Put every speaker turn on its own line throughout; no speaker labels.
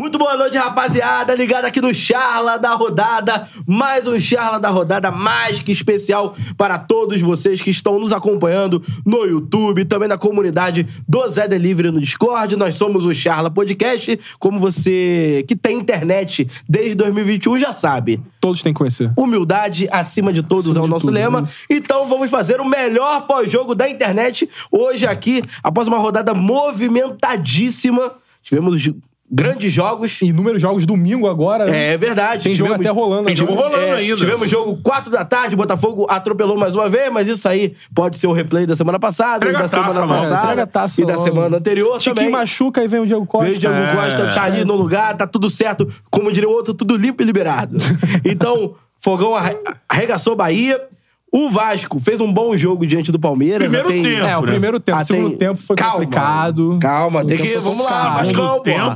Muito boa noite, rapaziada. Ligado aqui no Charla da Rodada. Mais um Charla da Rodada mais que especial para todos vocês que estão nos acompanhando no YouTube, também na comunidade do Zé Delivery no Discord. Nós somos o Charla Podcast. Como você que tem internet desde 2021 já sabe.
Todos têm que conhecer.
Humildade acima de todos
Acima
é o
de
nosso
tudo,
lema.
né?
Então vamos fazer o melhor pós-jogo da internet hoje aqui, após uma rodada movimentadíssima. Tivemos grandes jogos.
Inúmeros jogos domingo agora. né?
É verdade.
Tem jogo até rolando
Tem
agora.
jogo rolando
é,
ainda.
Tivemos jogo 4 da tarde, Botafogo atropelou mais uma vez, mas isso aí pode ser o replay da semana passada, e
Entrega
da
a taça,
semana
mano.
passada
Entrega a taça
e da
logo.
semana anterior
Tiquinho
também.
machuca e vem o Diego Costa.
Veio o Diego
É.
Costa, tá ali no lugar, tá tudo certo. Como diria o outro, tudo limpo e liberado. Então, Fogão arre- arregaçou Bahia. O Vasco fez um bom jogo diante do Palmeiras.
Primeiro tempo.
É, o
né?
primeiro tempo.
Ah,
o segundo
tem-
tempo foi
Calma.
complicado.
Calma, tem
Segundo
que.
tempo foi
Vamos lá,
complicado.
Vascão,
Segundo
porra.
é um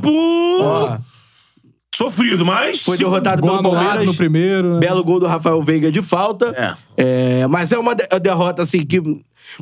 tempo sofrido, mas
Foi
segundo-
derrotado
Gol
pelo
anulado
Palmeiras.
no primeiro. né?
Belo gol do Rafael Veiga de falta. É, mas é uma de- derrota, assim, que,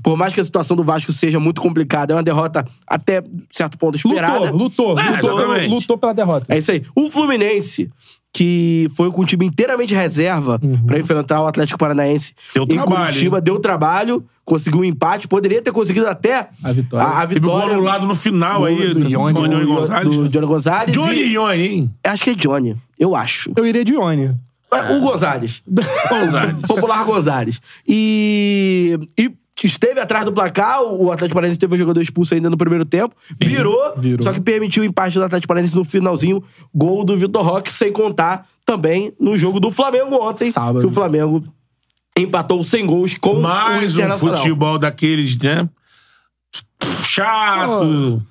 por mais que a situação do Vasco seja muito complicada, é uma derrota até certo ponto esperada.
Lutou, lutou,
É,
lutou,
exatamente.
lutou pela derrota.
É isso aí. O Fluminense, que foi com um time inteiramente reserva pra
Uhum.
enfrentar o Atlético Paranaense
Deu
em
trabalho,
Curitiba, deu trabalho, conseguiu um empate, poderia ter conseguido até
A vitória.
A, a
Teve um gol
vitória
anulado no final aí,
do
do
Ione,
Ione
do-
Gonzalez. né?
do Johnny Gonzalez.
Johnny
e-
Ione, hein?
Acho que é Johnny, eu acho.
Eu iria de Ione.
É, O Gonzalez.
Gonzalez.
Popular Gonzalez. E. e Esteve atrás do placar, o Atlético Paranaense teve um jogador expulso ainda no primeiro tempo, virou,
virou.
só que permitiu o empate do Atlético Paranaense no finalzinho, gol do Vitor Roque, sem contar também no jogo do Flamengo ontem,
Sábado.
que o Flamengo empatou sem gols com
Mais
o
um
Internacional.
futebol daqueles, né? Chato.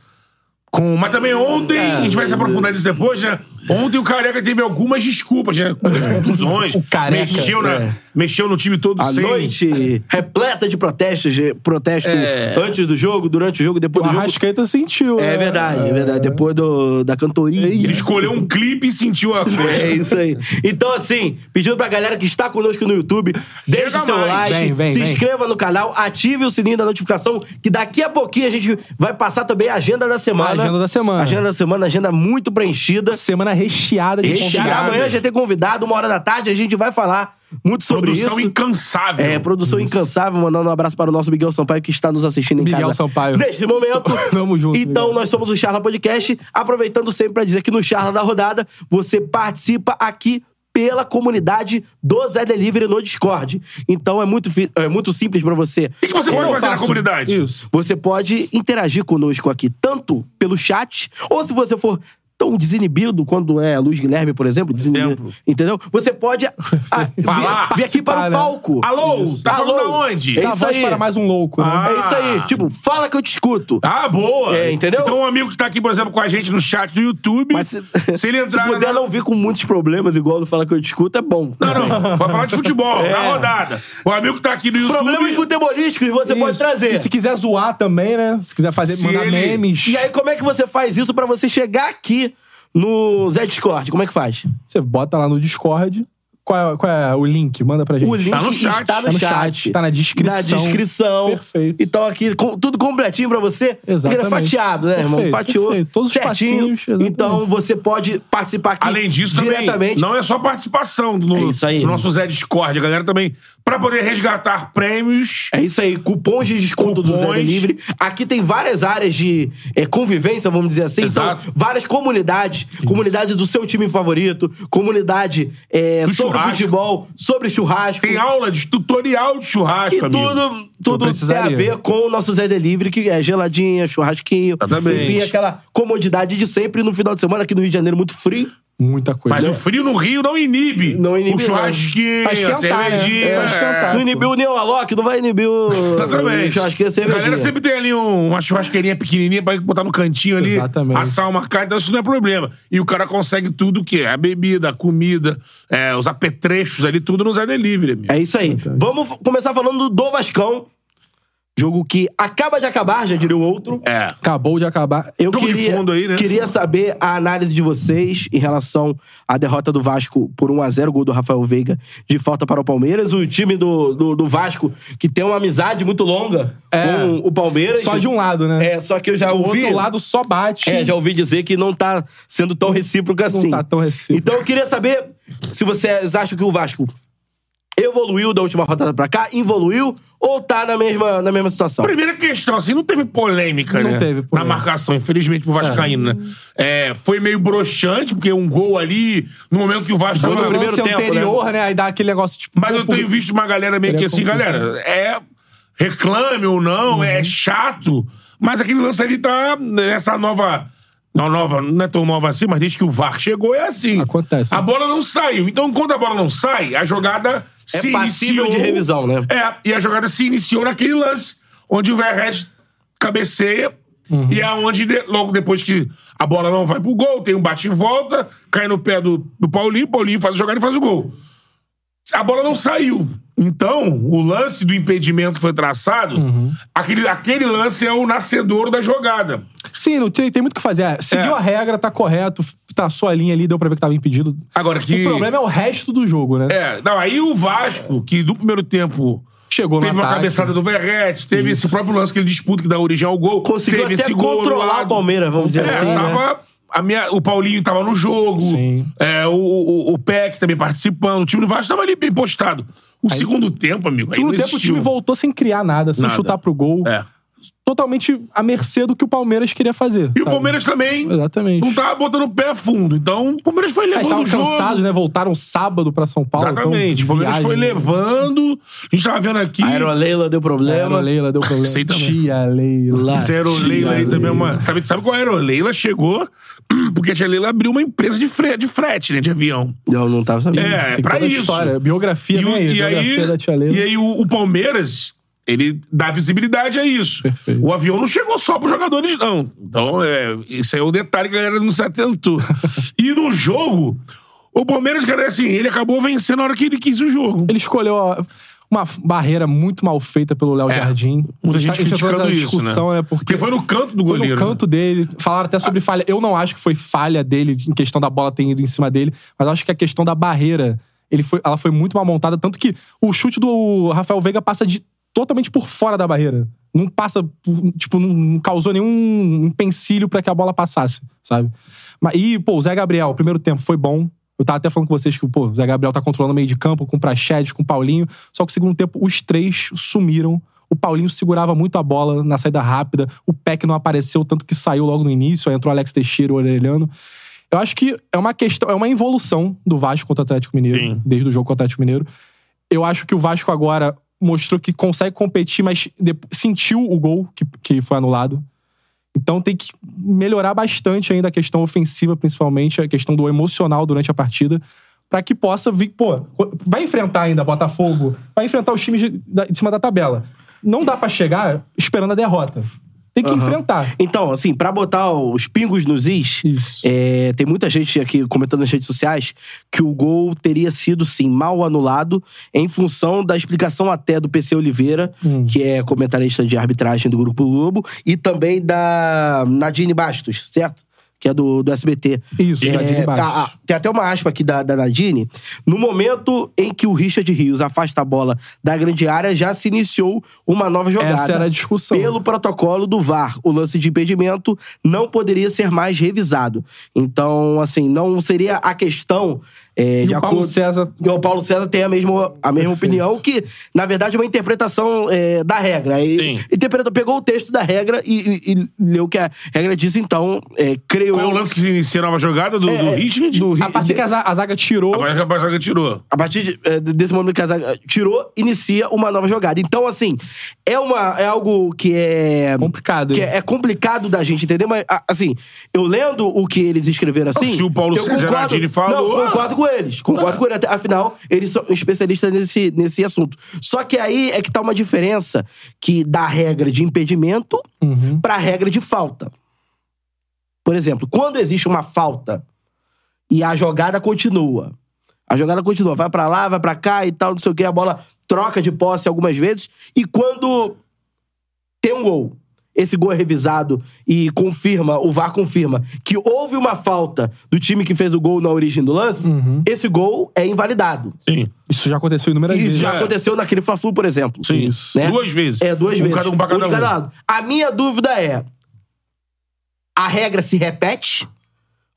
Com... Mas também ontem, a gente vai se aprofundar nisso depois, né? Ontem o Careca teve algumas desculpas, né? Com as contusões.
O Careca,
mexeu, na-
é.
mexeu no time todo
A
sem...
noite repleta de protestos, de protesto
É.
antes do jogo, durante o jogo,
O
depois do jogo.
Arrascaeta sentiu.
É
né?
verdade, é verdade. Depois do, da cantoria.
Ele escolheu um clipe e sentiu a coisa.
É isso aí. Então, assim, pedindo pra galera que está conosco no YouTube, deixe
Chega
seu
mais.
like,
Vem, vem,
se
vem.
inscreva no canal, ative o sininho da notificação, que daqui a pouquinho a gente vai passar também a agenda da semana.
A agenda da semana.
Agenda da semana, agenda muito preenchida.
Semana recheada de
Recheada.
convidados.
Amanhã já tem convidado, uma hora da tarde, a gente vai falar muito sobre
Produção
isso.
incansável.
É, produção incansável, mandando um abraço para o nosso Miguel Sampaio que está nos assistindo em
Miguel
casa.
Sampaio.
Neste momento.
Tamo junto,
Então,
Miguel.
nós somos o Charla Podcast. Aproveitando sempre para dizer que no Charla da Rodada você participa aqui pela comunidade do Zé Delivery no Discord. Então é muito, fi- é muito simples para você. É,
O que, que você pode fazer na
faço.
comunidade?
Isso.
Você pode interagir conosco aqui, tanto pelo chat, ou se você for tão desinibido quando é Luiz Guilherme, por exemplo, desinibido,
Exemplo.
entendeu? Você pode ah, vir,
Falar,
vir aqui para o
participar, né?
palco.
Alô, tá
Alô.
falando aonde?
É
Dá
isso
voz
aí.
para mais um louco. né?
Ah.
É isso aí. Tipo, fala que eu te escuto.
Ah, boa!
É, entendeu?
Então, um amigo que tá aqui, por exemplo, com a gente no chat do YouTube,
Mas
se,
se,
ele entrar.
se puder
na-
não vir com muitos problemas, igual do Fala Que Eu Te Escuto, é bom.
né? Não, não, vai falar de futebol,
É.
na rodada. O amigo que tá aqui no
Problemas
YouTube.
futebolísticos você pode
Isso.
trazer.
E se quiser zoar também, né? Se quiser fazer,
Se
mandar
ele-
memes.
E aí, como é que você faz isso pra você chegar aqui no Zé Discord? Como é que faz?
Você bota lá no Discord. Qual é, qual é o link? Manda pra gente.
O link
Tá no chat.
está no,
Tá no
chat.
chat, tá na descrição.
Na descrição.
Perfeito.
Então aqui, com- tudo completinho pra você.
Exatamente.
Porque ele é fatiado, né, irmão?
Perfeito,
Fatiou.
perfeito. Todos os
certinho.
passinhos, exatamente.
Então você pode participar aqui
Além disso, também,
diretamente.
não é só participação no,
É isso aí.
no nosso Zé Discord, a galera também, pra poder resgatar prêmios.
É isso aí, cupons de desconto do Zé
Cupons.
Delivery. Aqui tem várias áreas de é, convivência, vamos dizer assim.
Exato.
Então, várias comunidades. Comunidade do seu time favorito, comunidade é,
Do
sobre
churrasco.
futebol, sobre churrasco.
Tem aula de tutorial de churrasco,
e
amigo.
tudo, tudo tem a
precisaria.
ver com o nosso Zé Delivery, que é geladinha, churrasquinho.
Exatamente.
Enfim, aquela comodidade de sempre no final de semana aqui no Rio de Janeiro, muito frio.
Muita coisa. É.
Mas o frio no Rio não inibe.
né? Não inibe,
O churrasquinho,
Pra
a
esquentar, né?
cervejinha.
É, pra esquentar.
Não inibiu nem o Alok, não vai inibir o.
Exatamente.
o churrasqueiro sem
a galera sempre tem ali um- uma churrasqueirinha pequenininha pra botar no cantinho ali,
Exatamente.
assar uma carne, então isso não é problema. E o cara consegue tudo que é a bebida, a comida, é, os apetrechos ali, tudo no Zé Delivery, amigo.
É isso aí. Vamos f- começar falando do Vascão. Jogo que acaba de acabar, já diria o outro.
É.
Acabou de acabar.
Eu
Jogo de
queria,
fundo aí, né?
queria saber a análise de vocês em relação à derrota do Vasco por 1x0, gol do Rafael Veiga de falta para o Palmeiras. O time do, do, do Vasco, que tem uma amizade muito longa
É.
com o Palmeiras.
Só de um lado, né?
É, só que eu já
o
ouvi...
outro lado só bate.
É, já ouvi dizer que não tá sendo tão recíproco assim.
tá tão recíproco.
Então eu queria saber se vocês acham que o Vasco evoluiu da última rodada pra cá, evoluiu ou tá na mesma, na mesma situação?
Primeira questão, assim, não teve polêmica,
Não
né?
teve
Na
polêmica.
marcação, infelizmente, pro Vascaíno, né? É, foi meio broxante, porque um gol ali, no momento que o Vasco foi
Tava
no primeiro
lance
tempo, né?
anterior, né? Aí dá aquele negócio tipo.
Mas eu
pô,
tenho visto uma galera meio que
Seria
assim,
complicado. Uhum.
galera, é. Reclame ou não, é chato. Mas aquele lance ali tá. Essa nova. Não, nova, não é tão nova assim, mas desde que o VAR chegou é assim.
Acontece.
A bola não saiu. Então, enquanto a bola não sai, a jogada
É
se
passível
iniciou.
de revisão, né?
É, e a jogada se iniciou naquele lance onde o Verret cabeceia. E é onde, de- logo depois que a bola não vai pro gol, tem um bate e volta, cai no pé do, do Paulinho, Paulinho faz a jogada e faz o gol. A bola não saiu. Então, o lance do impedimento que foi traçado, aquele, aquele lance é o nascedor da jogada.
Sim, não tem, tem muito o que fazer. É, seguiu
É.
a regra, tá correto, traçou a linha ali, deu pra ver que tava impedido.
Agora que.
O problema é o resto do jogo, né?
É, não, aí o Vasco, que do primeiro tempo
Chegou
teve
no
uma
ataque.
cabeçada do Verrete, teve esse próprio lance que ele disputa que dá origem ao gol,
Conseguiu
teve
até
esse gol
controlar o
anulado.
Palmeiras, vamos dizer
É,
assim,
tá
né?
tava- a minha- o Paulinho tava no jogo,
Sim.
é, o, o, o Peck também participando, o time do Vasco tava ali bem postado. O segundo tempo, amigo, aí
No segundo
não
tempo, o time
existiu.
voltou sem criar nada, sem
Nada.
chutar pro gol.
É.
Totalmente à mercê do que o Palmeiras queria fazer.
E o
sabe?
Palmeiras também
Exatamente.
não tava botando o pé fundo. Então, o Palmeiras foi
Ah, Eles estavam
levando o jogo.
cansados, né? Voltaram sábado pra São Paulo.
Exatamente. o
Então,
Palmeiras foi
viagem, né?
levando. A gente tava vendo aqui.
A Aeroleila deu
A
problema.
Aeroleila deu problema.
Sei também.
Tia Leila.
Essa Aeroleila aí também é uma. Sabe, sabe qual a Aeroleila chegou? Porque a Tia Leila abriu uma empresa de frete, de frete, né? De avião.
Eu não tava sabendo.
É,
Tem
pra
toda a
isso.
História. Biografia,
E, o-
né?
e
Biografia
aí,
da tia Leila.
e aí o, o Palmeiras, ele dá visibilidade a isso.
Perfeito.
O avião não chegou só pros jogadores, não. Então, é, isso aí é um detalhe que a galera não se atentou. e no jogo, o Palmeiras, cara, é assim, ele acabou vencendo na hora que ele quis o jogo.
Ele escolheu ó, uma f- barreira muito mal feita pelo Léo Jardim.
É, Muita
A gente
gente
tá- a gente tá falando
criticando
da
isso,
discussão,
né?
né? Porque,
foi no canto
foi no
do goleiro. né?
canto dele. Falaram até sobre falha. Eu não acho que foi falha dele em questão da bola ter ido em cima dele, mas acho que a questão da barreira, ele foi, ela foi muito mal montada. Tanto que o chute do Rafael Veiga passa de- totalmente por fora da barreira. Não passa, por- tipo, não causou nenhum empecilho pra que a bola passasse, sabe? Mas- E, pô, o Zé Gabriel, o primeiro tempo foi bom. Eu tava até falando com vocês que, pô, o Zé Gabriel tá controlando o meio de campo com o Praxedes, com o Paulinho. Só que o segundo tempo, os três sumiram. O Paulinho segurava muito a bola na saída rápida. O Peck não apareceu, tanto que saiu logo no início. Aí entrou o Alex Teixeira, o Orelhano. Eu acho que é uma questão, é uma evolução do Vasco contra o Atlético Mineiro,
Sim.
desde o jogo contra o Atlético Mineiro. Eu acho que o Vasco agora mostrou que consegue competir, mas de- sentiu o gol que, que foi anulado. Então tem que melhorar bastante ainda a questão ofensiva, principalmente, a questão do emocional durante a partida, pra que possa vir. Pô, vai enfrentar ainda Botafogo, vai enfrentar os times de, da- de cima da tabela. Não dá pra chegar esperando a derrota. Tem que enfrentar.
Então, assim, pra botar os pingos nos is,
Isso.
é, tem muita gente aqui comentando nas redes sociais que o gol teria sido, sim, mal anulado em função da explicação até do PC Oliveira, que é comentarista de arbitragem do Grupo Globo, e também da Nadine Bastos, certo? Que é do, do SBT.
Isso,
é,
Nadine Bastos.
a- a- tem até uma aspa aqui da, da Nadine. No momento em que o Richard Rios afasta a bola da grande área, já se iniciou uma nova jogada.
Essa era a discussão.
Pelo protocolo do VAR, o lance de impedimento não poderia ser mais revisado. Então, assim, não seria a questão É,
E
de
o Paulo
acordo-
César-
E o Paulo César tem a mesma, a mesma opinião, que, na verdade, é uma interpretação é, da regra. E,
Sim.
interpretou- pegou o texto da regra e, e- e leu o que a regra diz, então, é, creio
Qual é
eu.
o lance que se inicia a nova jogada do,
É,
do Richard?
do Ri-
A partir que a za- a zaga tirou.
Agora que a Bajaga tirou.
A partir de- eh, desse momento que a zaga tirou, inicia uma nova jogada. Então, assim, é, uma, é algo que é.
Complicado,
Que
hein?
é, é complicado da gente entender, mas, a- assim, eu lendo o que eles escreveram assim.
Se o Paulo
eu
César Adini falou,
Não, concordo com eles. Concordo com eles. Até- Afinal, eles são especialistas nesse, nesse assunto. Só que aí é que tá uma diferença que da regra de impedimento
Uhum.
pra regra de falta. Por exemplo, quando existe uma falta e a jogada continua. A jogada continua, vai pra lá, vai pra cá e tal, não sei o que, a bola troca de posse algumas vezes. E quando tem um gol, esse gol é revisado e confirma, o VAR confirma, que houve uma falta do time que fez o gol na origem do lance, esse gol é invalidado.
Sim.
Isso já aconteceu inúmeras
Isso
vezes.
já
é.
aconteceu naquele Fla-Flu, por exemplo.
Sim.
Né?
Duas vezes.
É, duas
Um
vezes.
cada um pra cada
de
um.
lado. A minha dúvida é: a regra se repete?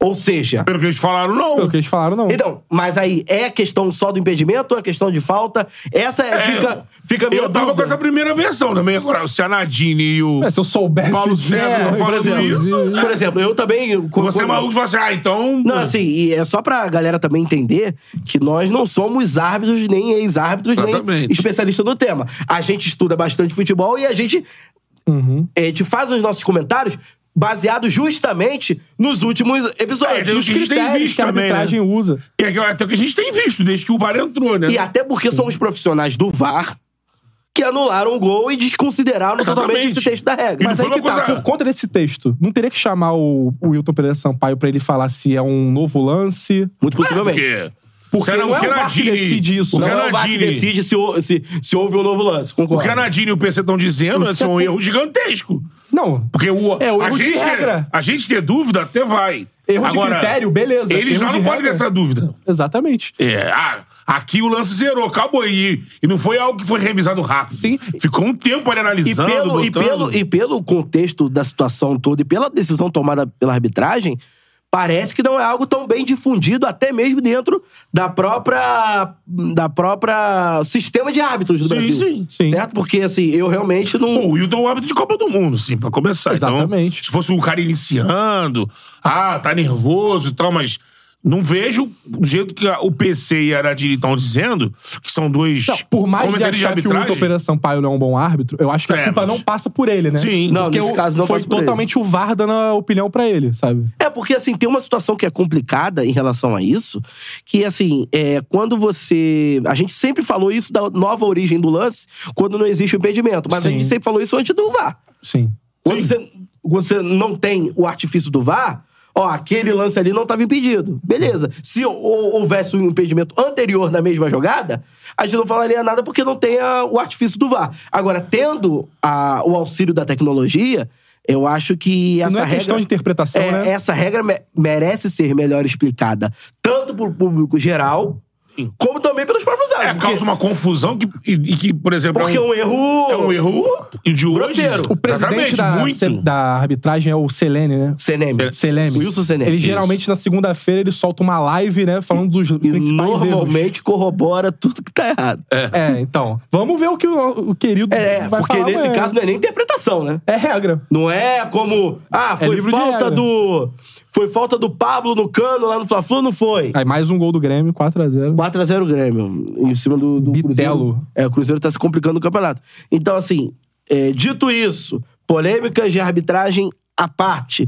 Ou seja,
Pelo que eles falaram, não.
Pelo É que eles falaram, não.
então, mas aí é questão só do impedimento, é questão de falta? Essa é-
É,
fica, fica a minha
Eu tava com
dúvida.
essa primeira versão também. Agora, se a Nadine e o.
É, se eu soubesse.
Paulo
disso, é,
César não
eu
fala
fazia
isso.
Por É, exemplo, eu também.
Você é maluco, você fala assim, ah, então.
Não, assim, e é só pra galera também entender que nós não somos árbitros, nem ex-árbitros, nem
Exatamente.
especialistas no tema. A gente estuda bastante futebol e a gente, eh, a gente faz os nossos comentários baseados justamente nos últimos
É, tem
episódios.
os que a gente tem
Critérios
visto
que a
também, né?
arbitragem usa.
E é que- até o que a gente tem visto, desde que o VAR entrou, né?
E até porque somos profissionais do VAR que anularam o gol e desconsideraram totalmente
Exatamente.
esse texto da regra.
E não
Mas
foi
aí
uma
que tá,
coisa-
por conta desse texto, não teria que chamar o, o Wilton Pereira Sampaio pra ele falar se é um novo lance.
Muito possivelmente.
Porque.
Porque
Será
não é o VAR que decide isso,
O
não é o VAR que
Canadini.
decide se, hou- se- se houve um novo lance.
O
Concordo.
Canadini e o PC estão dizendo
Isso
é
é
um
com-
erro gigantesco.
Não.
Porque o,
É, o
a,
erro de
gente ter,
regra.
a gente ter dúvida até vai.
Erro de critério, beleza.
Eles
Erro
já
de
não podem ter
regra.
essa dúvida.
Exatamente.
É, ah, aqui o lance zerou, acabou aí. E não foi algo que foi revisado rápido.
Sim.
Ficou um tempo ali
E
analisando,
pelo, e,
botando.
pelo, e pelo contexto da situação toda e pela decisão tomada pela arbitragem, parece que não é algo tão bem difundido, até mesmo dentro da própria. da própria sistema de árbitros do
Sim,
Brasil.
sim,
sim.
Certo? Porque, assim, eu realmente não.
Pô, o Hilton é o hábito de Copa do Mundo, sim, pra começar.
Exatamente.
Então, se fosse um cara iniciando, ah, tá nervoso e tal, mas não vejo do jeito que a- o PC e a Aradini estão dizendo, que são dois
Não, por mais de
comentários
achar que o tá Wilton Pereira Sampaio não é um bom árbitro, eu acho que
É,
a culpa
mas-
não passa por ele, né?
Sim.
Não,
Porque
nesse
o-
caso não
foi
passa por ele.
totalmente o VAR dando a opinião pra ele, sabe?
É, porque assim, tem uma situação que é complicada em relação a isso, que assim, é, quando você. A gente sempre falou isso da nova origem do lance, quando não existe o impedimento. Mas a
Sim.
gente sempre falou isso antes do VAR.
Sim.
Quando você, quando você não tem o artifício do VAR, ó, aquele lance ali não estava impedido. Beleza. Se hou- houvesse um impedimento anterior na mesma jogada, a gente não falaria nada porque não tem a- o artifício do VAR. Agora, tendo a- o auxílio da tecnologia, eu acho que essa
não é
regra.
questão de interpretação,
é,
né?
Essa regra me- merece ser melhor explicada, tanto para o público geral, como também pelos próprios
É,
árbitros.
causa uma confusão que, e, e que por exemplo,
porque, porque
é,
é
um,
um erro.
é um erro de hoje.
Grosseiro.
O presidente
Exatamente,
da,
muito. É,
se- da arbitragem é o Selene, né?
Seneme.
Seleme.
Wilson Seneme.
Ele
Isso.
geralmente na segunda-feira ele solta uma live, né? Falando dos
E
principais erros.
normalmente corrobora tudo que tá errado. É,
É, então. Vamos ver o que o, o querido
é,
vai
porque
falar
nesse
amanhã.
caso não é nem interpretação, né?
É regra.
Não é como, ah,
É
foi
livro de
falta
regra.
do foi falta do Pablo no cano lá no Fla-Flu, não foi?
Aí mais um gol do Grêmio, 4x0.
4x0 Grêmio, em cima do, do Cruzeiro.
Bitelo.
É, o Cruzeiro tá se complicando no campeonato. Então, assim, é, dito isso, polêmicas de arbitragem à parte,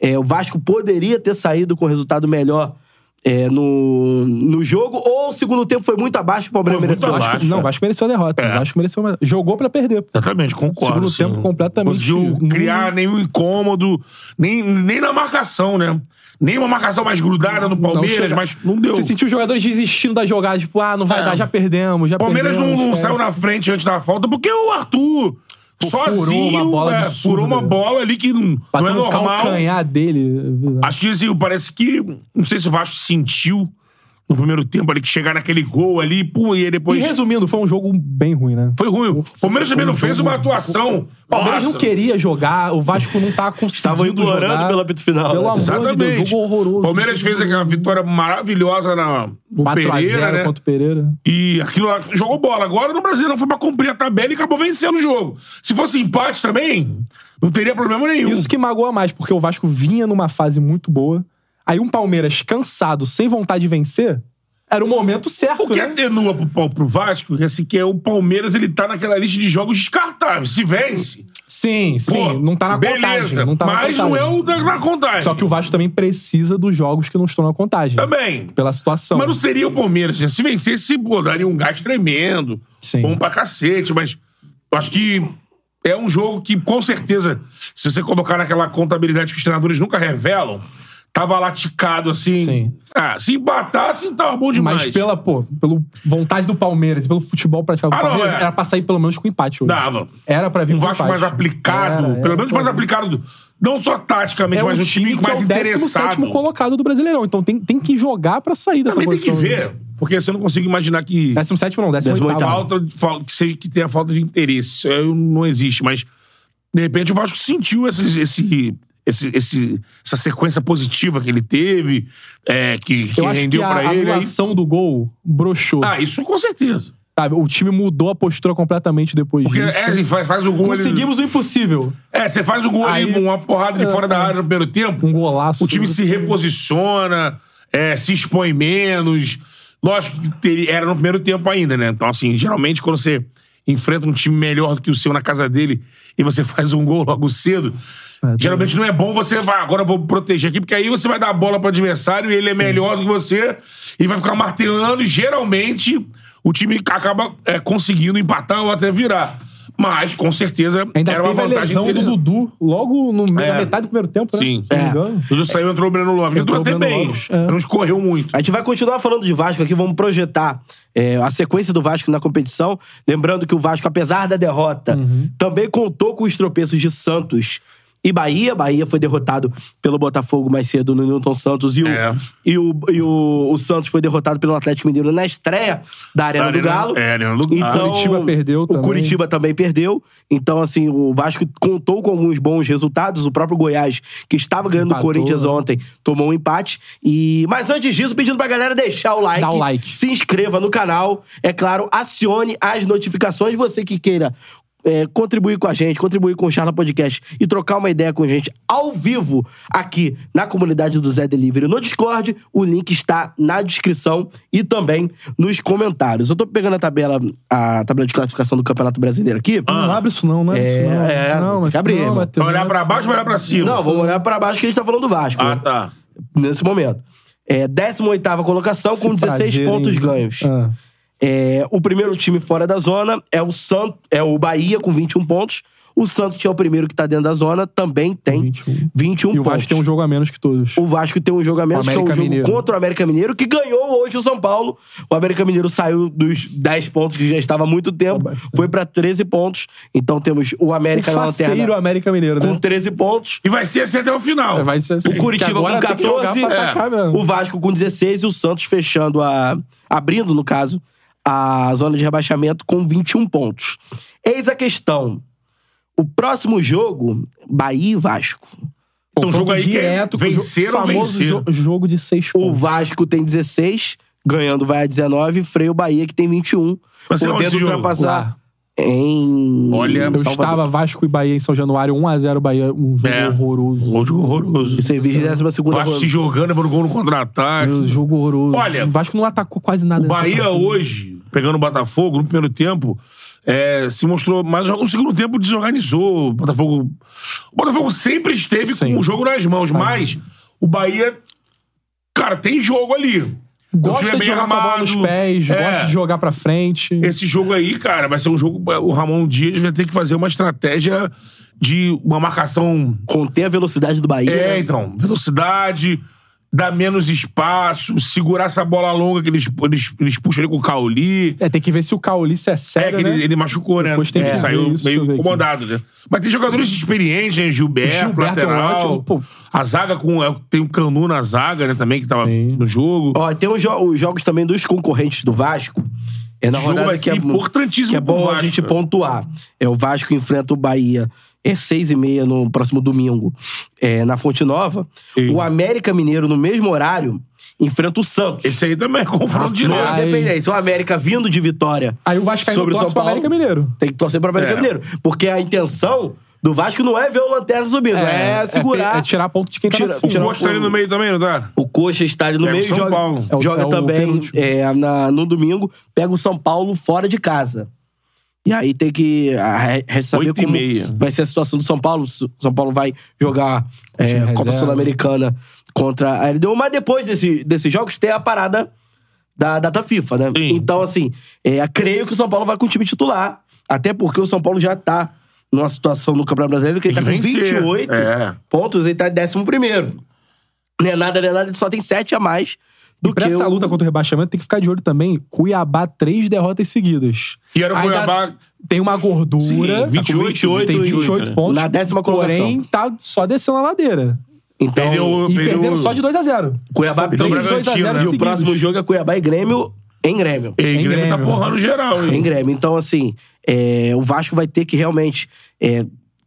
é, o Vasco poderia ter saído com resultado melhor é, no, no jogo, ou o segundo tempo foi muito abaixo, o Palmeiras
Foi muito
mereceu.
abaixo.
Vasco, não, o Vasco mereceu a derrota.
É.
O Vasco mereceu uma... Jogou pra perder. Então,
Exatamente, concordo.
Segundo tempo completamente
Não conseguiu criar nenhum incômodo, nem, nem na marcação, né? Nem uma marcação mais grudada no Palmeiras,
chega-
mas não deu.
Você sentiu os jogadores desistindo da jogada, tipo, ah, não vai
É.
dar, já perdemos, já
O Palmeiras não,
perdemos. é."
não é
esquece.
saiu na frente antes da falta, porque o Arthur sozinho
furou uma bola
é,
absurda.
furou uma bola ali que não, não é
Bateu no
normal.
calcanhar dele.
Acho que assim, parece que. Não sei se o Vasco sentiu no primeiro tempo ali que chegar naquele gol ali, pô, e aí
E
depois.
resumindo, foi um jogo bem ruim, né?
Foi ruim. O Palmeiras também não fez uma atuação.
O um Palmeiras
Nossa.
não queria jogar, o Vasco não tá conseguindo
Tava implorando
jogar.
pelo apito final,
Pelo
né?
amor de Deus,
Exatamente.
jogo horroroso.
Palmeiras fez aquela vitória maravilhosa na, o
4x0
Pereira, né?
contra o Pereira.
E aquilo lá jogou bola. Agora no Brasileirão foi pra cumprir a tabela e acabou vencendo o jogo. Se fosse empate também, não teria problema nenhum.
Isso que magoa mais, porque o Vasco vinha numa fase muito boa. Aí um Palmeiras cansado, sem vontade de vencer, era o momento certo,
O que
né?
atenua pro, pau- pro Vasco é assim, que é o Palmeiras, ele tá naquela lista de jogos descartáveis. Se vence,
Sim, sim.
pô,
não tá na
beleza,
contagem. Não tá na
mas não é
contagem.
o da, na contagem.
Só que o Vasco também precisa dos jogos que não estão na contagem.
Também.
Pela situação.
Mas não seria o Palmeiras, né? Se vencesse, pô, daria um gás tremendo.
Sim.
Bom pra cacete, mas eu acho que é um jogo que, com certeza, se você colocar naquela contabilidade que os treinadores nunca revelam, tava lá ticado assim.
Sim.
Ah, se empatasse, tava bom demais.
Mas pela, pô, pela vontade do Palmeiras, e pelo futebol praticado do
Ah, não,
Palmeiras,
é.
era pra sair pelo menos com empate hoje.
Dava.
Era pra vir
Um
com
Vasco
empate.
mais aplicado,
Era,
pelo
era, É,
menos
pô.
mais aplicado, não só taticamente,
É
mas um time,
que
mais
é o 17º
interessado.
colocado do Brasileirão. Então tem, tem que jogar pra sair dessa
Também tem que
posição. né? É
ver, porque você não consegue imaginar que...
17 não, 18
falta, de- fal- que seja que tenha falta de interesse. Isso aí não existe, mas de repente o Vasco sentiu esses- esse, esse, esse- essa sequência positiva que ele teve, é, que, que
Eu acho que
rendeu
a
pra ele. aí-
anulação do gol broxou.
Ah, isso com certeza.
sabe? O time mudou a postura completamente depois
Porque
disso.
é, assim, faz, faz o gol
Conseguimos o impossível.
ali. É, você faz o gol ali
Aí- É,
com uma porrada de fora da área no primeiro tempo.
Um golaço.
O time se reposiciona, é, se expõe menos. Lógico que teria- era no primeiro tempo ainda, né? Então, assim, geralmente quando você enfrenta um time melhor do que o seu na casa dele e você faz um gol logo cedo,
tá
geralmente não é bom você vai, agora eu vou proteger aqui, porque aí você vai dar a bola para o adversário e ele é melhor do que você e vai ficar martelando e geralmente o time acaba é, conseguindo empatar ou até virar. Mas, com certeza,
Ainda
era uma
teve a
vantagem
lesão do
interessante.
Dudu logo no, me-
É.
na metade do primeiro tempo, né?
Sim.
Se
É.
não me engano.
Dudu saiu entrou o Breno Lopes.
Entrou
Entrou,
o
até
Breno
bem.
Lopes, é.
Não escorreu muito.
A gente vai continuar falando de Vasco aqui, vamos projetar é, a sequência do Vasco na competição. Lembrando que o Vasco, apesar da derrota, também contou com os tropeços de Santos e Bahia. Bahia foi derrotado pelo Botafogo mais cedo no Newton Santos e o,
É.
e o, e o, o Santos foi derrotado pelo Atlético Mineiro na estreia da Arena
Da
do
Arena-
Galo.
é, Arena do Galo.
Então,
Curitiba perdeu
o
também.
Curitiba também perdeu. Então, assim, o Vasco contou com alguns bons resultados. O próprio Goiás, que estava ganhando
Empatou,
o Corinthians
né?
ontem, tomou um empate. E... Mas antes disso, pedindo pra galera deixar o like.
Dá o like.
Se inscreva no canal. É claro, acione as notificações. Você que queira é, contribuir com a gente, contribuir com o Charla Podcast e trocar uma ideia com a gente ao vivo aqui na comunidade do Zé Delivery no Discord, o link está na descrição e também nos comentários. Eu tô pegando a tabela, a tabela de classificação do Campeonato Brasileiro aqui.
Ah,
Não abre isso não, não abre
É,
isso não.
é,
não,
tem
mas-
que abrir,
não,
mano.
Matheus,
Vai olhar
não é
pra
abre
baixo,
isso
vai olhar pra cima.
Não, vamos olhar pra baixo que a gente tá falando do Vasco.
Ah, tá.
Nesse momento. É, 18 colocação
Esse
com 16
prazer, hein?
pontos ganhos.
Ah.
É, o primeiro time fora da zona é o Santos, é o Bahia com 21 pontos. O Santos, que é o primeiro que tá dentro da zona, também tem
21.
21,
E o
pontos.
Vasco tem um jogo a menos que todos.
O Vasco tem um jogo a menos,
O
que é um
América
jogo
Mineiro.
contra o América Mineiro, que ganhou hoje o São Paulo. O América Mineiro saiu dos 10 pontos que já estava há muito tempo, foi pra 13 pontos. Então temos o
Tá O
América na
faceiro
lanterna
América Mineiro, né?
com 13 pontos.
E vai ser assim até o final.
Vai ser assim,
O Curitiba
que agora
com
tem que jogar
14,
pra
é.
atacar mesmo.
o Vasco com 16 e o Santos fechando a. abrindo, no caso, a zona de rebaixamento com 21 pontos. Eis a questão. O próximo jogo, Bahia e Vasco.
Então, um jogo aí que é
Direto com o jo-
vencer ou
famoso
vencer.
jo- jogo de seis
O
pontos.
Vasco tem 16, ganhando vai a 19, freia o Bahia que tem 21.
Vai ser onde
podendo
esse jogo?
ultrapassar
Lá.
em.
Olha,
Eu estava Vasco e Bahia em São Januário, 1x0 Bahia, um jogo
É.
horroroso.
Um jogo horroroso.
Serviço de 12 segunda
Vasco se jogando por gol no
Meu,
contra-ataque.
um jogo horroroso.
É. Olha,
o Vasco não atacou quase nada.
O
nessa
Bahia
partida.
hoje, pegando o Botafogo no primeiro tempo, é, se mostrou, mas no segundo tempo desorganizou. O Botafogo, o Botafogo sempre esteve
Sim.
com o jogo nas
Tá.
mãos, mas o Bahia, cara, tem jogo ali. O time
Gosta
é
de
bem
jogar com a bola nos
armado.
pés,
É.
gosta de jogar pra frente.
Esse jogo aí, cara, vai ser um jogo. O Ramon Dias vai ter que fazer uma estratégia de uma marcação.
Conter a velocidade do Bahia.
É,
né?
então, velocidade, dar menos espaço, segurar essa bola longa que eles, eles, eles puxam ali com o Cauli.
É, tem que ver se o Caulice é
É,
sério,
que
né?
ele, ele machucou, né?
Depois tem que
ele
ver
saiu
isso, deixa eu
meio
ver aqui.
incomodado, né? Mas tem jogadores experientes, né? Gilberto,
Gilberto é um
lateral.
ótimo, pô.
A zaga com. é, Tem o Canu na zaga, né? Também, que tava
Sim.
no jogo.
Ó, tem os, jo- os jogos também dos concorrentes do Vasco. É na
Esse jogo
rodada
vai
que é
ser importantíssimo
que é
pro
bom
Vasco,
a gente
cara.
pontuar. É o Vasco enfrenta o Bahia é seis e meia no próximo domingo, é, na Fonte Nova. O América Mineiro, no mesmo horário, enfrenta o Santos.
Esse aí também é confronto
Ah,
No
direto.
Ai.
Independência. O América vindo de vitória.
Aí o Vasco
sobre o
ainda torce
São
pro
Paulo.
América Mineiro.
Tem que torcer pro América
É.
Mineiro. Porque a intenção do Vasco não é ver o Lanterna subindo, é, segurar.
É, tirar ponto de quem tá
Tira-
na-
O
Tirar
gosto tá ali
o-
no meio também, não tá?
O Coxa está ali no
Pega o
meio
São
joga,
Paulo.
É o-
joga
é o
também
penúltimo.
é, na- no domingo, pega o São Paulo fora de casa. E aí tem que a, re- resta saber
Oito e
como
meia.
vai ser a situação do São Paulo. S- São Paulo vai jogar é,
reserva.
Copa Sul-Americana contra a LDU, mas depois desse, desses jogos tem a parada da data FIFA, né?
Sim.
Então, assim, é, creio que o São Paulo vai com o time titular. Até porque o São Paulo já tá numa situação no Campeonato Brasileiro que ele tá
Tem
com
que vencer.
28
É.
pontos, ele tá em 11 não é nada, não é nada, ele só tem sete a mais do
Pra
que
essa
o...
luta contra o rebaixamento, tem que ficar de olho também. Cuiabá, três derrotas seguidas.
E era o
Ainda
Cuiabá-
Tem uma gordura.
Sim, 28,
tá com 28,
tem
28
né?
pontos.
Na décima
Porém, tá só descendo a ladeira.
Então,
Perdeu-
E
Perdeu-
perdemos só de 2x0.
Cuiabá
São
perdeu
três 2 a 0
o Bragantino, né?
e o
seguidos.
próximo jogo é Cuiabá e Grêmio em Grêmio.
E o Grêmio tá
Grêmio.
porrando geral,
Em
hein?
Grêmio. Então, assim, é, o Vasco vai ter que realmente é,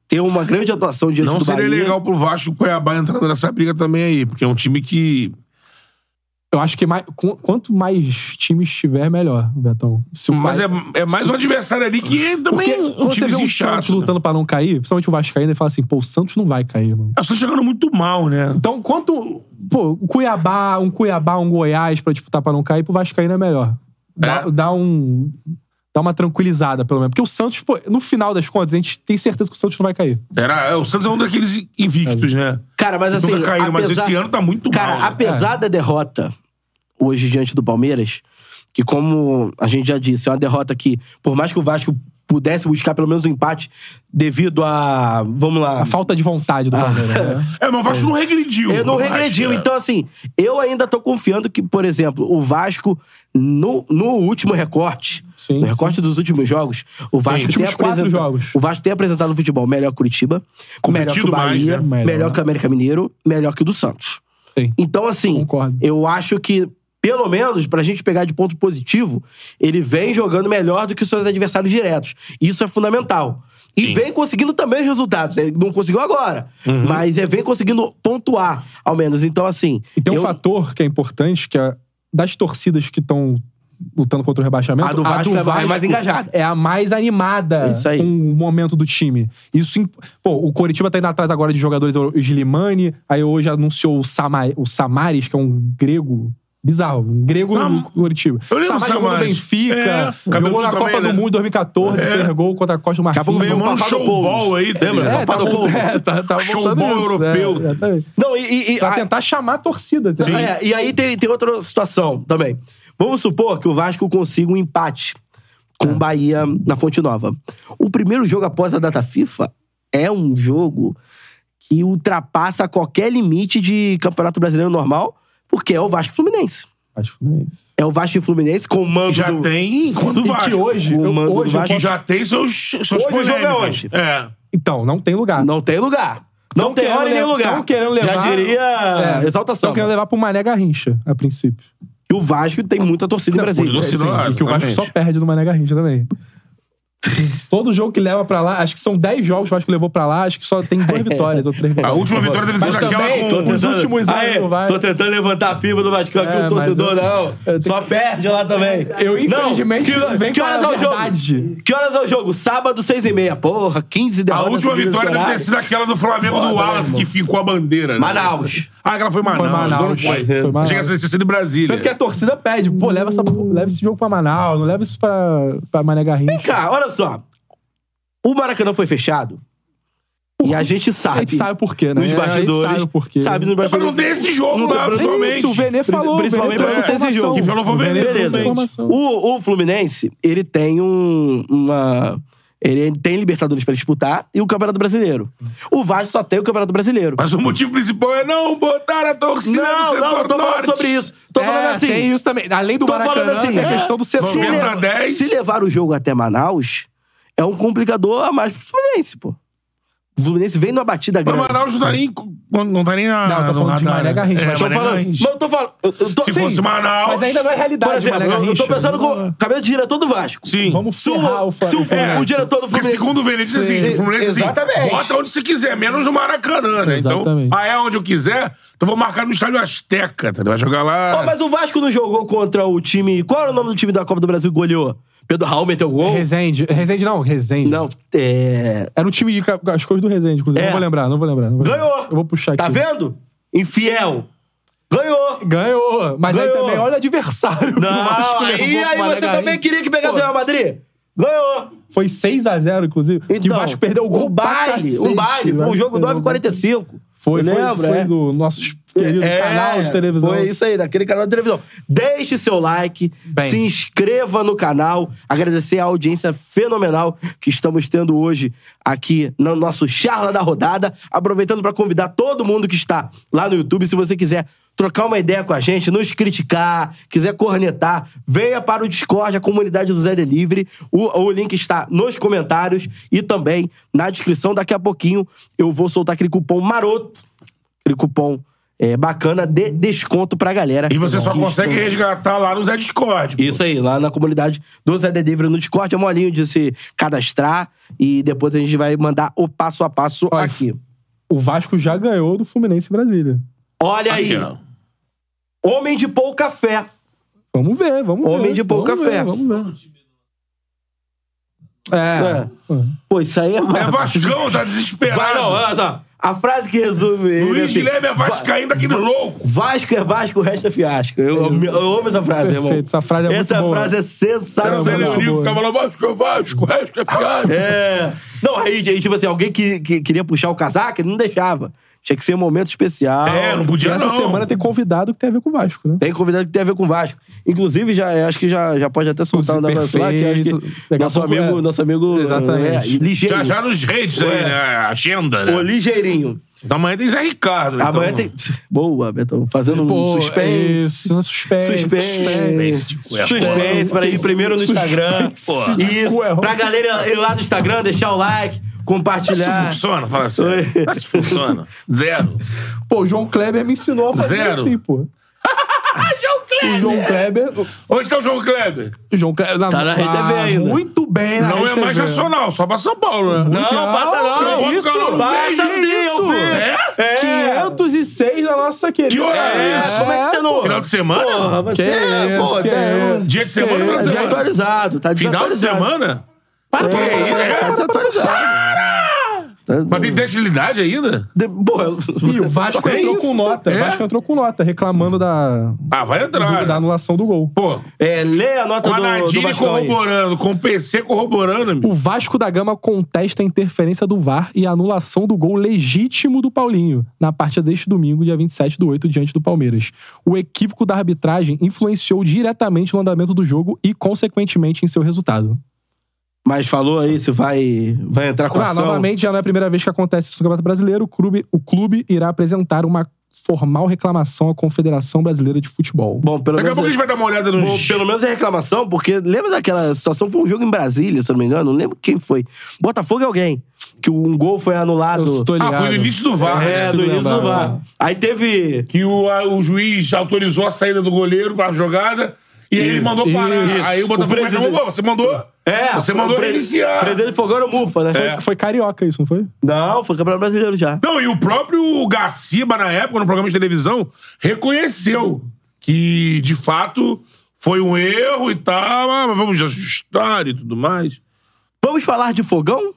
ter uma grande atuação diante
Não
do
seria
Bahia.
legal pro Vasco e o Cuiabá entrando nessa briga também aí, porque é um time que.
Eu acho que mais, qu- quanto mais times tiver, melhor, Betão. Se o
Mas é,
Vasco-
é mais um adversário ali que é também
Porque
um
quando você vê
timezinho
o Santos
chato. né?
lutando pra não cair, principalmente o Vascaíno, ele fala assim, pô, o Santos não vai cair, mano.
Eu estou tá jogando muito mal, né?
Então, quanto. Pô, o Cuiabá, um Cuiabá, um Goiás pra disputar pra não cair, pro Vascaíno é melhor. Dá,
É.
dá um. Dá uma tranquilizada, pelo menos. Porque o Santos, pô, no final das contas, a gente tem certeza que o Santos não vai cair.
Era, é, o Santos é um daqueles invictos, né?
Cara, É. mas assim...
Nunca caíram, mas esse ano tá muito
Cara,
mal. né?
apesar
É.
da derrota hoje diante do Palmeiras, que como a gente já disse, é uma derrota que, por mais que o Vasco pudesse buscar pelo menos um empate devido a... Vamos lá...
A falta de vontade do Palmeiras. né?
É, mas o Vasco não regrediu.
Eu não
eu acho,
regrediu.
né?
Então, assim, eu ainda tô confiando que, por exemplo, o Vasco, no, no último recorte,
Sim,
no recorte dos últimos jogos, o Vasco, tem
últimos quatro
apresenta-
jogos.
o Vasco tem apresentado o futebol melhor que o Curitiba, melhor que o
Competido mais,
Bahia,
né? Melhor,
melhor
né?
que o América Mineiro, melhor que o do Santos.
Sim.
Então, assim,
Concordo.
eu acho que, pelo menos, pra gente pegar de ponto positivo, ele vem jogando melhor do que os seus adversários diretos. Isso é fundamental. E vem conseguindo também os resultados. Ele não conseguiu agora, mas é, vem conseguindo pontuar, ao menos. Então, assim.
E tem um
eu-
fator que é importante, que é das torcidas que estão lutando contra o rebaixamento,
A do Vasco é a mais engajada.
É a mais animada
É isso aí.
com o momento do time. Isso, imp- pô, o Coritiba tá indo atrás agora de jogadores o Gilimani, aí hoje anunciou o, Sama, o Samaris, que é um grego bizarro, um grego
Sam-
no Coritiba.
Eu lembro do
Samaris jogou no
Samaris.
Benfica,
É,
jogou
cabeludo
na
também,
Copa
né?
do Mundo em 2014, fez gol contra a Costa do Marfim.
pouco vem
Meu
o
irmão, um
Papadopoulos.
showball aí, É. lembra?
É, tá,
Papadopoulos.
voltando- é, tá, tá
Showball
voltando isso, é,
europeu.
exatamente.
Não, e. e- e-
pra
a-
tentar chamar a torcida. entendeu?
Sim.
É, e aí tem, tem outra situação também. Vamos supor que o Vasco consiga um empate com
Tá.
o Bahia na Fonte Nova. O primeiro jogo após a data FIFA é um jogo que ultrapassa qualquer limite de Campeonato Brasileiro normal, porque é o Vasco e Fluminense.
Acho que não é isso.
É o Vasco e Fluminense com o mando
Já
do...
tem quando o
E
Vasco.
que hoje,
O
eu-
mando do
hoje eu
Vasco-
Que
posso-
já tem seus, seus
Hoje o jogo é
polêmicas.
hoje.
É.
Então, não tem lugar.
Não tem lugar. Não,
Tão
tem hora e nem
querendo-
lugar.
tão querendo levar.
Já diria exaltação.
Estão querendo levar pro Mané Garrincha, a princípio.
E o Vasco tem muita torcida em Brasília.
muita torcida. Sim,
e que o Vasco
exatamente.
só perde no Mané Garrincha também. Todo jogo que leva pra lá, acho que são 10 jogos que o Vasco levou pra lá, acho que só tem
É.
duas vitórias ou três
A
vitórias.
última vitória deve ser
Mas
daquela
também,
com...
Os últimos anos
Aê,
do Vasco.
Ah, é? Tô tentando levantar a piba do Vasco aqui,
É,
o torcedor
mas eu-
não.
eu tenho
Só perde lá também.
Eu, infelizmente,
não, que,
venho
que
com a
horas é o jogo?
verdade.
Que horas é o jogo? Sábado, seis e meia. Porra, 15
A
derrotas.
última
seguidas nesse
vitória deve ter
horário.
sido aquela do Flamengo
Foda,
do Wallace,
né,
que ficou a bandeira. né?
Manaus.
Ah, aquela foi Manaus.
Manaus,
não Foi
foi Manaus.
Chega a ser- ser de Brasília.
Tanto que a torcida pede, pô, leva, essa, leva esse jogo pra Manaus, não leva isso pra, pra Mané Garrincha.
Cara, olha só. O Maracanã foi fechado. E a gente sabe.
A gente sabe o porquê, né?
Nos
A gente
bastidores.
sabe o porquê.
Sabe nos
É pra
bastidores.
não ter esse jogo
Não tem-
lá,
Isso,
principalmente.
Isso, o Vene falou.
Principalmente
o Vene
pra
trouxe
esse
informação.
jogo.
Que falou foi o Vene,
Vene trouxe
beleza.
informação.
O, o Fluminense, ele tem um, uma. Ele tem Libertadores pra disputar e o Campeonato Brasileiro. O Vasco só tem o Campeonato Brasileiro.
Mas o motivo principal é não botar a torcida no
não,
setor
não, tô falando
norte.
sobre isso. Tô
É,
falando assim.
Tem isso também. Além do
Tô
Maracanã,
falando assim,
tem a
é.
questão do setor.
Se,
Vamos. 90 a
le-
10.
se levar o jogo até Manaus, é um complicador a mais pro Fluminense, pô. O Fluminense vem numa batida
Mas
grande.
o Manaus não tá nem, não tá nem na.
Não, eu tô
no
falando de
radar,
Mané
né?
Garrincha, mas
Tô
Mané
falando,
Garrincha.
mas eu tô falando. eu- eu tô-
Se
sim.
fosse Manaus.
Mas ainda não é realidade,
Por exemplo,
Mané
eu, eu tô
Garrincha.
pensando com. Cabeça de diretor do Vasco.
Sim. É.
Vamos
Se o,
ferrar o
se o,
Fluminense.
o diretor do
Porque
Fluminense.
segundo o Benítez,
Sim.
assim, o Fluminense assim,
Exatamente.
bota onde você quiser, menos no Maracanã, né?
Exatamente.
Então, aí é onde eu quiser, então vou marcar no estádio Azteca, tá? Vai jogar lá.
Ó, mas o Vasco não jogou contra o time. Qual era o nome do time da Copa do Brasil que goleou? Pedro Raul meteu gol?
Resende. Resende não, Resende.
Não, é.
Era um time de ca- as cores do Resende, inclusive.
É.
Não vou lembrar, não vou lembrar. não vou lembrar.
Ganhou!
Eu vou puxar aqui.
Tá vendo? Infiel. Ganhou.
Ganhou! Mas aí
Ganhou.
também, olha o adversário. que o Vasco
Não, aí,
levou pro
aí
Mané
você também
Garrincha.
queria que pegasse o
Pô,
Real Madrid? Ganhou.
Foi 6x0, inclusive. que o
Então,
Vasco perdeu o gol pra
baile.
cacete.
O baile. Foi um jogo 9h45.
Foi, foi,
lembra?
foi
é.
do nosso querido canal de televisão.
Foi isso aí, daquele canal de televisão. Deixe seu like,
Bem.
se inscreva no canal. Agradecer a audiência fenomenal que estamos tendo hoje aqui no nosso Charla da Rodada. Aproveitando para convidar todo mundo que está lá no YouTube, se você quiser. Trocar uma ideia com a gente, nos criticar, quiser cornetar, venha para o Discord, a comunidade do Zé Delivery. O, o link está nos comentários e também na descrição. Daqui a pouquinho eu vou soltar aquele cupom maroto aquele cupom é, bacana de desconto pra galera.
E você só
Que
consegue
estão-
resgatar lá no Zé Discord. pô.
Isso aí, lá na comunidade do Zé Delivery no Discord. É molinho de se cadastrar e depois a gente vai mandar o passo a passo
Olha,
aqui.
O Vasco já ganhou do Fluminense em Brasília.
Olha aí,
Aqui, ó.
homem de pouca fé.
Vamos ver, vamos ver.
Homem de pouca
vamos
fé.
Ver, vamos ver. É.
Pô, isso aí é...
É Vascão, tá desesperado.
Vai não, olha só. A frase que resume... ele é
Luiz
assim,
Guilherme é
Va-
Vascaíno daquele louco.
Vasco é Vasco, o resto é fiasco. Eu, eu- eu amo essa frase,
Perfeito,
irmão.
essa frase é muito
Essa
boa.
frase é sensacional.
Você
muito
Leonil
boa.
ficava lá, Vasco é Vasco, o resto é fiado.
É. Não, aí, aí, tipo assim, alguém que, que queria puxar o casaco, ele não deixava. Tinha que ser um momento especial.
É, não
E
podia
essa
não.
semana tem convidado que tem a ver com o Vasco, né?
Tem convidado que tem a ver com o Vasco. Inclusive, já, acho que já, já pode até soltar um
Inclusive,
negócio lá, que acho que
perfeito. Daqui a
nosso
pouco
amigo,
é.
nosso amigo.
Exatamente.
é, ligeiro.
Já já nos redes aí,
Ué.
né? A Agenda,
Ô,
né?
ligeirinho.
Então amanhã tem Zé Ricardo.
Amanhã
então.
tem. Boa, Beto. Fazendo um suspense.
é Isso, suspense.
Suspense.
Suspense de
Suspense,
cuerpo.
para ir primeiro no Instagram.
Porra.
Isso.
Cuerpo.
Pra galera ir lá no Instagram, deixar o like,
Isso
compartilhar.
funciona, fala sério.
Ah. Oi.
Isso funciona. Zero.
Pô, o João Kleber me ensinou a fazer
Zero.
assim, pô. O João Kleber.
Onde tá o João Kleber?
O João Kleber.
Tá na Rede TV ainda.
Muito bem,
Ah,
na
Não é
Rede
mais
TV.
nacional, só pra São Paulo, né?
tá Não,
Legal,
passa não.
que isso?
passa
Que
sim, eu
isso?
vi.
É?
É.
506 na nossa querida.
Que horário é isso?
Como é que você não...
Final de semana?
Porra, você...
Que
é,
isso,
pô,
que
é,
isso.
Dia de semana,
Tá
Que
final de
isso.
semana.
desatualizado, tá
Final de
desatualizado.
semana?
Para,
Que
para, para,
isso?
Tá desatualizado. Tá
Mas tem teste de idade ainda?
De- Pô, eu...
E o
Só
Vasco
tem
entrou
isso.
com nota. O
É?
Vasco entrou com nota, reclamando da,
Ah, vai entrar.
do- da
né?
anulação do gol.
Pô,
É, lê a nota
com a
do, do
Nadine
Vasco aí.
corroborando, com o PC corroborando, amigo.
O Vasco da Gama contesta a interferência do VAR e a anulação do gol legítimo do Paulinho na partida deste domingo, dia 27 do 8, diante do Palmeiras. O equívoco da arbitragem influenciou diretamente no andamento do jogo e, consequentemente, em seu resultado.
Mas falou aí se vai, vai entrar com
Ah,
ação.
novamente, já não é a primeira vez que acontece isso no Campeonato Brasileiro. O clube, o clube irá apresentar uma formal reclamação à Confederação Brasileira de Futebol.
Bom, pelo menos...
Daqui a
é-
pouco a gente vai dar uma olhada
Bom,
nos...
pelo menos é reclamação, porque lembra daquela situação? Foi um jogo em Brasília, se eu não me engano. Não lembro quem foi. Botafogo é alguém. Que um gol foi anulado.
Eu estou
Ah, foi
ligado.
no início do VAR.
É,
né?
Consigo
do início do
lembrar,
VAR. Aí teve.
Que o, a- o juiz autorizou a saída do goleiro para a jogada e aí ele mandou parar.
Isso.
Aí o Botafogo
O presidente-
reclamou, "Pô, você mandou.
É,
você mandou
pre-
reiniciar.
Presidente Fogão era o Mufa, né?
É.
Foi carioca isso, não foi?
Não, foi campeonato brasileiro já.
Não, e o próprio Gaciba, na época, no programa de televisão, reconheceu que, de fato, foi um erro e tal, mas vamos ajustar e tudo mais.
Vamos falar de Fogão?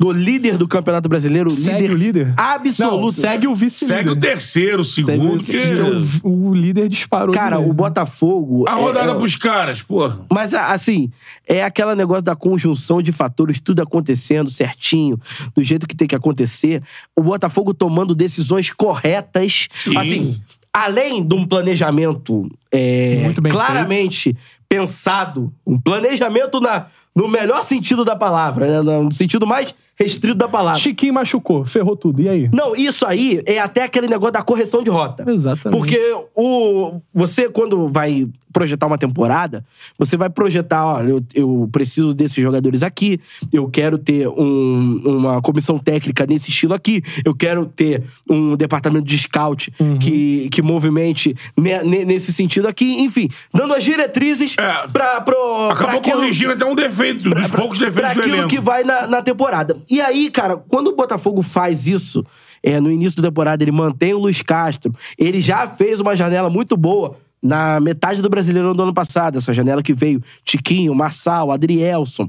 Do líder do Campeonato Brasileiro,
Segue
líder,
o líder?
absoluto.
Não, segue o vice-líder.
Segue o terceiro, o segundo, que...
Segue
Porque o, o líder disparou.
Cara,
de-
o Botafogo.
A
é-
rodada
é-
pros caras, porra.
Mas a- assim, é aquela negócio da conjunção de fatores, tudo acontecendo certinho, do jeito que tem que acontecer. O Botafogo tomando decisões corretas.
Sim.
Assim, além de um planejamento é,
Muito bem
claramente pensado, um planejamento na, no melhor sentido da palavra, né? no sentido mais restrito da palavra.
Chiquinho machucou, ferrou tudo. E aí?
Não, isso aí é até aquele negócio da correção de rota.
Exatamente.
Porque o, você, quando vai projetar uma temporada, você vai projetar, olha, eu, eu preciso desses jogadores aqui, eu quero ter um- uma comissão técnica nesse estilo aqui, eu quero ter um departamento de scout que, que movimente ne- ne- nesse sentido aqui, enfim, dando as diretrizes
É.
pra, pro, pra
Acabou
aquilo-
corrigindo até um defeito, dos poucos
pra
defeitos do
aquilo
elenco.
que vai na, na temporada. E aí, cara, quando o Botafogo faz isso, é, no início da temporada, ele mantém o Luiz Castro, ele já fez uma janela muito boa na metade do Brasileirão do ano passado, essa janela que veio Tiquinho, Marçal, Adrielson,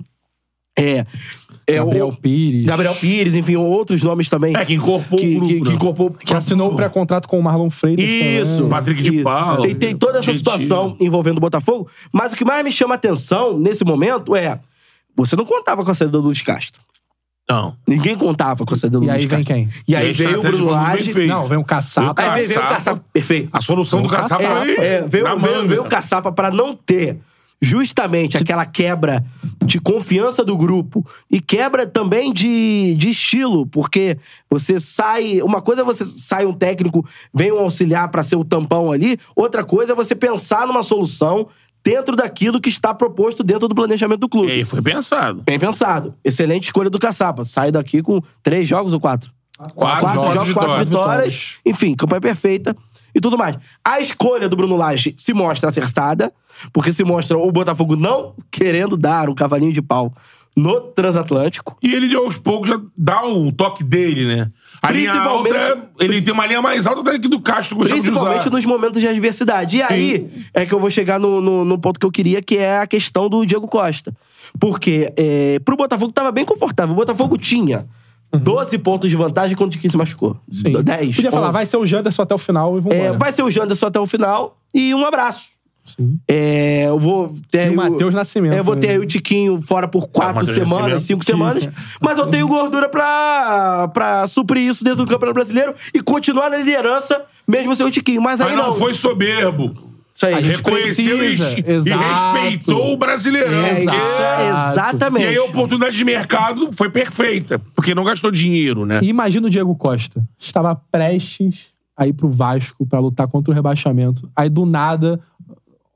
é, é
Gabriel
o,
Pires.
Gabriel Pires, enfim, outros nomes também.
É, que incorporou
que,
o grupo,
que- que
né?
incorporou
Que assinou o pré-contrato com o Marlon Freitas.
isso.
também.
Patrick de
Isso.
Paula.
Tem, tem toda essa
Gentili.
situação envolvendo o Botafogo, mas o que mais me chama atenção nesse momento é. Você não contava com a saída do Luiz Castro.
Não.
Ninguém contava com a saída do
E
Luiz
aí vem
Castro.
quem?
E aí
E
veio o
a estratégia
Bruno
foi muito bem
Lage.
feita.
Não, vem o Caçapa.
Aí veio, veio o
Caçapa.
Caçapa. Perfeito.
A solução do
Caçapa.
Caçapa foi.
É, é, veio,
na
veio,
manga. Tipo-
veio o caçapa pra não ter justamente aquela quebra de confiança do grupo e quebra também de, de estilo, porque você sai. Uma coisa é você sai um técnico, vem um auxiliar pra ser o tampão ali, outra coisa é você pensar numa solução dentro daquilo que está proposto dentro do planejamento do
É, E
clube.
aí foi pensado.
Bem pensado. Excelente escolha do Caçapa. Sai daqui com três jogos ou É, quatro?
Quatro,
Quatro
jogos,
jogos,
de
quatro
vitória.
vitórias.
Vitórias.
Enfim, campanha perfeita e tudo mais. A escolha do Bruno Lage se mostra acertada, porque se mostra o Botafogo não querendo dar um cavalinho de pau no Transatlântico.
E ele, aos poucos, já dá o toque dele, né? A linha
Principalmente-
alta, é- ele tem uma linha mais alta até que do Castro gostava de
Principalmente
usar.
nos momentos de adversidade. E aí é que eu vou chegar no, no, no ponto que eu queria, que é a questão do Diego Costa. Porque é, pro Botafogo tava bem confortável. O Botafogo tinha 12 pontos de vantagem quando o Tiquinho se machucou.
Sim.
10.
Podia falar,
11.
vai ser o Janderson até o final e vamos
É, vai ser o Janderson até o final e um abraço.
Sim.
É, eu vou ter
E o
aí
Matheus Nascimento,
É, eu vou ter
né?
aí o Tiquinho fora por quatro
Matheus
semanas,
Ah, Nascimento.
cinco semanas. Mas eu tenho gordura pra, pra suprir isso dentro do Campeonato Brasileiro e continuar na liderança, mesmo sem o Tiquinho. Mas aí
Mas não
não.
foi soberbo.
Isso aí.
A gente
Reconheceu e-
precisa,
e,
exato.
respeitou o brasileirão.
É,
porque-
exa-
E
exatamente.
aí a oportunidade de mercado foi perfeita, porque não gastou dinheiro, né?
E Imagina o Diego Costa. Estava prestes a ir pro Vasco pra lutar contra o rebaixamento. Aí do nada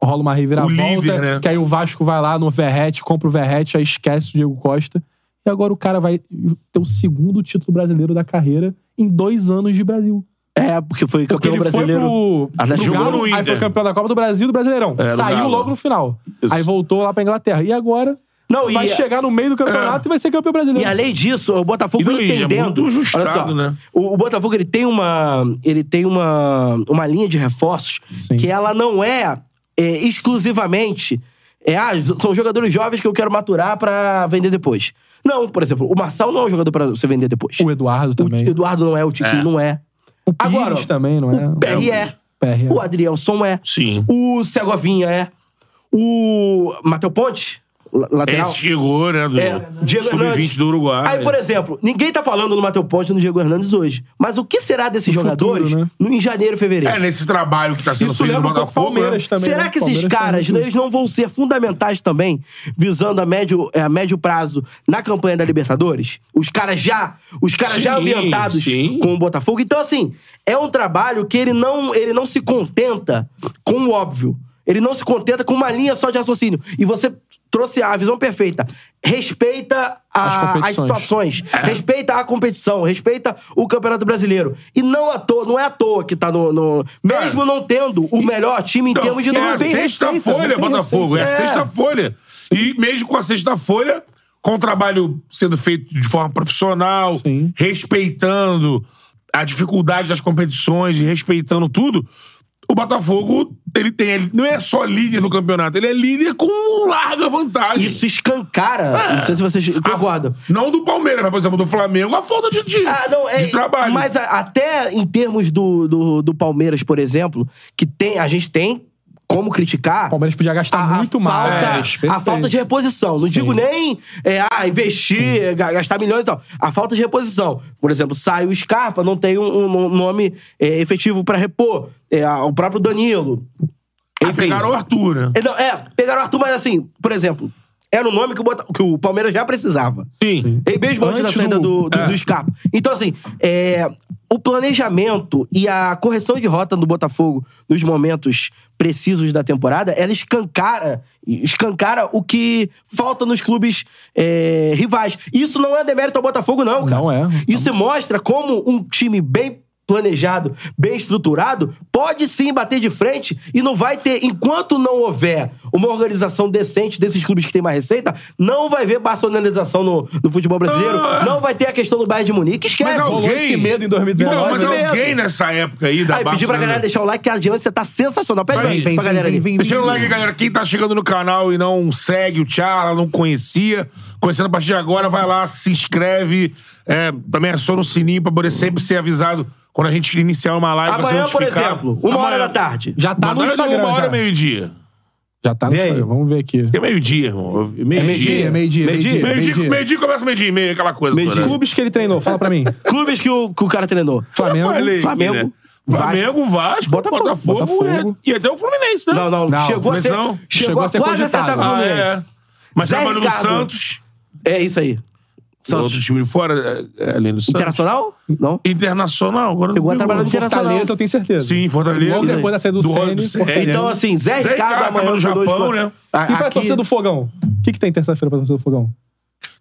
rola uma reviravolta.
O líder, né?
Que aí o Vasco vai lá no Verrete, compra o Verrete, aí esquece o Diego Costa. E agora o cara vai ter o segundo título brasileiro da carreira em dois anos de Brasil.
É, porque foi
Porque
campeão
ele
brasileiro.
foi pro, pro
Atlético
Galo,
jogou no
aí
Inter.
foi campeão da Copa do Brasil e do Brasileirão.
no
Saiu
Galo.
logo no final.
Isso.
Aí voltou lá pra Inglaterra. E agora
Não,
vai
e,
chegar no meio do campeonato e vai ser campeão
e
brasileiro.
além disso, o Botafogo
E não, e é
entendendo.
muito ajustado,
olha só,
né?
O, o Botafogo ele tem uma, ele tem uma, uma linha de reforços
Sim.
que ela não é, é, exclusivamente. É, ah, são jogadores jovens que eu quero maturar pra vender depois. Não, por exemplo, o Marçal não é um jogador pra você vender depois.
O Eduardo
O
também.
Eduardo não é, o Tiquinho
É.
não é.
O Pires
Agora,
também, não é?
O PR é.
PR.
O Adrielson é.
Sim.
O Segovinha é. O Matheus Ponte, la- lateral.
Esse chegou, né? Do
É, Diego Hernandes.
sub-20 do Uruguai. É,
Aí, por exemplo, ninguém tá falando no Matheus Ponte e no Diego Hernandes hoje. Mas o que será desses
No
jogadores
futuro, né?
no, em janeiro, fevereiro?
É, nesse trabalho que tá sendo
Isso
feito no
lembra um pouco o
Botafogo.
Palmeiras
né?
também.
Será
né?
que esses
Palmeiras
caras,
também
né,
tem
eles não vão ser fundamentais também, visando a médio, é, a médio prazo na campanha da Libertadores? Os caras já, os caras já
Sim,
ambientados
sim.
com o Botafogo. Então, assim, é um trabalho que ele não, ele não se contenta com o óbvio. Ele não se contenta com uma linha só de raciocínio. E você trouxe a visão perfeita. Respeita
As
a- as,
competições.
situações,
É.
respeita a competição, respeita o Campeonato Brasileiro. E não à toa, não é à toa que tá no. no- mesmo não tendo o melhor time em
É. Então,
termos de
é a
número, tem
sexta
receita,
folha,
tem
Botafogo. É a
receita.
sexta folha. E mesmo com a sexta folha, com o trabalho sendo feito de forma profissional,
Sim.
respeitando a dificuldade das competições e respeitando tudo, o Botafogo, ele tem. Ele não é só líder no campeonato, ele é líder com larga vantagem.
Isso escancara. Não sei se vocês
É. A-
concordam.
Não do Palmeiras, mas, por exemplo, do Flamengo, a falta de, de,
Ah, não, é,
de trabalho.
Mas a- até em termos do, do, do Palmeiras, por exemplo, que tem, a gente tem como criticar.
O Palmeiras podia gastar
a, a
muito
falta,
mais. É,
a
Perfeito.
falta de reposição. Não
Sim.
digo nem é, ah, investir, ga- gastar milhões e tal. A falta de reposição. Por exemplo, sai o Scarpa, não tem um, um nome é, efetivo pra repor. É, a- o próprio Danilo.
Ah, pegaram o Arthur, né?
É, não, é, pegaram o Arthur, mas assim, por exemplo, era um nome que o, Bota- que o Palmeiras já precisava.
Sim.
E mesmo antes, da
Antes
saída do,
do-
do, do Scarpa. Então, assim, é, o planejamento e a correção de rota do Botafogo nos momentos precisos da temporada, ela escancara, escancara o que falta nos clubes é, rivais. Isso não é demérito ao Botafogo, não, cara.
Não é.
Uhum. Isso mostra como um time bem planejado, bem estruturado, pode sim bater de frente e não vai ter, enquanto não houver uma organização decente desses clubes que tem mais receita, não vai ver barcelonização no, no futebol brasileiro,
Ah.
não vai ter a questão do Bayern de Munique, esquece.
Mas alguém.
esse medo em 2019,
Então, mas
né?
alguém nessa época aí
Aí
da
pedi pra
Barcelona-
galera deixar o like, que a audiência tá sensacional. Pede
Vai,
aí,
vem,
pra galera ali.
Deixando o like, galera. Quem tá chegando no canal e não segue o Charla, não conhecia, conhecendo a partir de agora, vai lá, se inscreve. É, também aciona o sininho pra poder sempre ser avisado quando a gente iniciar uma live. vai ser
Amanhã, por
notificado.
exemplo, uma hora
Amanhã.
da tarde.
Já tá no
Mandaram
Instagram.
uma hora,
já.
meio-dia.
Já tá no
Vem aí.
Instagram. Vamos ver aqui.
É meio-dia, irmão. Meio-dia.
meio-dia, meio-dia, meio-dia,
Meio-dia
meio-dia.
meio-dia começa meio-dia e meio, aquela coisa.
Meio-dia.
toda, né?
Clubes que ele treinou, fala pra mim.
Clubes que o, que o cara treinou.
Flamengo.
Eu falei,
Flamengo,
né?
Vasco.
Flamengo, Vasco,
Botafogo,
Botafogo,
Botafogo.
é- e até o Fluminense, né?
Não, não,
Não,
chegou, a ser,
Fluminense não.
chegou,
Chegou
a
a ser
quase acertar com o
cogitado.
Ah,
Fluminense.
é. Mas
Zé
tava no
Ricardo.
Santos,
É isso aí. Santos.
outro time de fora, é, é, além do Santos.
Internacional? Não.
Internacional, agora
Chegou a
não
trabalhar no
lembro.
Internacional.
Fortaleza, eu tenho certeza.
Sim, Fortaleza.
Logo depois da saída do Ceni,
Ceni,
então,
né?
assim, Zé,
Zé
Ricardo
Ricardo
amanhã
tava no Japão,
conosco.
né?
A-
E pra
aqui,
torcida do Fogão? O que, que tem terça-feira pra torcida do Fogão?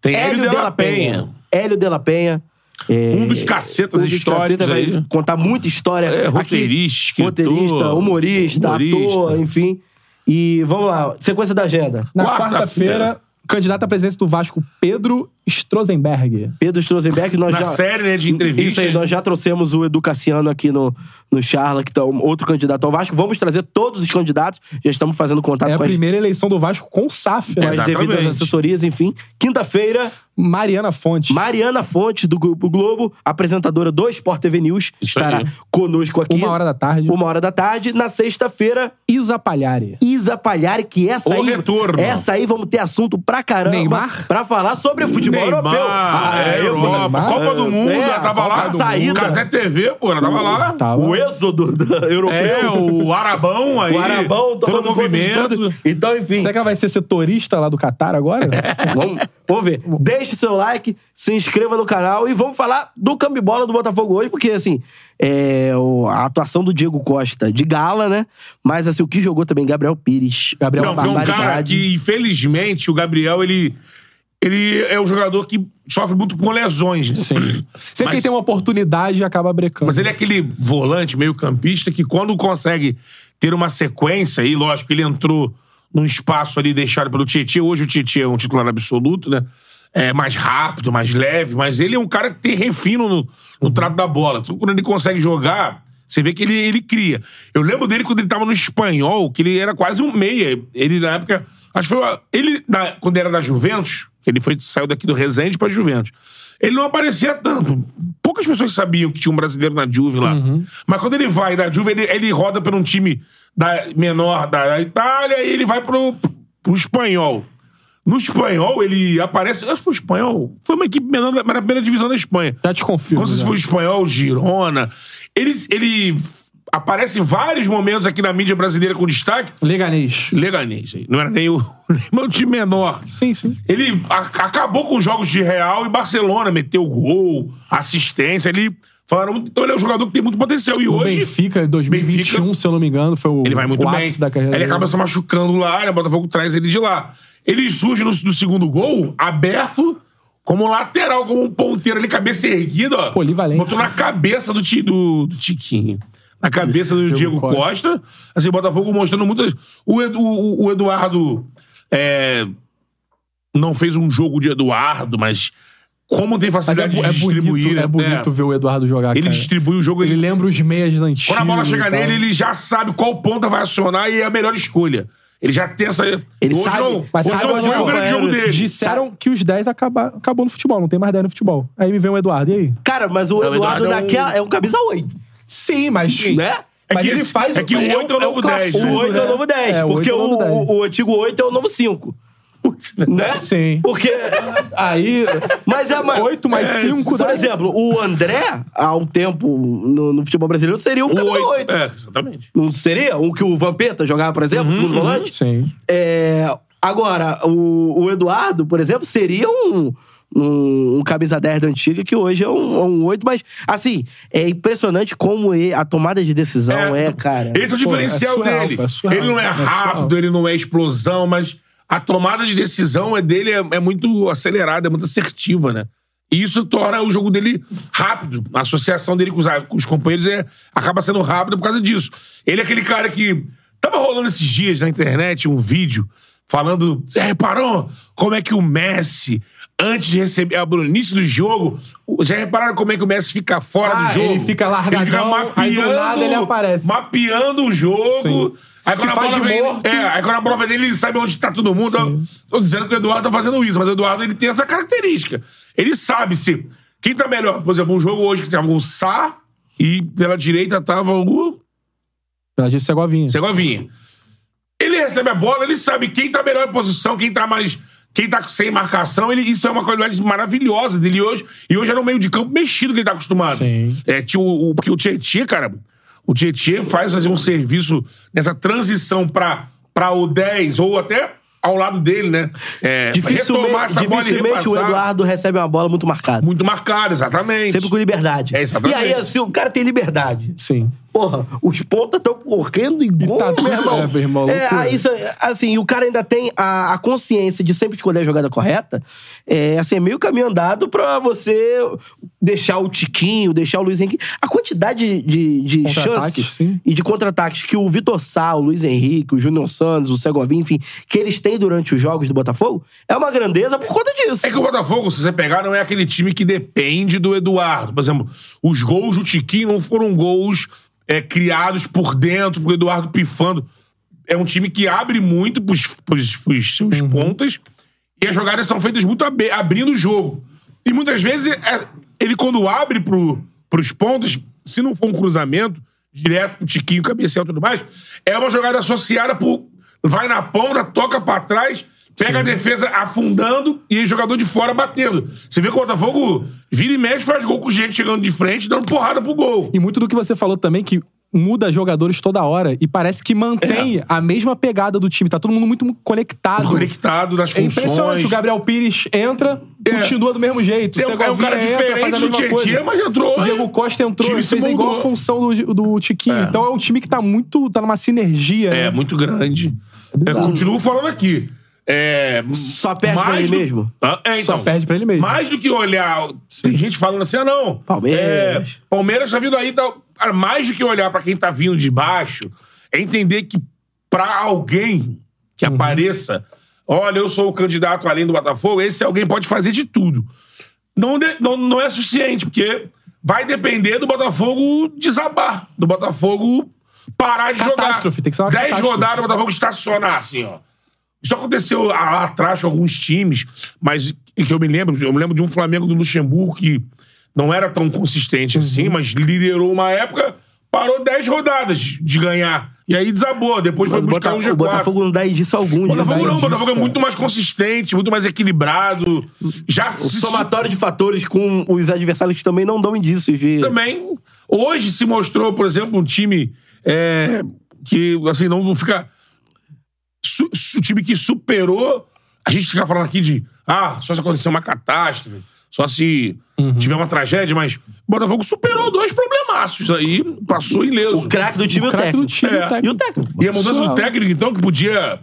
Tem
Hélio de La Penha. Hélio de La Penha. é,
Um dos cacetas
dos
históricos
cacetas, vai
aí.
contar muita história.
É,
aqui.
roteirista, escritor,
roteirista, humorista,
humorista.
ator, enfim. E vamos lá, sequência da agenda.
Na
Quarta-feira.
quarta-feira, candidato à presidência do Vasco, Pedro Strozenberg.
Pedro Strozenbeck, nós
Na
já.
série, né, de
Isso aí,
entrevistas.
nós já trouxemos o Edu Cassiano aqui no, no Charla, que tá um- outro candidato ao Vasco. Vamos trazer todos os candidatos, já estamos fazendo contato
É a
com as,
primeira eleição do Vasco com SAF,
com
né?
as
Exatamente.
devidas assessorias, enfim. Quinta-feira,
Mariana Fonte.
Mariana Fontes, do Grupo Globo, apresentadora do Sport TV News,
Isso
estará
aí.
conosco aqui.
Uma hora da tarde.
Uma hora da tarde. Na sexta-feira,
Isa Palhari.
Isa Palhari, que essa
O
aí.
retorno.
Essa aí vamos ter assunto pra caramba.
Neymar?
Pra falar sobre o futebol
Neymar,
europeu. Ah,
é,
eu
Europa,
falei,
Neymar.
Copa do Mundo,
É,
ela tava
Copa Tá
lá.
do Mundo.
Casé TV, pô, ela tava lá.
Tava.
O êxodo do- europeu.
É, o Arabão aí.
O Arabão
todo
tomando conta de
movimento.
tudo. Então, enfim.
Será que ela vai ser setorista lá do Catar agora?
Vamos, vamos ver. Deixe seu like, se inscreva no canal e vamos falar do cambibola do Botafogo hoje, porque assim, é, o- a atuação do Diego Costa de gala, né? Mas assim, o que jogou também Gabriel Pires.
Gabriel
Não, que é um
barbaridade.
cara que, infelizmente, o Gabriel, ele, ele é um jogador que sofre muito com lesões. né?
Sim. Sempre
Mas-
que tem uma oportunidade, acaba brecando.
Mas ele é aquele volante, meio campista, que quando consegue ter uma sequência, e lógico, ele entrou num espaço ali deixado pelo Tietchan. Hoje o Tietchan é um titular absoluto, né? É mais rápido, mais leve, mas ele é um cara que tem refino no, no trato da bola. Então, quando ele consegue jogar, você vê que ele, ele cria. Eu lembro dele quando ele tava no espanhol, que ele era quase um meia. Ele, na época. Acho que foi. uma- Ele, na- quando era da Juventus, ele foi, saiu daqui do Resende pra Juventus. Ele não aparecia tanto. Poucas pessoas sabiam que tinha um brasileiro na Juve lá. Mas quando ele vai da Juve, ele, ele roda por um time da, menor da Itália e ele vai pro, pro espanhol. No espanhol, ele aparece. Acho que foi o espanhol. Foi uma equipe menor, da- mas na primeira divisão da Espanha.
Já te confirmo.
Como se
já.
fosse o espanhol, Girona. Ele, ele aparece em vários momentos aqui na mídia brasileira com destaque.
Leganês.
Leganês, aí. não era nem o nem meu time menor.
Sim, sim.
Ele a- acabou com os jogos de Real e Barcelona, meteu gol, assistência. Ele falaram, então ele é um jogador que tem muito potencial. E
O
hoje
Benfica, em 2021,
Benfica-
se eu não me engano, foi o,
ele vai muito
o
bem.
ápice da carreira
ele
dele.
acaba se machucando lá, né? o Botafogo traz ele de lá. Ele surge no, no segundo gol, aberto, como lateral, como um ponteiro ali, cabeça erguida, ó.
Polivalente.
Botou na cabeça do, Ti- do, do Tiquinho. Na cabeça do Diego,
Diego
Costa. Assim, o Botafogo mostrando muitas. O, Edu- o- o Eduardo. é, não fez um jogo de Eduardo, mas. Como tem
Mas é,
facilidade
bu- é
de distribuir.
bonito,
né?
é bonito
É.
ver o Eduardo jogar,
Ele
cara.
distribui o jogo,
Ele lembra os meias antigos.
quando a bola chega
e tal.
nele, ele já sabe qual ponta vai acionar e é a melhor escolha. Ele já tem essa.
Ele
hoje
sabe-
não,
mas
hoje
sabe
não
onde é
foi o
vai
grande
o
jogo
banheiro.
dele.
Disseram que os 10 acaba, acabou no futebol, não tem mais 10 no futebol. Aí me vem o Eduardo, e aí?
Cara, mas o
Não, o
Eduardo
Eduardo é um-
naquela é um camisa 8,
Sim, mas.
né?
É
Mas
que
ele
esse-
faz
é que o
é o-
oito é o
é o
novo 10.
O
Tudo,
8 é o
né?
novo 10,
É, o
porque
oito é
o,
o novo 10.
o, o antigo 8 é o novo 5, né?
Sim.
Porque...
Aí.
Mas é mais...
8 mais 5
Por exemplo, o André, há um tempo no, no futebol brasileiro, seria o
tá
O
camisa 8.
oito- É, exatamente.
Não seria? O que o Vampeta jogava, por exemplo, segundo volante?
Sim.
É, agora, o, o Eduardo, por exemplo, seria um, um, um camisa 10 da antiga, que hoje é um, é um 8, mas, assim, é impressionante como ele- a tomada de decisão é, cara.
Esse é o
Pô,
diferencial
é surreal,
dele.
é surreal,
ele não é
é surreal.
rápido, ele não é explosão, mas a tomada de decisão é dele é, é muito acelerada, é muito assertiva, né? E isso torna o jogo dele rápido. A associação dele com os, com os companheiros é, acaba sendo rápida por causa disso. Ele é aquele cara que. Tava rolando esses dias na internet um vídeo falando. Você reparou como é que o Messi, antes de receber a no início do jogo, já repararam como é que o Messi fica fora
Ah,
do jogo?
ele fica largadão, aí do nada ele aparece.
mapeando o jogo.
Sim.
Aí
Se
quando,
faz
a bola
de
vem,
morto.
é, aí quando a bola vem dele, ele sabe onde tá todo mundo. Eu- Tô dizendo que o Eduardo tá fazendo isso, mas o Eduardo ele tem essa característica. Ele sabe se quem tá melhor. Por exemplo, um jogo hoje que tava o Sá e pela direita tava o
Pela gente é Segovinha.
é Segovinha. Ele recebe a bola, ele sabe quem tá melhor em posição, quem tá mais. Quem tá sem marcação, ele, isso é uma qualidade maravilhosa dele hoje. E hoje era um meio de campo mexido que ele tá acostumado.
Sim.
É, tinha o, o, porque o Tietchan, cara, o Tietchan faz assim, um serviço nessa transição pra, pra o 10 ou até ao lado dele, né? É,
Dificilmente,
retomar essa bola e
dificilmente o
repassar.
Eduardo recebe uma bola muito marcada.
Muito marcado, exatamente.
Sempre com liberdade.
É, exatamente.
E aí, assim, o cara tem liberdade.
Sim.
Porra, os pontas estão correndo igual,
tá tudo-
meu irmão.
é, meu irmão,
É,
loucura.
aí, isso- assim, o cara ainda tem a, a consciência de sempre escolher a jogada correta. É, assim, é meio caminho andado pra você deixar o Tiquinho, deixar o Luiz Henrique. A quantidade de, de
Contra-ataques,
chances
sim.
e de contra-ataques que o Vitor Sá, o Luiz Henrique, o Júnior Santos, o Segovin, enfim, que eles têm durante os jogos do Botafogo, é uma grandeza por conta disso.
É que o Botafogo, se você pegar, não é aquele time que depende do Eduardo. Por exemplo, os gols do Tiquinho não foram gols é, criados por dentro, pro Eduardo pifando. É um time que abre muito pros, pros, pros seus pontas e as jogadas são feitas muito abe- abrindo o jogo. E muitas vezes, é, ele quando abre pro, pros pontas, se não for um cruzamento direto pro Tiquinho, cabeceio e tudo mais, é uma jogada associada por... Vai na ponta, toca pra trás, pega a defesa afundando e o jogador de fora batendo. Você vê que o Botafogo vira e mexe, faz gol com gente chegando de frente, dando porrada pro gol.
E muito do que você falou também, que muda jogadores toda hora e parece que mantém a mesma pegada do time. Tá todo mundo muito conectado.
É. Conectado nas
É
funções.
impressionante. O Gabriel Pires entra, continua do mesmo jeito.
Você é um- é um cara
Segovinha entra, faz a
diferente do
mesma
Tietchan,
coisa.
mas entrou.
O Diego Costa entrou
time
e
se
fez
moldou.
igual a função do, do Tiquinho.
É.
Então é um time que tá muito. tá numa sinergia.
É,
né?
muito grande. É,
bizarro.
continuo falando aqui. É,
Só perde pra ele mesmo?
Hã? É, então,
Só perde pra ele mesmo.
Mais do que olhar. Tem gente falando assim, ah, não.
Palmeiras.
é, Palmeiras tá vindo aí. Tá, Cara, mais do que olhar pra quem tá vindo de baixo, é entender que pra alguém
Uhum.
que apareça, olha, eu sou o candidato além do Botafogo, esse alguém pode fazer de tudo. Não, de- não, não é suficiente, porque vai depender do Botafogo desabar, do Botafogo parar de
Catástrofe,
jogar.
tem que ser uma
Dez
catástrofe.
rodadas, o Botafogo estacionar, assim, ó. Isso aconteceu lá atrás com alguns times, mas que eu me lembro, eu me lembro de um Flamengo do Luxemburgo que não era tão
Uhum.
consistente assim, mas liderou uma época, parou 10 rodadas de ganhar. E aí desabou, depois
Mas
foi
o,
buscar
Bota-
um G4.
o Botafogo é não dá indício algum.
O Botafogo
disso.
não, o
disso,
Botafogo é
cara.
muito mais consistente, muito mais equilibrado. Já
O somatório de fatores com os adversários que também não dão indícios de.
também. Hoje se mostrou, por exemplo, um time é, que, assim, não fica. su- su- O time que superou. A gente fica falando aqui de. Ah, só se acontecer uma catástrofe, só se tiver uma tragédia, mas. O Botafogo superou dois problemaços aí, passou ileso.
O craque do time e o
craque do
técnico.
time,
É.
o técnico.
E o técnico.
E a mudança do
Surreal.
técnico, então, que podia.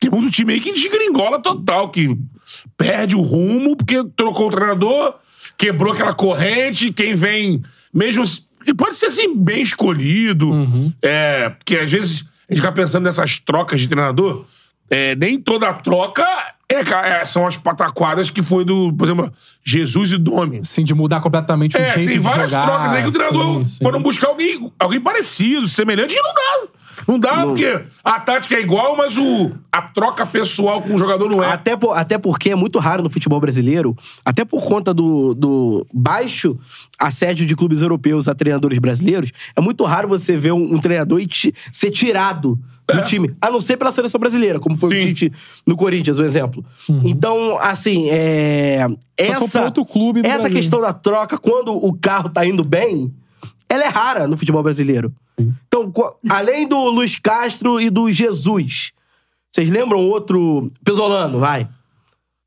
Tem muito time aí que desgringola total, que perde o rumo, porque trocou o treinador, quebrou aquela corrente, quem vem, mesmo. se- E pode ser assim, bem escolhido. É, porque às vezes a gente fica pensando nessas trocas de treinador. é, nem toda troca é ca- é- são as pataquadas que foi do, por exemplo, Jesus e Domi.
Sim, de mudar completamente o
É,
jeito
tem
de
várias
jogar,
trocas aí que o treinador
sim, sim.
foram buscar alguém, alguém parecido, semelhante, e não dá. Não dá, porque a tática é igual, mas o, a troca pessoal com o jogador não é.
Até, por- até porque é muito raro no futebol brasileiro, até por conta do, do baixo assédio de clubes europeus a treinadores brasileiros, é muito raro você ver um, um treinador e ti- ser tirado
É.
do time, a não ser pela seleção brasileira, como foi
Sim.
o Tite no Corinthians, um exemplo. Então, assim, é,
Só
essa,
pra outro clube do
essa
Brasil.
questão da troca, quando o carro tá indo bem, ela é rara no futebol brasileiro. Então, co- além do Luiz Castro e do Jesus, vocês lembram outro. Pesolano, vai.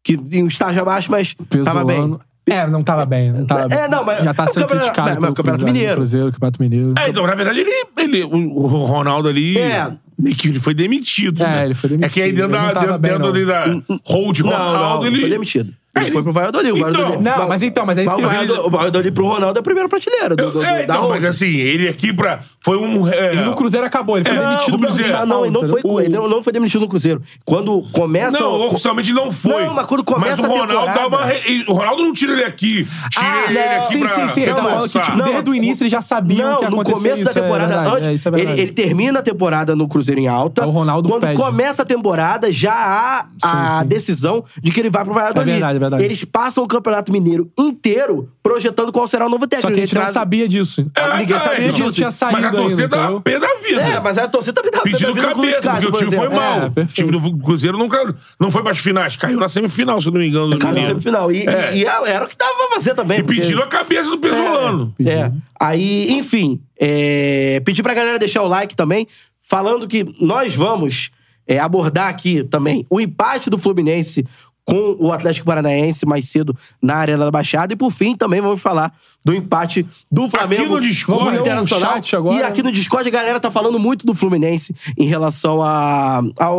que em um estágio abaixo, mas tava bem.
Pesolano. É, não tava bem. Não tava
É, não, mas-
Já tá
é o
sendo
campeonato-
criticado.
mas- mas
pelo
o Campeonato
Cruzeiro,
Mineiro.
Cruzeiro, Campeonato Mineiro.
É, então, na verdade, ele, ele- o, o Ronaldo ali
É.
meio que ele foi demitido.
É,
né?
ele foi demitido.
É que aí dentro,
Ele
da,
não
dentro,
tava bem,
dentro
não. Hum,
ali da hold
Não, não,
Ronaldo,
ele
ele... É,
foi demitido. Ele
ele-
foi pro Valladolid. o
Então.
Valladolid-
Não, mas então, mas é isso
o
que eu-
Valladolid- O Valladolid pro Ronaldo é a primeira prateleira. Do, do, do,
É,
da
então, mas
Honda.
assim, ele aqui pra... Foi um... é,
Ele no Cruzeiro acabou, ele foi
É,
demitido
não,
do
o Cruzeiro.
Ah,
Cruzeiro.
não, ele não foi,
O-
ele não não foi demitido no Cruzeiro. Quando começa.
Não, oficialmente não foi.
Não, mas quando começa
Mas o
a
Ronaldo
temporada-
dá uma. re- O Ronaldo não tira ele aqui. Tira
Ah,
ele
não.
aqui
sim,
pra
sim, sim. Ele tá falando que,
reforçar.
tipo, desde o início eles já sabiam
não,
que ia
no
acontecer
começo
isso,
da temporada,
é verdade,
antes,
é, isso é
ele,
verdade.
ele termina a temporada no Cruzeiro em alta.
É, o Ronaldo
Quando
pede.
começa a temporada, já há a
Sim, sim.
decisão de que ele vai pro Valladolid.
É verdade, é verdade.
Eles passam o Campeonato Mineiro inteiro projetando qual será o novo técnico.
Só que a gente
Ele
não
traz-
sabia disso.
É,
ninguém sabia
então,
disso.
tinha
Mas
saído
a
ainda,
torcida tava
entendeu?
pé da vida.
É, mas a torcida também tá
Pedindo cabeça, porque o time foi mal.
É,
o
perfeito.
time do Cruzeiro não, caiu- não foi para as finais, caiu na semifinal, se eu não me engano. do
Cara, na
Mineiro.
semifinal. E,
É.
e- e era o que dava pra fazer também.
E
porque-
pedindo a cabeça do Pesolano.
É. Aí, enfim, é, pedi pra galera deixar o like também, falando que nós vamos é, abordar aqui também o empate do Fluminense com o Atlético Paranaense mais cedo na Arena da Baixada. E por fim, também vamos falar do empate do Flamengo
no Discord,
com o
é um
Internacional.
chat agora.
E aqui no Discord a galera tá falando muito do Fluminense em relação à a,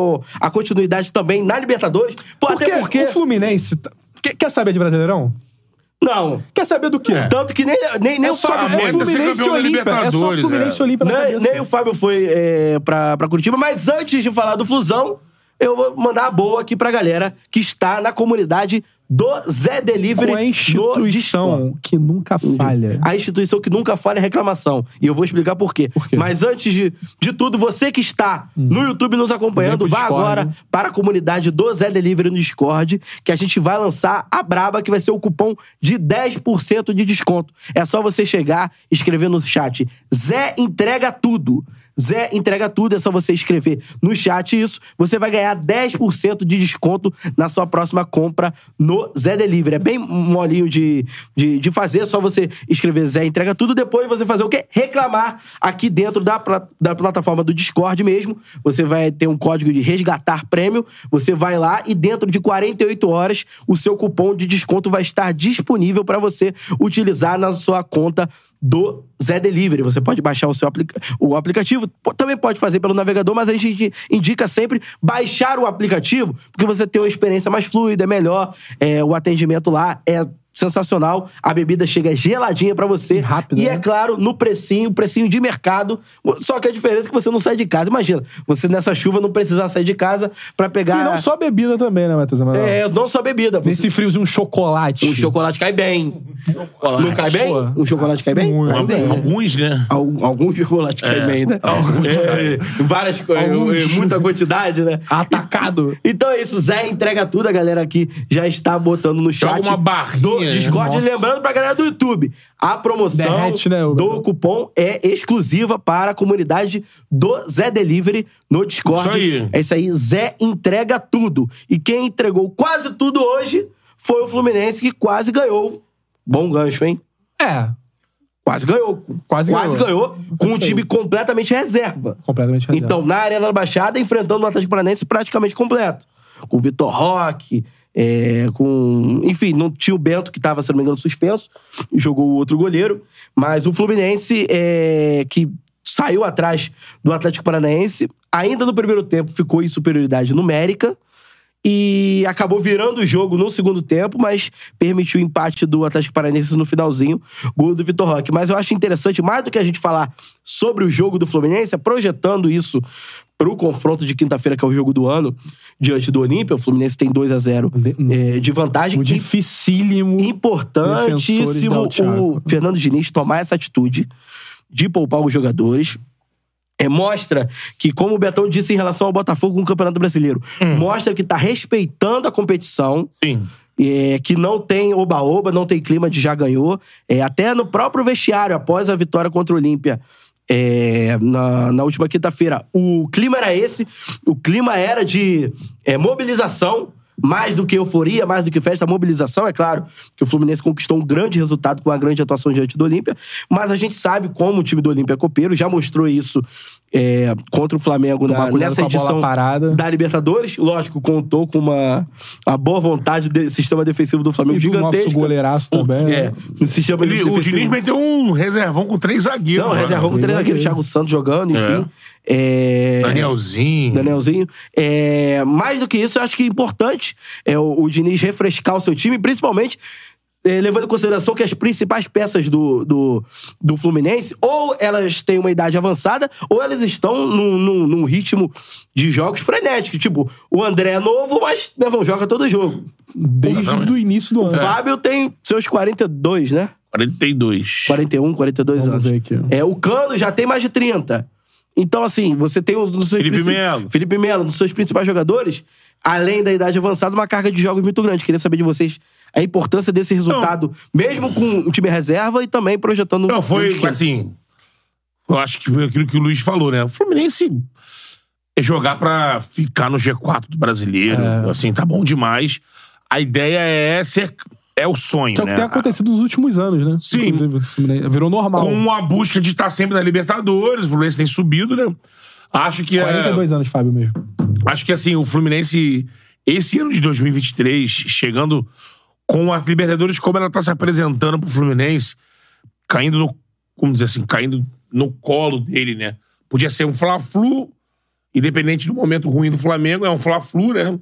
a, continuidade também na Libertadores. Pô,
Porque,
até porque...
o Fluminense... tá- Quer, quer saber de Brasileirão?
Não.
Quer saber do quê?
Tanto que nem, nem, Então, nem
É
o Fábio
só
Flamengo,
foi.
tá sendo
Fluminense e
campeão da
Olímpia. É só
Libertadores,
Fluminense e
é.
Olímpia na
Nem,
cabeça.
nem o Fábio foi é, pra, pra Curitiba, mas antes de falar do Flusão, eu vou mandar a boa aqui pra galera que está na comunidade do Zé Delivery.
Com a
no Discord.
instituição que nunca falha.
A instituição que nunca falha é reclamação. E eu vou explicar por quê.
quê? Hum.
Mas antes de, de tudo, você que está no YouTube nos acompanhando,
Vem pro
vá
Discord,
agora
né?
para a comunidade do Zé Delivery no Discord, que a gente vai lançar a braba, que vai ser o cupom de 10% de desconto. É só você chegar, escrever no chat Zé Entrega Tudo. Zé Entrega Tudo, é só você escrever no chat isso. Você vai ganhar 10% de desconto na sua próxima compra no Zé Delivery. É bem molinho de, de, de fazer, é só você escrever Zé Entrega Tudo. Depois você fazer o quê? Reclamar aqui dentro da, pla- da plataforma do Discord mesmo. Você vai ter um código de resgatar prêmio. Você vai lá e dentro de 48 horas o seu cupom de desconto vai estar disponível para você utilizar na sua conta do Zé Delivery. Você pode baixar o seu aplica o aplicativo, Pô, também pode fazer pelo navegador, mas a gente indica sempre baixar o aplicativo, porque você tem uma experiência mais fluida, é melhor, é, o atendimento lá é sensacional, a bebida chega geladinha pra você.
Rápido,
e é
né?
claro, no precinho, precinho de mercado. Só que a diferença é que você não sai de casa. Imagina, você nessa chuva não precisar sair de casa pra pegar.
E não só bebida também, né, Matheus? Amaral?
Ah, É, não só bebida. Você...
Nesse friozinho, um chocolate.
O chocolate cai bem. Não cai bem?
Pô.
O chocolate cai bem?
Muito.
Cai bem.
Alguns, né?
Al- Algum chocolate cai bem, né?
Alguns
É, várias coisas,
Alguns.
muita quantidade, né?
Atacado.
Então é isso, Zé entrega tudo, a galera aqui já está botando no
Joga
chat.
uma barrinha,
do
né?
Discord. E
Nossa.
lembrando pra galera do YouTube, a promoção
Derrete, né, Hugo?
do cupom é exclusiva para a comunidade do Zé Delivery no Discord.
Isso aí.
É isso aí, Zé entrega tudo. E quem entregou quase tudo hoje foi o Fluminense que quase ganhou. Bom gancho, hein?
É,
Quase ganhou.
Quase
ganhou.
ganhou.
com um time completamente reserva.
completamente reserva.
Então, na Arena da Baixada, enfrentando o Atlético Paranaense praticamente completo. Com o Vitor Roque, é, com. Enfim, não tinha o Bento, que estava, se não me engano, suspenso, jogou o outro goleiro. Mas o Fluminense, é, que saiu atrás do Atlético Paranaense, ainda no primeiro tempo ficou em superioridade numérica. E acabou virando o jogo no segundo tempo, mas permitiu o empate do Atlético Paranaense no finalzinho, gol do Vitor Roque. Mas eu acho interessante, mais do que a gente falar sobre o jogo do Fluminense, é projetando isso pro confronto de quinta-feira, que é o jogo do ano, diante do Olímpia. O Fluminense tem 2 a 0 é, de vantagem.
Hum.
E
O Um dificílimo. Defensores da
importantíssimo o
Altiago.
Fernando Diniz tomar essa atitude de poupar os jogadores. É, mostra que, como o Betão disse em relação ao Botafogo com o Campeonato Brasileiro,
Hum.
mostra que tá respeitando a competição,
Sim.
é, que não tem oba-oba, não tem clima de já ganhou. É, até no próprio vestiário, após a vitória contra o Olímpia. é, na, na última quinta-feira. O clima era esse, o clima era de é, mobilização, mais do que euforia, mais do que festa, mobilização, é claro, que o Fluminense conquistou um grande resultado com uma grande atuação diante do Olímpia, mas a gente sabe como o time do Olímpia é copeiro, já mostrou isso é, contra o Flamengo na,
Tomar cuidado
nessa
com a bola
edição
parada.
da Libertadores. Lógico, contou com uma, uma boa vontade do sistema defensivo do Flamengo
E do
gigantesco.
nosso goleiraço também, né?
É, o sistema
Ele- o Diniz né?
defensivo.
meteu um reservão com três zagueiros.
Não,
mano.
reservou com três
Ele-
aquele Thiago Santos jogando, enfim. É.
Danielzinho.
Danielzinho. É, mais do que isso, eu acho que é importante é, o, o Diniz refrescar o seu time, principalmente é, levando em consideração que as principais peças do, do, do Fluminense, ou elas têm uma idade avançada, ou elas estão num, num- num ritmo de jogos frenéticos. Tipo, o André é novo, mas meu irmão, joga todo jogo.
Desde o início do
O
é.
ano.
Fábio tem seus 42, né?
42.
41, 42
Vamos
anos.
ver aqui.
É, o Cano já tem mais de 30. Então, assim, você tem um dos seus
Felipe
princi-
Melo.
Felipe Melo, um dos seus principais jogadores, além da idade avançada, uma carga de jogos muito grande. Queria saber de vocês a importância desse resultado, mesmo com o time reserva e também projetando um
Não, foi
grande
assim. Eu acho que foi aquilo que o Luiz falou, né? O Fluminense é jogar pra ficar no G4 do brasileiro.
É.
Assim, tá bom demais. A ideia é ser. É o sonho,
Que é o
né?
que tem acontecido nos últimos anos, né?
Sim.
Inclusive, o Fluminense Virou normal.
Com a busca de estar sempre na Libertadores, o Fluminense tem subido, né? Acho que é-
42 anos, Fábio, mesmo.
Acho que assim, o Fluminense, esse ano de 2023, chegando com a Libertadores, como ela tá se apresentando pro Fluminense, caindo no. Como dizer assim, caindo no colo dele, né? Podia ser um Fla-Flu, independente do momento ruim do Flamengo, é um Fla-Flu, né?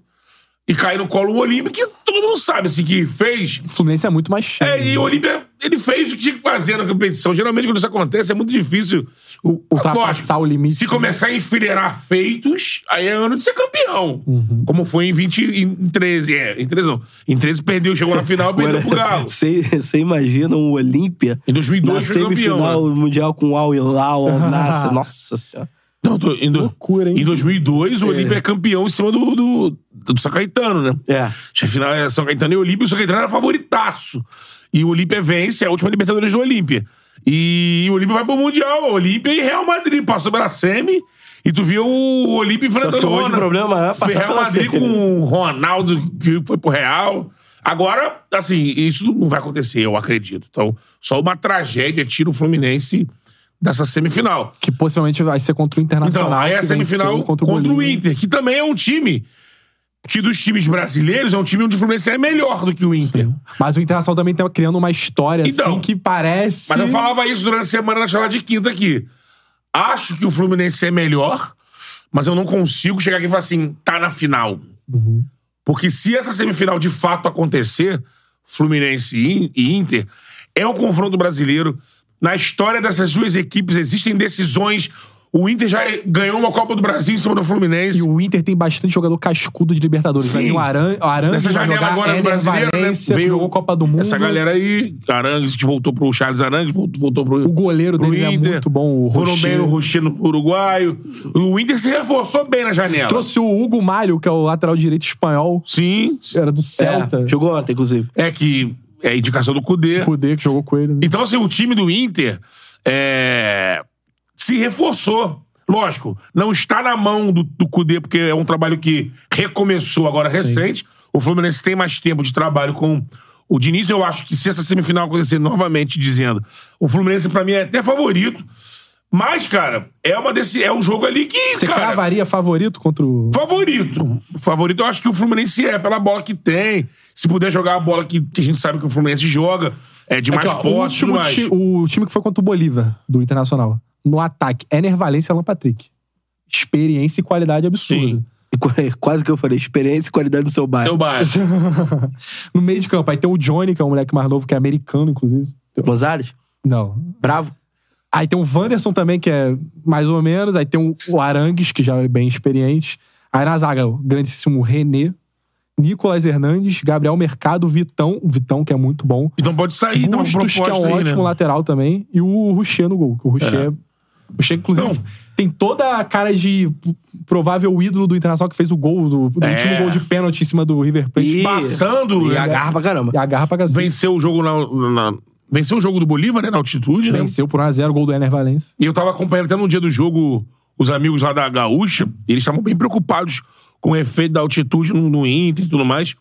E cair no colo o Olímpia, que todo mundo sabe, assim, que fez.
O Fluminense é muito mais cheio.
É, e o Olímpia, ele fez o que tinha que fazer na competição. Geralmente, quando isso acontece, é muito difícil o,
Ultrapassar
Lógico,
o limite,
Se
né?
começar a enfileirar feitos, aí é ano de ser campeão.
Uhum.
Como foi em 20, em 13. É, em 13 não. Em 13 perdeu, chegou na final, perdeu pro Galo.
Você você imagina um Olímpia
Em 2002
na
foi campeão, né?
semifinal mundial com o Al Hilal, Al Nassr. Nossa senhora.
Então, tô- em, do-
Loucura, hein?
Em 2002, o Olímpia é campeão em cima do, do, do São Caetano, né?
É.
Já final é São Caetano e Olímpia, o São Caetano era favoritaço. E o Olímpia vence, é a última Libertadores do Olímpia. E o Olímpia vai pro Mundial, Olímpia e Real Madrid. Passou pela Semi e tu viu o Olímpia enfrentando
que
o
hoje o
Ronaldo.
problema é passar
Foi Real
pela
Madrid
Semi.
com o Ronaldo que foi pro Real. Agora, assim, isso não vai acontecer, eu acredito. Então, só uma tragédia tira o Fluminense dessa semifinal.
Que possivelmente vai ser contra o Internacional.
Então, aí é a
que venceu
semifinal contra, o
Bolívia.
Inter, que também é um time que dos times brasileiros é um time onde o Fluminense é melhor do que o Inter.
Mas o Internacional também tá criando uma história,
Então,
assim, que parece...
Mas eu falava isso durante a semana na charla de quinta aqui. Acho que o Fluminense é melhor, mas eu não consigo chegar aqui e falar assim, tá na final.
Uhum.
Porque se essa semifinal de fato acontecer, Fluminense e- e Inter, é um confronto brasileiro. Na história dessas duas equipes existem decisões. O Inter já ganhou uma Copa do Brasil em cima do Fluminense.
E o Inter tem bastante jogador cascudo de Libertadores. Vai
Sim.
vir o Aran... o Aranha
Nessa
vai
janela
jogar,
agora no
Éder
Brasileiro, né?
Valencia, que jogou Copa do Mundo.
Essa galera aí, Arangues, que voltou pro Charles Arangues, voltou, voltou pro.
O goleiro
pro
dele é
Inter.
muito bom, o
Foram
Rocher.
bem o Rocher no uruguaio. O Inter se reforçou bem na janela.
Trouxe o Hugo Malho, que é o lateral direito espanhol.
Sim.
Era do Celta.
É, jogou ontem, inclusive.
É que é indicação do Cudê.
O Kudê, que jogou com ele. Né?
Então, assim, o time do Inter é, se reforçou. Lógico, não está na mão do, do Cudê, porque é um trabalho que recomeçou agora recente. O Fluminense tem mais tempo de trabalho com o Diniz. Eu acho que se essa semifinal acontecer novamente, dizendo, o Fluminense, pra mim, é até favorito. Mas, cara, é uma desse, é um jogo ali que,
Você
cara,
cravaria favorito contra o...
Favorito. Favorito, eu acho que o Fluminense é, pela bola que tem. Se puder jogar a bola que, que a gente sabe que o Fluminense joga, é de
É
mais
que, ó, o,
posse,
último
mais.
ti- o time que foi contra o Bolívar, do Internacional. No ataque, Ener Valência e Alan Patrick. Experiência e qualidade absurda.
Sim.
E qu- Quase que eu falei, experiência e qualidade do seu
Teu
bairro.
bairro.
no meio de campo, aí tem o Johnny, que é um moleque mais novo, que é americano, inclusive.
Gonzalez,
Não.
bravo.
Aí tem o Wanderson também, que é mais ou menos. Aí tem o- o Arangues, que já é bem experiente. Aí na zaga, o grandíssimo René, Nicolas Hernandes, Gabriel Mercado, Vitão, o Vitão, que é muito bom.
Então pode sair, dá uma
Bustos, que é
proposta
um
aí,
ótimo
né? É.
lateral também. E o Ruchê no gol. que O Ruchê, o Ruchê inclusive,
Não.
tem toda a cara de p- provável ídolo do Internacional que fez o gol, do, do
É.
último gol de pênalti em cima do River Plate.
E-
Passando,
E
né?
agarra pra caramba.
E agarra pra cacete.
venceu o jogo na, na- Venceu o jogo do Bolívar, né? Na altitude, né?
Venceu por 1x0 o gol do Ener Valencia.
E eu tava acompanhando até no dia do jogo os amigos lá da Gaúcha, eles estavam bem preocupados com o efeito da altitude no, no Inter e tudo mais.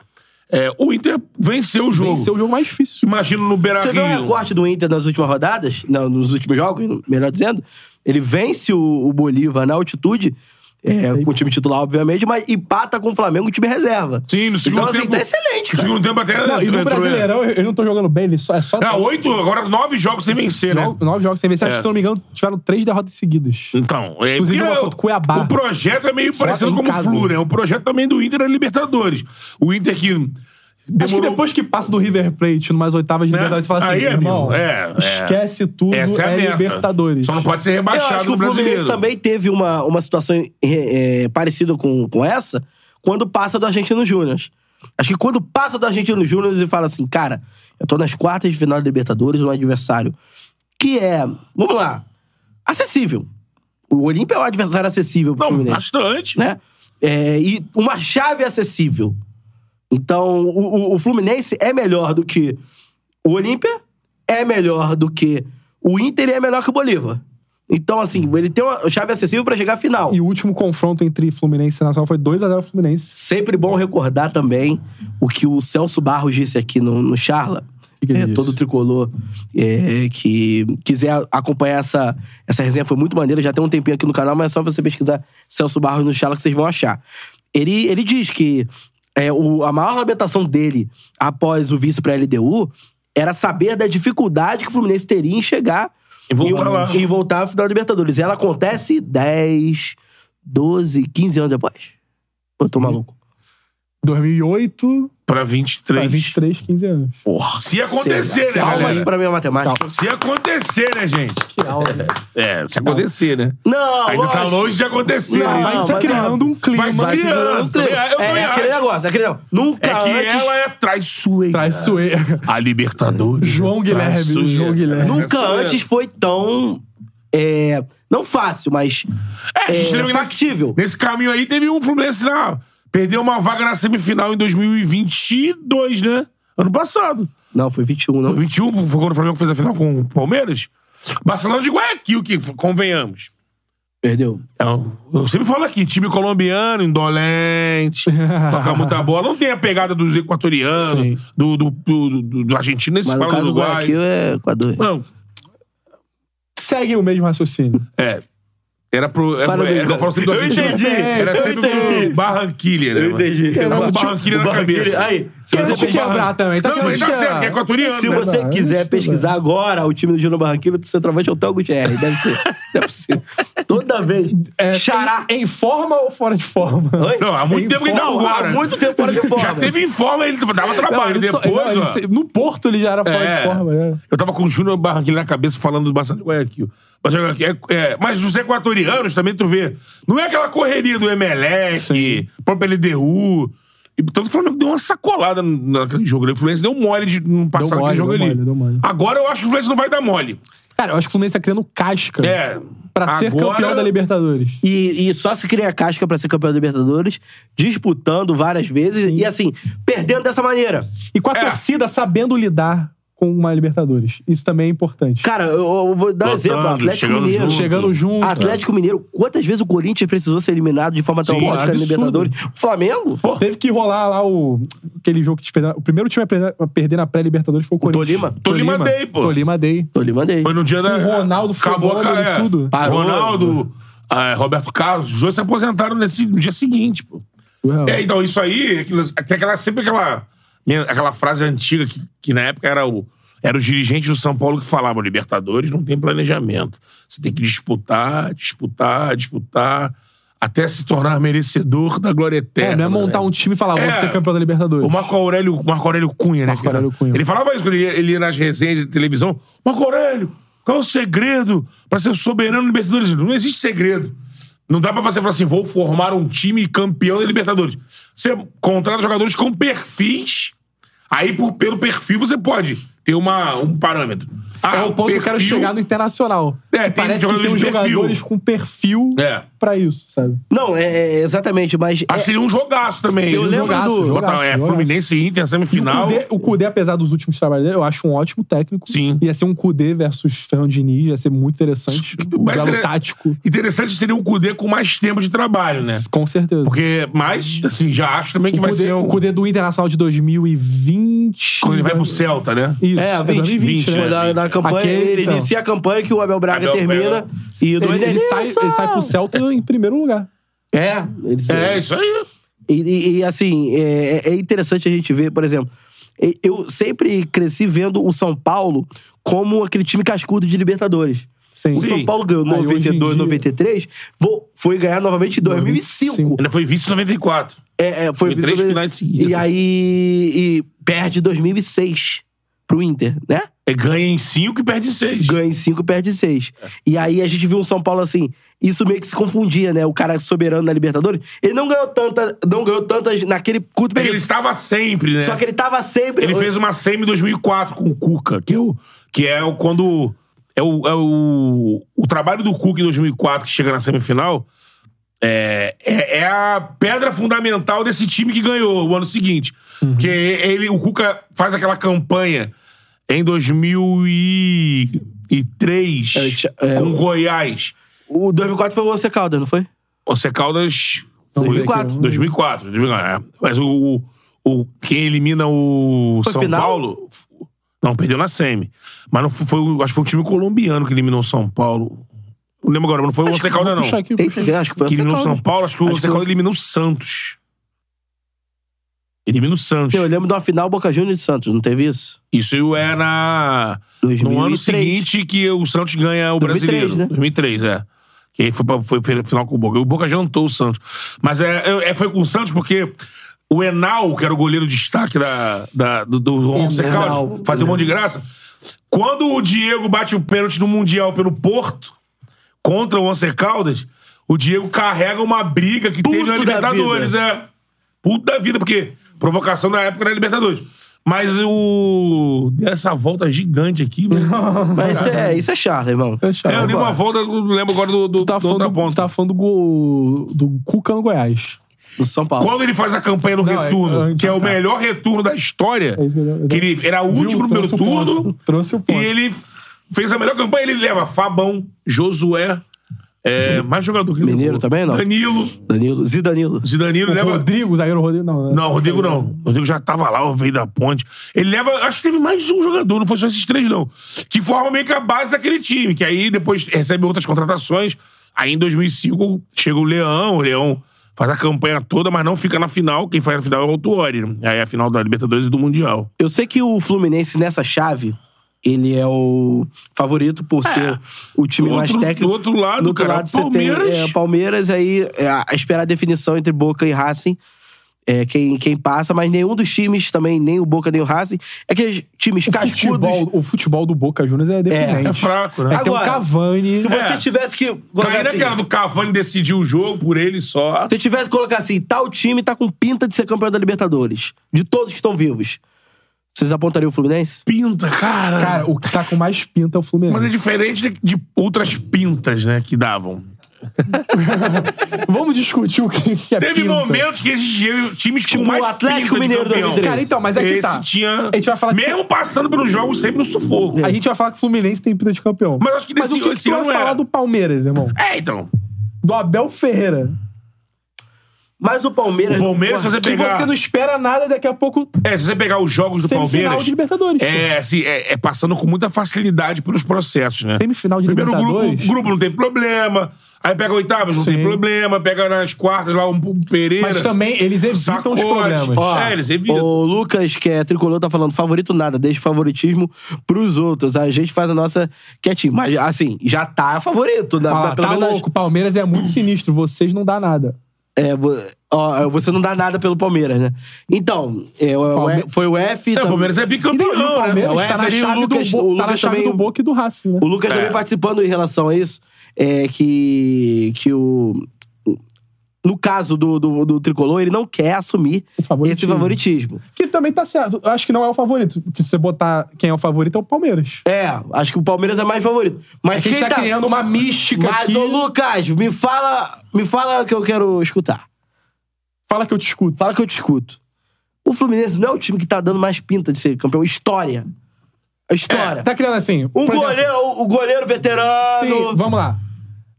É, o Inter venceu o jogo.
Venceu o jogo mais difícil.
Imagina no Beira
Você viu o
Rio.
recorte do Inter nas últimas rodadas? Não, nos últimos jogos, melhor dizendo. Ele vence o, o Bolívar na altitude, é, com o time titular, obviamente, mas empata com o Flamengo, o time reserva.
Sim, no segundo
então, assim,
tempo.
tá excelente,
No
cara.
segundo tempo até.
Não, e no
entrou-
Brasileirão, ele não tá jogando bem, ele só, é só.
É, oito, agora nove jogos sem vencer, né?
Nove- Nove jogos sem vencer. Acho que, se eu não me engano, tiveram três derrotas seguidas.
Então, é
Inclusive,
porque
uma contra o Cuiabá.
O projeto é meio
Fora
parecido
em
como o
casa.
Flu, né? O projeto também do Inter é Libertadores. O Inter que
Acho que
demorou
depois que passa do River Plate numas oitavas de
Né?
Libertadores, você fala assim,
Aí,
meu irmão,
amigo, é, é.
esquece tudo,
Essa é a
é,
meta.
Libertadores.
Só não pode ser
Eu acho
rebaixado
que
no
o Fluminense
brasileiro.
também teve uma, uma situação é, é, parecida com, com essa quando passa do Argentino Júnior. Acho que quando passa do Argentino Júnior e fala assim, cara, eu tô nas quartas de final da Libertadores, um adversário que é, vamos lá, acessível. O Olímpia é um adversário acessível pro
Não, tá
Fluminense
bastante.
né? É, e uma chave acessível. Então, o, o- o Fluminense é melhor do que o Olímpia, é melhor do que o Inter e é melhor que o Bolívar. Então, assim, ele tem uma chave acessível pra chegar à final.
E o último confronto entre Fluminense e Nacional foi 2x0 Fluminense.
Sempre bom recordar também o que o Celso Barros disse aqui no, no Charla.
que que ele
É,
disse?
todo tricolor é, que quiser acompanhar essa, essa resenha foi muito maneira, já tem um tempinho aqui no canal, mas é só você pesquisar Celso Barros no Charla que vocês vão achar. Ele, ele diz que é, o- a maior lamentação dele após o vice pra LDU era saber da dificuldade que o Fluminense teria em chegar
E voltar
em-
lá.
em voltar à final da Libertadores. E ela acontece 10, 12, 15 anos depois. Eu tô maluco.
2008
Pra
pra
23.
23, 15 anos.
Porra.
Se acontecer, né,
Palmas
galera?
pra minha matemática.
Se acontecer, né, gente?
Que aula.
É, se acontecer, né?
Não,
Ainda tá
lógico.
longe de acontecer.
Não,
né?
Vai
mas
se
é-
criando um clima.
Vai se
Vai
criando.
segurar um treino.
Eu também
É, é
acho.
aquele negócio, é aquele negócio. Nunca
É que
antes,
ela é traiçoeira.
Traiçoeira.
A Libertadores. Tá É,
João Guilherme,
Traiçoeira.
João Guilherme.
nunca
Traiçoeira.
antes foi tão... é, não fácil, mas
É, a gente
é,
lembra nesse-
factível.
Nesse, caminho aí teve um Fluminense na. Perdeu uma vaga na semifinal em 2022, né? Ano passado.
Não, foi 21, não.
21, foi quando o Flamengo fez a final com o Palmeiras. Barcelona de Guayaquil, que convenhamos.
Perdeu.
É, Eu sempre falo aqui, time colombiano, indolente, toca muita bola. Não tem a pegada dos equatorianos,
Sim.
do, do, do, do, do argentino, esse
Mas no
fala do
caso do
Uruguai.
Guayaquil é Equador.
Não,
Segue o mesmo raciocínio.
é. Era pro. Era,
Fala
pro-
do-
era, eu falo sempre do
Eu
argentino.
entendi,
Era
eu
sempre
entendi.
pro Barranquilha, né? mano?
É, Não,
Era o
o
Barranquilha na
Barranquilha-
cabeça. um
Aí, se
Quero
você
te
pegar-
quebrar também. Tá
Não, mas
certo
tá
que é-
certo, que é equatoriano.
Se
né?
você quiser
Não, deixa eu ver.
pesquisar agora o time do Júnior Barranquilla, do centroavante é o Théo Gutierrez. Deve ser. Não é possível. Toda vez.
É,
Xará.
Em, em forma ou fora de forma?
Oi?
Não, há muito tempo que ele tá
Não,
fora.
Há muito tempo fora de forma.
Já teve informa, ele dava
Não,
trabalho.
ele só-
Depois,
não,
ó.
ele se- no Porto ele já era fora
É.
de forma. né?
Eu tava com o Júnior Barranquilla na cabeça falando do bastante Guayaquil. Mas, olha aqui, é- é, mas os equatorianos também tu vê. Não é aquela correria do Emelec, próprio LDU. E, então, tanto que o Flamengo deu uma sacolada naquele jogo. né? O Fluminense deu mole de não passar
mole,
naquele jogo
deu
ali.
mole, deu mole.
Agora eu acho que o Fluminense não vai dar mole.
Cara, eu acho que o Fluminense tá criando casca
É.
pra ser
Agora-
campeão da Libertadores.
E, e só se cria casca pra ser campeão da Libertadores, disputando várias vezes e assim, perdendo dessa maneira.
E com a
É.
torcida sabendo lidar com uma Libertadores. Isso também é importante.
Cara, eu, eu vou dar um
Lotando,
exemplo: Atlético
chegando
Mineiro.
junto.
Chegando junto.
Atlético Mineiro, quantas vezes o Corinthians precisou ser eliminado de forma tão
Sim,
forte na
absurdo.
Libertadores? O Flamengo?
Teve que rolar lá o aquele jogo que te perdeu- O primeiro time a perder- a perder na pré-Libertadores foi o Corinthians.
Tolima?
Tolima Day, pô.
Tolima Day.
Eu lhe mandei.
Foi no dia da.
O Ronaldo
acabou a
fenômeno e
carreira.
tudo.
Parou.
Ronaldo, eh, Roberto Carlos, os dois se aposentaram nesse, no dia seguinte, pô.
Surreal.
É, então, isso aí, aquilo- tem aquela, sempre aquela, minha- aquela frase antiga que, que na época era o, era os dirigentes do São Paulo que falavam: Libertadores não tem planejamento. Você tem que disputar, disputar, disputar, até se tornar merecedor da glória
É,
eterna.
não é montar
né?
um time e falar,
É.
vou ser campeão da Libertadores.
O Marco Aurélio, o Marco Aurélio Cunha, né?
Marco
que era-
Aurélio Cunha.
Ele falava isso quando ele ia, ele ia nas resenhas de televisão. Marco Aurélio, qual é o segredo pra ser soberano no Libertadores? Não existe segredo. Não dá pra você falar assim, vou formar um time campeão da Libertadores. Você contrata jogadores com perfis, aí por, pelo perfil você pode ter uma, um parâmetro. Ah,
é o ponto que eu quero
perfil-
chegar no internacional.
É,
que
tem
parece que tem
jogadores
uns
de perfil.
jogadores com perfil
É.
pra isso, sabe?
Não, é, é, exatamente, mas.
Acho que seria um jogaço também.
Se eu
Um
lembro do-
Botar, é,
jogaço.
Fluminense e Inter,
E
semifinal.
O Kudê, o Kudê, apesar dos últimos trabalhos dele, eu acho um ótimo técnico.
Sim.
Ia ser um Kudê versus Ferran Diniz, ia ser muito interessante. Um
Mas é-
duelo
seria-
tático.
Interessante seria um Cudê com mais tempo de trabalho, né?
Com certeza.
Porque, mas, assim, já acho também que
o,
vai
Kudê,
ser um.
o Kudê do Internacional de 2020.
Quando ele vai pro Celta, né?
Isso,
É, 20,
2020,
20,
né?
foi da, da a campanha,
Aquele,
ele
então.
inicia a campanha que o Abel Braga
Abel
termina
Braga.
e do
Ele, ele
Edenilson.
sai, ele sai pro Celta em primeiro lugar.
É, ele sai.
É, isso aí.
E, e- e, assim, é, é interessante a gente ver, por exemplo, e- eu sempre cresci vendo o São Paulo como aquele time cascudo de Libertadores.
Sim.
O São
Sim.
Paulo ganhou em
Aí, hoje em
92,
dia-
93, vou- foi ganhar novamente em 2005.
2005.
Ainda foi vice em 94.
É, é, foi
Em três finais seguidas.
E aí e perde 2006 pro Inter, né?
É, ganha em 5 e perde 6.
Ganha em 5, perde 6.
É.
E aí a gente viu um São Paulo assim, isso meio que se confundia, né? O cara soberano na Libertadores, ele não ganhou tantas, não ganhou tantas naquele curto
É Ele
período.
estava sempre, né?
Só que ele tava sempre
Ele fez uma semi em 2004 com o Cuca, que é, o, que é o- quando. É, o, é o, o trabalho do Cuca em 2004, que chega na semifinal, é, é, é a pedra fundamental desse time que ganhou o ano seguinte.
Uhum.
Porque ele, o Cuca faz aquela campanha em 2003
É, tch- é,
com
o-
o Goiás.
O 2004 foi o Você Caldas, não foi?
Você é Caldas.
Não,
foi-
2004.
2004, 2004. é. Mas o, o, o- quem elimina o
Foi
São
final?
Paulo. f- Não, perdeu na Semi. Mas não f- foi, o- acho que foi um time colombiano que eliminou o São Paulo. Não lembro agora, mas não foi o Você Caldas, não.
Puxa aqui,
Tem-
puxa aqui.
acho que foi o
Que
Você
eliminou o São
Caldas.
Paulo, acho que o
Acho que
Você
foi o-
Caldas eliminou o Santos. Elimina o Santos.
Eu lembro de uma final Boca Juniors e Santos, não teve isso?
Isso é na. No ano
2003.
seguinte que o Santos ganha o
2003,
brasileiro.
né?
2003, é. Que aí foi, pra, foi final com o Boca. O Boca jantou o Santos. Mas é, é- é- foi com o Santos porque o Enal, que era o goleiro de destaque da, da- do, do Once
Enal.
Caldas, fazia um monte de graça. Quando o Diego bate o pênalti no Mundial pelo Porto, contra o Once Caldas, o Diego carrega uma briga que
Puto
teve na
da
Libertadores,
vida.
é. Puto da vida, porque provocação da época na Libertadores. Mas o. Deu essa volta gigante aqui, mano.
Mas isso é, isso é charla, irmão.
Puxa,
É, eu dei uma volta, eu não lembro agora do, do,
Tu tá
do
falando,
outra
do-
ponta.
tá falando do, gol- do Cuca no Goiás.
Do São Paulo.
Quando ele faz a campanha no
Não, é-
retorno,
antes-
que é o
tá.
melhor retorno da história,
É isso que eu-
que ele era o
Viu?
último no
Trouxe
primeiro
o ponto.
turno,
Trouxe o
e
ponto.
ele fez a melhor campanha, ele leva Fabão, Josué, é, mais jogador que ele
Mineiro
levou.
também, não?
Danilo,
Danilo, Zidanilo.
Zidanilo
O
leva...
Rodrigo, zagueiro Rodrigo, não. né?
Não, o Rodrigo não. O Rodrigo já tava lá, o veio da ponte. Ele leva. Acho que teve mais um jogador, não foi só esses três, não. Que forma meio que a base daquele time. Que aí depois recebe outras contratações. Aí em 2005 chega o Leão. O Leão faz a campanha toda, mas não fica na final. Quem faz na final é o Altuori. né? Aí é a final da Libertadores e do Mundial.
Eu sei que o Fluminense nessa chave, ele é o favorito por ser o time
Do
mais
É. outro-
técnico.
Ah, do outro lado,
do outro
cara,
lado você
Palmeiras.
tem é, Palmeiras aí é, a esperar a definição entre Boca e Racing. É, quem, quem passa, mas nenhum dos times também, nem o Boca nem o Racing, é aqueles times
O
cascudos.
futebol, o futebol do Boca Juniors é dependente.
É fraco, né?
É que tem o
Agora,
Cavani.
Se você
É.
tivesse que.
Tá
colocar
aí
assim,
naquela do Cavani decidir o jogo por ele só.
Se tivesse que colocar assim, tal time tá com pinta de ser campeão da Libertadores. De todos que estão vivos. Vocês apontariam o Fluminense?
Pinta, cara.
Cara, o que tá com mais pinta é o Fluminense.
Mas é diferente de- de outras pintas, né? Que davam.
Vamos discutir o que, que é
Teve
pinta.
momentos que existiam times com
Tipo,
mais
o Atlético
pinta de
Mineiro
campeão.
2013.
Cara, então, mas é que
Esse
tá.
tinha...
A gente vai falar que-
Mesmo passando pelos jogos, sempre no sufoco.
A gente vai falar que o Fluminense tem pinta de campeão.
Mas acho que
Mas
nesse
o que, que
esse
tu vai
ano é-
falar
era.
do Palmeiras, irmão?
É, então.
Do Abel Ferreira.
Mas o Palmeiras.
O Palmeiras, se você
Que
pegar...
você não espera nada daqui a pouco
É, se você pegar os jogos do
semifinal
Palmeiras...
de Libertadores.
É, assim, é, é passando com muita facilidade pelos processos, né?
Semifinal de
Primeiro grupo,
Libertadores.
grupo não tem problema. Aí pega oitavas, não
Sim.
tem problema. Pega nas quartas lá um pouco Pereira.
Mas também eles evitam os
Sacode.
problemas.
Ó, É, eles evitam.
O Lucas, que é tricolor, tá falando favorito nada, deixa o favoritismo pros outros. A gente faz a nossa quietinho. Mas, assim, já tá favorito. né?
Ah,
Mas, pelo
tá
menos-
louco, o Palmeiras é muito sinistro, vocês não dá nada.
É, vo- ó, você não dá nada pelo Palmeiras, né? Então, é, o-
Palme-
foi o F.
É, o
tam-
Palmeiras é bicampeão,
E o Palmeiras
né?
tá na
Wesley, o
chave,
Lucas-
do, Bo-
o
tá na
Lucas
chave
também-
do Boca e do Racing, né?
O Lucas
É.
também participando em relação a isso, é que, que o. No caso do, do, do tricolor, ele não quer assumir
O favoritismo.
esse favoritismo.
Que também tá certo. Eu acho que não é o favorito. Se você botar quem é o favorito, é o Palmeiras.
É, acho que o Palmeiras é mais favorito. Mas
Porque
quem
a gente tá criando uma mística
Mas,
aqui.
ô Lucas, me fala, me fala que eu quero escutar.
Fala que eu te escuto.
Fala que eu te escuto. O Fluminense não é o time que tá dando mais pinta de ser campeão. História. História.
Tá criando assim.
um
por exemplo,
goleiro, o goleiro veterano.
Sim, vamos lá.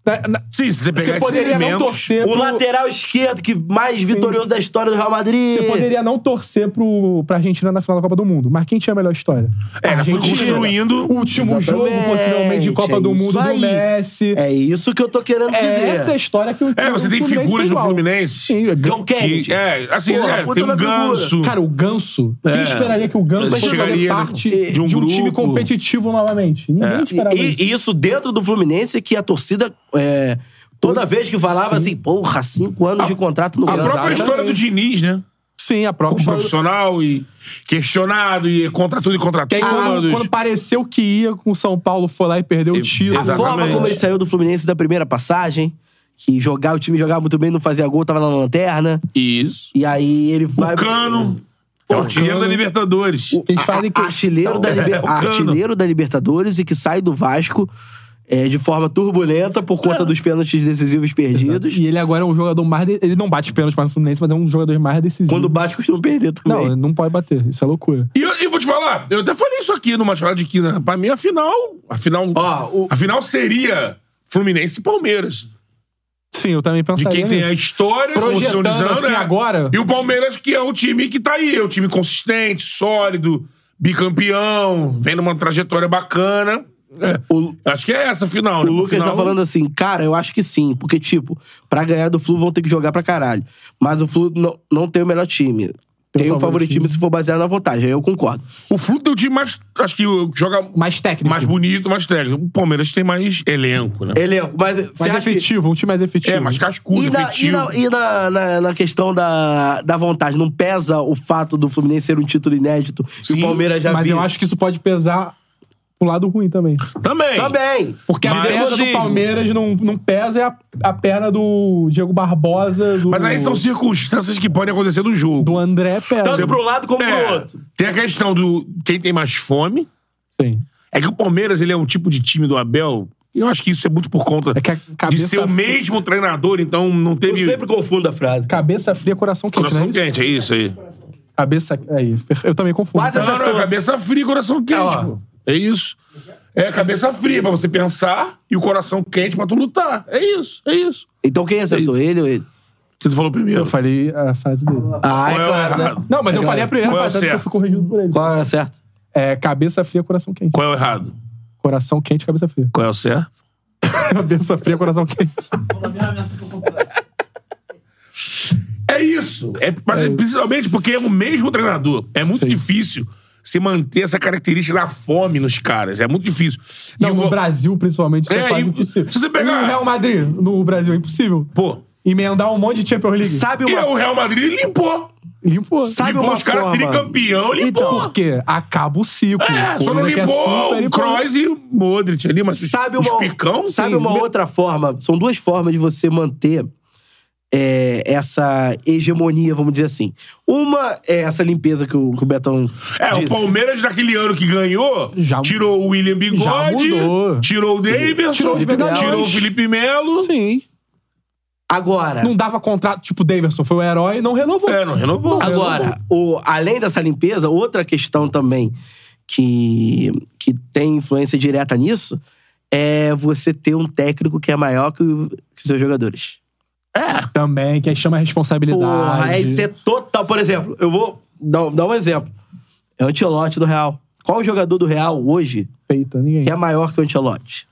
Na- na-
Sim, se você pegar
Você
esses
poderia não
elementos...
torcer
pro-
O lateral esquerdo, que mais vitorioso da história do Real Madrid.
Você poderia não torcer pro, pra Argentina na final da Copa do Mundo, mas quem tinha a melhor história?
É, ela foi
Argentina.
construindo...
Último
Exatamente,
jogo, possivelmente, de Copa
é
do
isso
Mundo
aí.
do Messi.
É isso que eu tô querendo
É
dizer.
essa a história que o
É, você
o
tem
Fluminense
figuras no
igual.
Fluminense.
Sim, é
John Kennedy.
Que, é, assim,
Porra,
é,
puta
tem um
da figura.
ganso.
Cara, o Ganso. É. Quem esperaria que o Ganso
Mas
fosse fazer
chegaria
parte
de
de
um
um, É. time
grupo.
competitivo novamente? Ninguém
E-
esperava
e,
isso.
e isso dentro do Fluminense, que a torcida, é, toda vez que falava assim, porra, cinco anos de contrato no
a
Brasil.
própria história do Diniz, né?
Sim, a
Um
própria.
profissional e questionado e contra tudo e contra
Que aí,
todos.
quando, um quando pareceu que ia com o São Paulo, foi lá e perdeu o tiro.
A forma
Exatamente.
como ele saiu do Fluminense da primeira passagem, que jogar o time jogava muito bem, não fazia gol, tava na lanterna.
Isso.
E aí ele vai.
O Cano. É o artilheiro da Libertadores.
Eles fazem
A- a- artilheiro, da, Liber-
É, o Cano.
artilheiro da Libertadores e que sai do Vasco é, de forma turbulenta por conta dos pênaltis decisivos perdidos.
E ele agora é um jogador mais. de- Ele não bate pênalti mais no Fluminense, mas é um jogador mais decisivo.
Quando bate, costuma perder também.
Não, ele não pode bater. Isso é loucura.
E eu, e vou te falar, eu até falei isso aqui numa charada de quina. Pra mim, a final. A final,
Ó, o-
a final seria Fluminense e Palmeiras.
Sim, eu também
De
pensaria.
quem tem
nisso.
a história, como vocês estão
Projetando
dizendo.
assim
né?
agora.
E o Palmeiras, que é o time que tá aí, é o time consistente, sólido, bicampeão, vendo uma trajetória bacana. É, acho que é essa a final, né?
O Lucas
final,
tá falando assim, cara, eu acho que sim, porque, tipo, pra ganhar do Flu vão ter que jogar pra caralho. Mas o Flu não, não tem o melhor time. Tem, o favoritismo se for baseado na vantagem, aí eu concordo.
O Fluminense é o time mais. Acho que joga
Mais técnico.
mais bonito, mais técnico. O Palmeiras tem mais elenco, né?
Elenco, mas você
mais
acha que-
efetivo, um time mais efetivo.
É, mais cascudo,
E, na, e,
efetivo.
na, e na, na- na questão da, da vontade, não pesa o fato do Fluminense ser um título inédito e
Sim,
o Palmeiras já
Mas
vir?
eu acho que isso pode pesar pro lado ruim também.
Também.
Também!
Porque a
Mas-
perna do
Nervosismo.
Palmeiras não, não pesa, é a, a perna do Diego Barbosa, do,
Mas aí são circunstâncias que podem acontecer no jogo.
do André pesa.
Tanto pra um lado como pro
É,
outro.
tem a questão do quem tem mais fome.
Sim.
É que o Palmeiras ele é um tipo de time do Abel. E eu acho que isso é muito por conta
É que a
de
cabeça-
ser o mesmo treinador, então não
Eu
teve.
sempre confundo a frase.
Cabeça fria, coração quente,
Coração
não é isso?
quente, é isso aí.
Cabeça... Aí, eu também confundo. tá?
Quase
Não, não, é
acertou.
cabeça fria e coração quente,
ó.
pô. É isso. É cabeça fria pra você pensar e o coração quente pra tu lutar. É isso, é isso.
Então quem acertou? Ele ou ele?
O que tu falou primeiro?
Eu falei a fase dele.
Ah, é
Qual é o
claro. né?
errado?
Não, mas eu
É,
falei a primeira
qual é o
fase, tanto que eu
certo?
fui corrigido por ele.
Qual é o certo?
É, cabeça fria, coração quente.
Qual é o errado?
Coração quente, cabeça fria.
Qual é o certo?
cabeça fria, coração quente.
É isso. É, mas principalmente porque é o mesmo treinador. É muito
Sim.
difícil se manter essa característica da fome nos caras. É muito difícil. E
Não,
o-
no Brasil, principalmente, isso é,
É,
quase
e-
impossível.
se você pegar-
E o Real Madrid, no Brasil, é impossível.
Pô,
Emendar um monte de Champions League.
Sabe
e é
uma
o Real Madrid limpou.
Limpou.
Sabe
limpou
uma
os caras
forma?
tricampeão, limpou.
Então, por quê? Acaba o ciclo.
É,
Coisa
só não
que é
limpou
super
o
importante.
Kroos e o Modric ali, mas os-
sabe
os
uma,
picão,
sabe
sim.
uma outra forma? São duas formas de você manter é, essa hegemonia, vamos dizer assim. Uma é essa limpeza que o, que o Betão
É,
disse.
o Palmeiras daquele ano que ganhou,
Já-
tirou o William
Já
Bigode,
mudou.
tirou o Davidson,
Tirou o Felipe
tirou,
Melo.
o Felipe Melo.
Sim.
Agora,
Não dava contrato, tipo, o Davidson foi o herói e não renovou.
É, não renovou.
Não,
agora o, além dessa limpeza, outra questão também que, que tem influência direta nisso é você ter um técnico que é maior que, o- que seus jogadores.
Também, que aí chama a responsabilidade.
Porra, é isso é total. Por exemplo, eu vou dar, dar um exemplo. É o Antelote do Real. Qual o jogador do Real hoje
Peita, ninguém.
que é maior que o Ancelotti.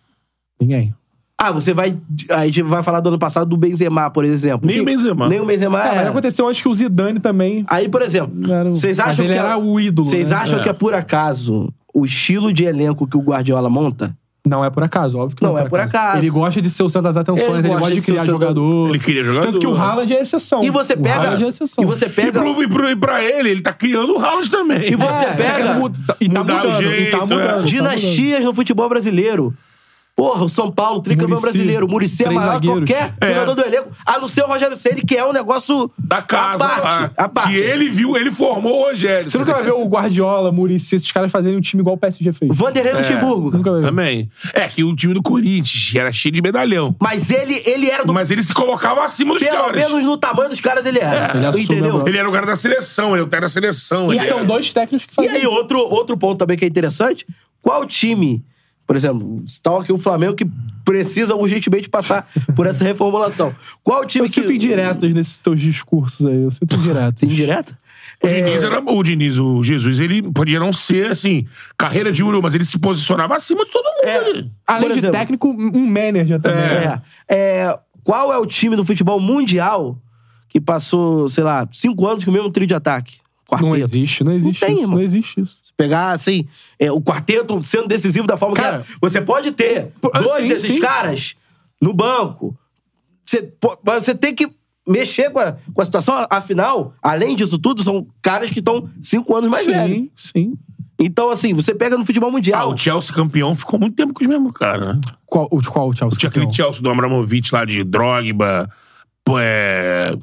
Ninguém.
Ah, você vai. A gente vai falar do ano passado do Benzema, por exemplo.
Nem o Benzema.
Nem o Benzema.
É,
é.
mas aconteceu antes que o Zidane também.
Aí, por exemplo,
Era o-
vocês acham
Mas ele
que. é-
era o ídolo,
Vocês
né?
acham
É.
que é por acaso o estilo de elenco que o Guardiola monta?
Não é por acaso, óbvio que não,
Não, é por acaso.
Ele gosta de ser o centro das atenções,
Ele
ele,
gosta
gosta
de
de
ser o
criar
centro-
jogador.
Ele cria jogador.
Tanto que o Haaland é exceção.
E você
O
pega.
Haaland é exceção.
e você
E,
pega.
pro, e, pro, e pra ele, ele tá criando o Haaland também.
E você
É,
pega.
muda- e tá
Mudar o
mudando, e
jeito,
tá mudando.
é.
tá mudando.
Dinastias no futebol brasileiro. Porra, o São Paulo, tricampeão
Muricy,
brasileiro. O Muricy é
três
maior que
zagueiros.
qualquer
É.
jogador do elenco. A não ser o Rogério Ceni, que é um negócio.
Da casa.
A parte.
a-
a parte.
Que ele viu, ele formou o Rogério.
Você nunca vai ver o Guardiola, Murici, esses caras fazerem um time igual o PSG fez.
É.
Vanderlei Luxemburgo.
Nunca vai ver.
Também. É que o time do Corinthians era cheio de medalhão.
Mas ele, ele era do.
Mas ele se colocava acima dos
pelo
caras.
menos no tamanho dos caras ele era.
É, ele assume
entendeu?
agora.
Ele era o cara da seleção, ele era o cara da seleção.
E
ele é.
são
era-
dois técnicos que
é. E
fazem.
aí, outro, outro ponto também que é interessante: qual time Por exemplo, tal aqui o Flamengo que precisa urgentemente passar por essa reformulação. Qual time
Eu
que.
sinto indiretas nesses teus discursos aí. Eu sinto indiretas.
Indireta?
O
É,
é.
Diniz era o Diniz, o Jesus, ele podia não ser, assim, carreira de ouro, mas ele se posicionava acima de todo mundo.
É.
ali.
Além
Por
de
exemplo.
técnico, um manager também. né?
É. É, Qual é o time do futebol mundial que passou, sei lá, cinco anos com o mesmo trio de ataque? Quarteto.
Não existe, não existe
tem,
isso.
irmão.
Não existe isso.
Se pegar, assim, é, o quarteto sendo decisivo da forma
Cara,
que é. Você pode ter
ah,
dois
sim,
desses
sim.
caras no banco. Você, po- mas você tem que mexer com a, com a situação. Afinal, além disso tudo, são caras que estão cinco anos é mais
sim,
velhos.
sim.
Então, assim, você pega no futebol
Ah,
mundial.
o Chelsea campeão ficou muito tempo com os mesmos caras, né?
Qual o, qual o Chelsea?
Tinha
campeão?
aquele Chelsea do Abramovich lá de Drogba, pô, é,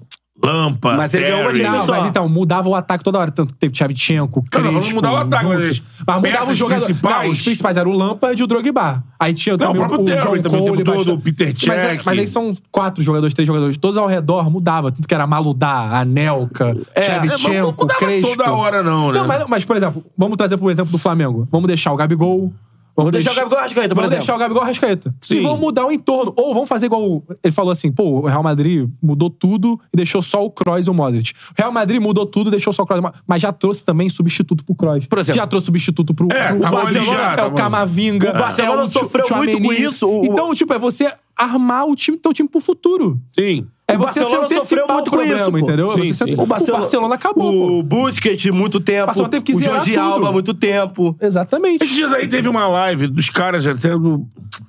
Lampa,
Mas ele ganhou uma de
Terry.
Olha
Não,
só.
mas então, mudava o ataque toda hora. Tanto que teve Tchevchenko,
Não, não,
Crespo...
vamos mudar o ataque, mas
Juntos. Mas mudava os
peças
jogadores...
principais-
Não, os principais eram o Lampard e o Drogba. Aí tinha
Não,
também
o próprio
o,
Terry
John
também, o
Cole...
tempo todo,
bastante-
o Peter
mas, é-
Cech.
mas aí são quatro jogadores, três jogadores. Todos ao redor mudava. Tanto que era Maludá, Anelka,
É, mas não
Tchevchenko,
mudava
Crespo...
toda hora, não, né?
Não, mas, mas, por exemplo, vamos trazer pro exemplo do Flamengo. Vamos deixar o Gabigol... Vamos
deixar o Gabigol e o Arrascaeta, por
Vamos
exemplo.
deixar o Gabigol e o Rascaeta.
Sim.
E vamos mudar o entorno. Ou vamos fazer igual. o- Ele falou assim: pô, o Real Madrid mudou tudo e deixou só o Kroos e o Modric. O Real Madrid mudou tudo e deixou só o Kroos e o Modric. Mas já trouxe também substituto pro Kroos.
Por exemplo.
já trouxe substituto pro.
É,
pro
tá bom,
Barcelona,
ele já, tá
é o
bom.
Camavinga.
O Barcelona
é o Tchou-
sofreu muito
Tchouameni.
com isso, o-
Então, tipo, é você armar o time, teu time pro futuro.
Sim.
É
O
você se
Barcelona sofreu
antecipar
muito
muito
com
com problema,
isso, pô.
entendeu? É
Sim,
você se
sim.
ante-
O
O, Barcelona, acabou, pô.
O Busquets, muito tempo.
Barcelona teve que
o
zerar
Jordi
tudo.
Alba, muito tempo.
Exatamente.
Esses dias aí teve uma live dos caras até do.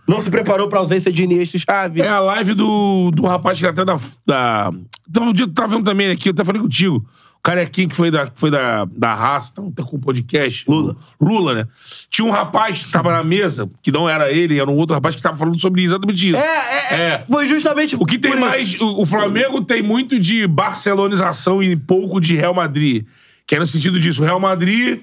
Não se preparou pra ausência de Iniesta e Xavi.
É a live do, do rapaz que era até da. da tava, um dia, tu tava vendo também aqui, eu até falei contigo. O carequinho que foi da, que foi da, da raça, tá, tá com o podcast. Lula. Lula, né? Tinha um rapaz que tava na mesa, que não era ele, era um outro rapaz que tava falando sobre exatamente isso.
É, é, é.
É.
Foi justamente
O que tem
por isso.
mais. O, o Flamengo tem muito de barcelonização e pouco de Real Madrid. Que é no sentido disso. O Real Madrid,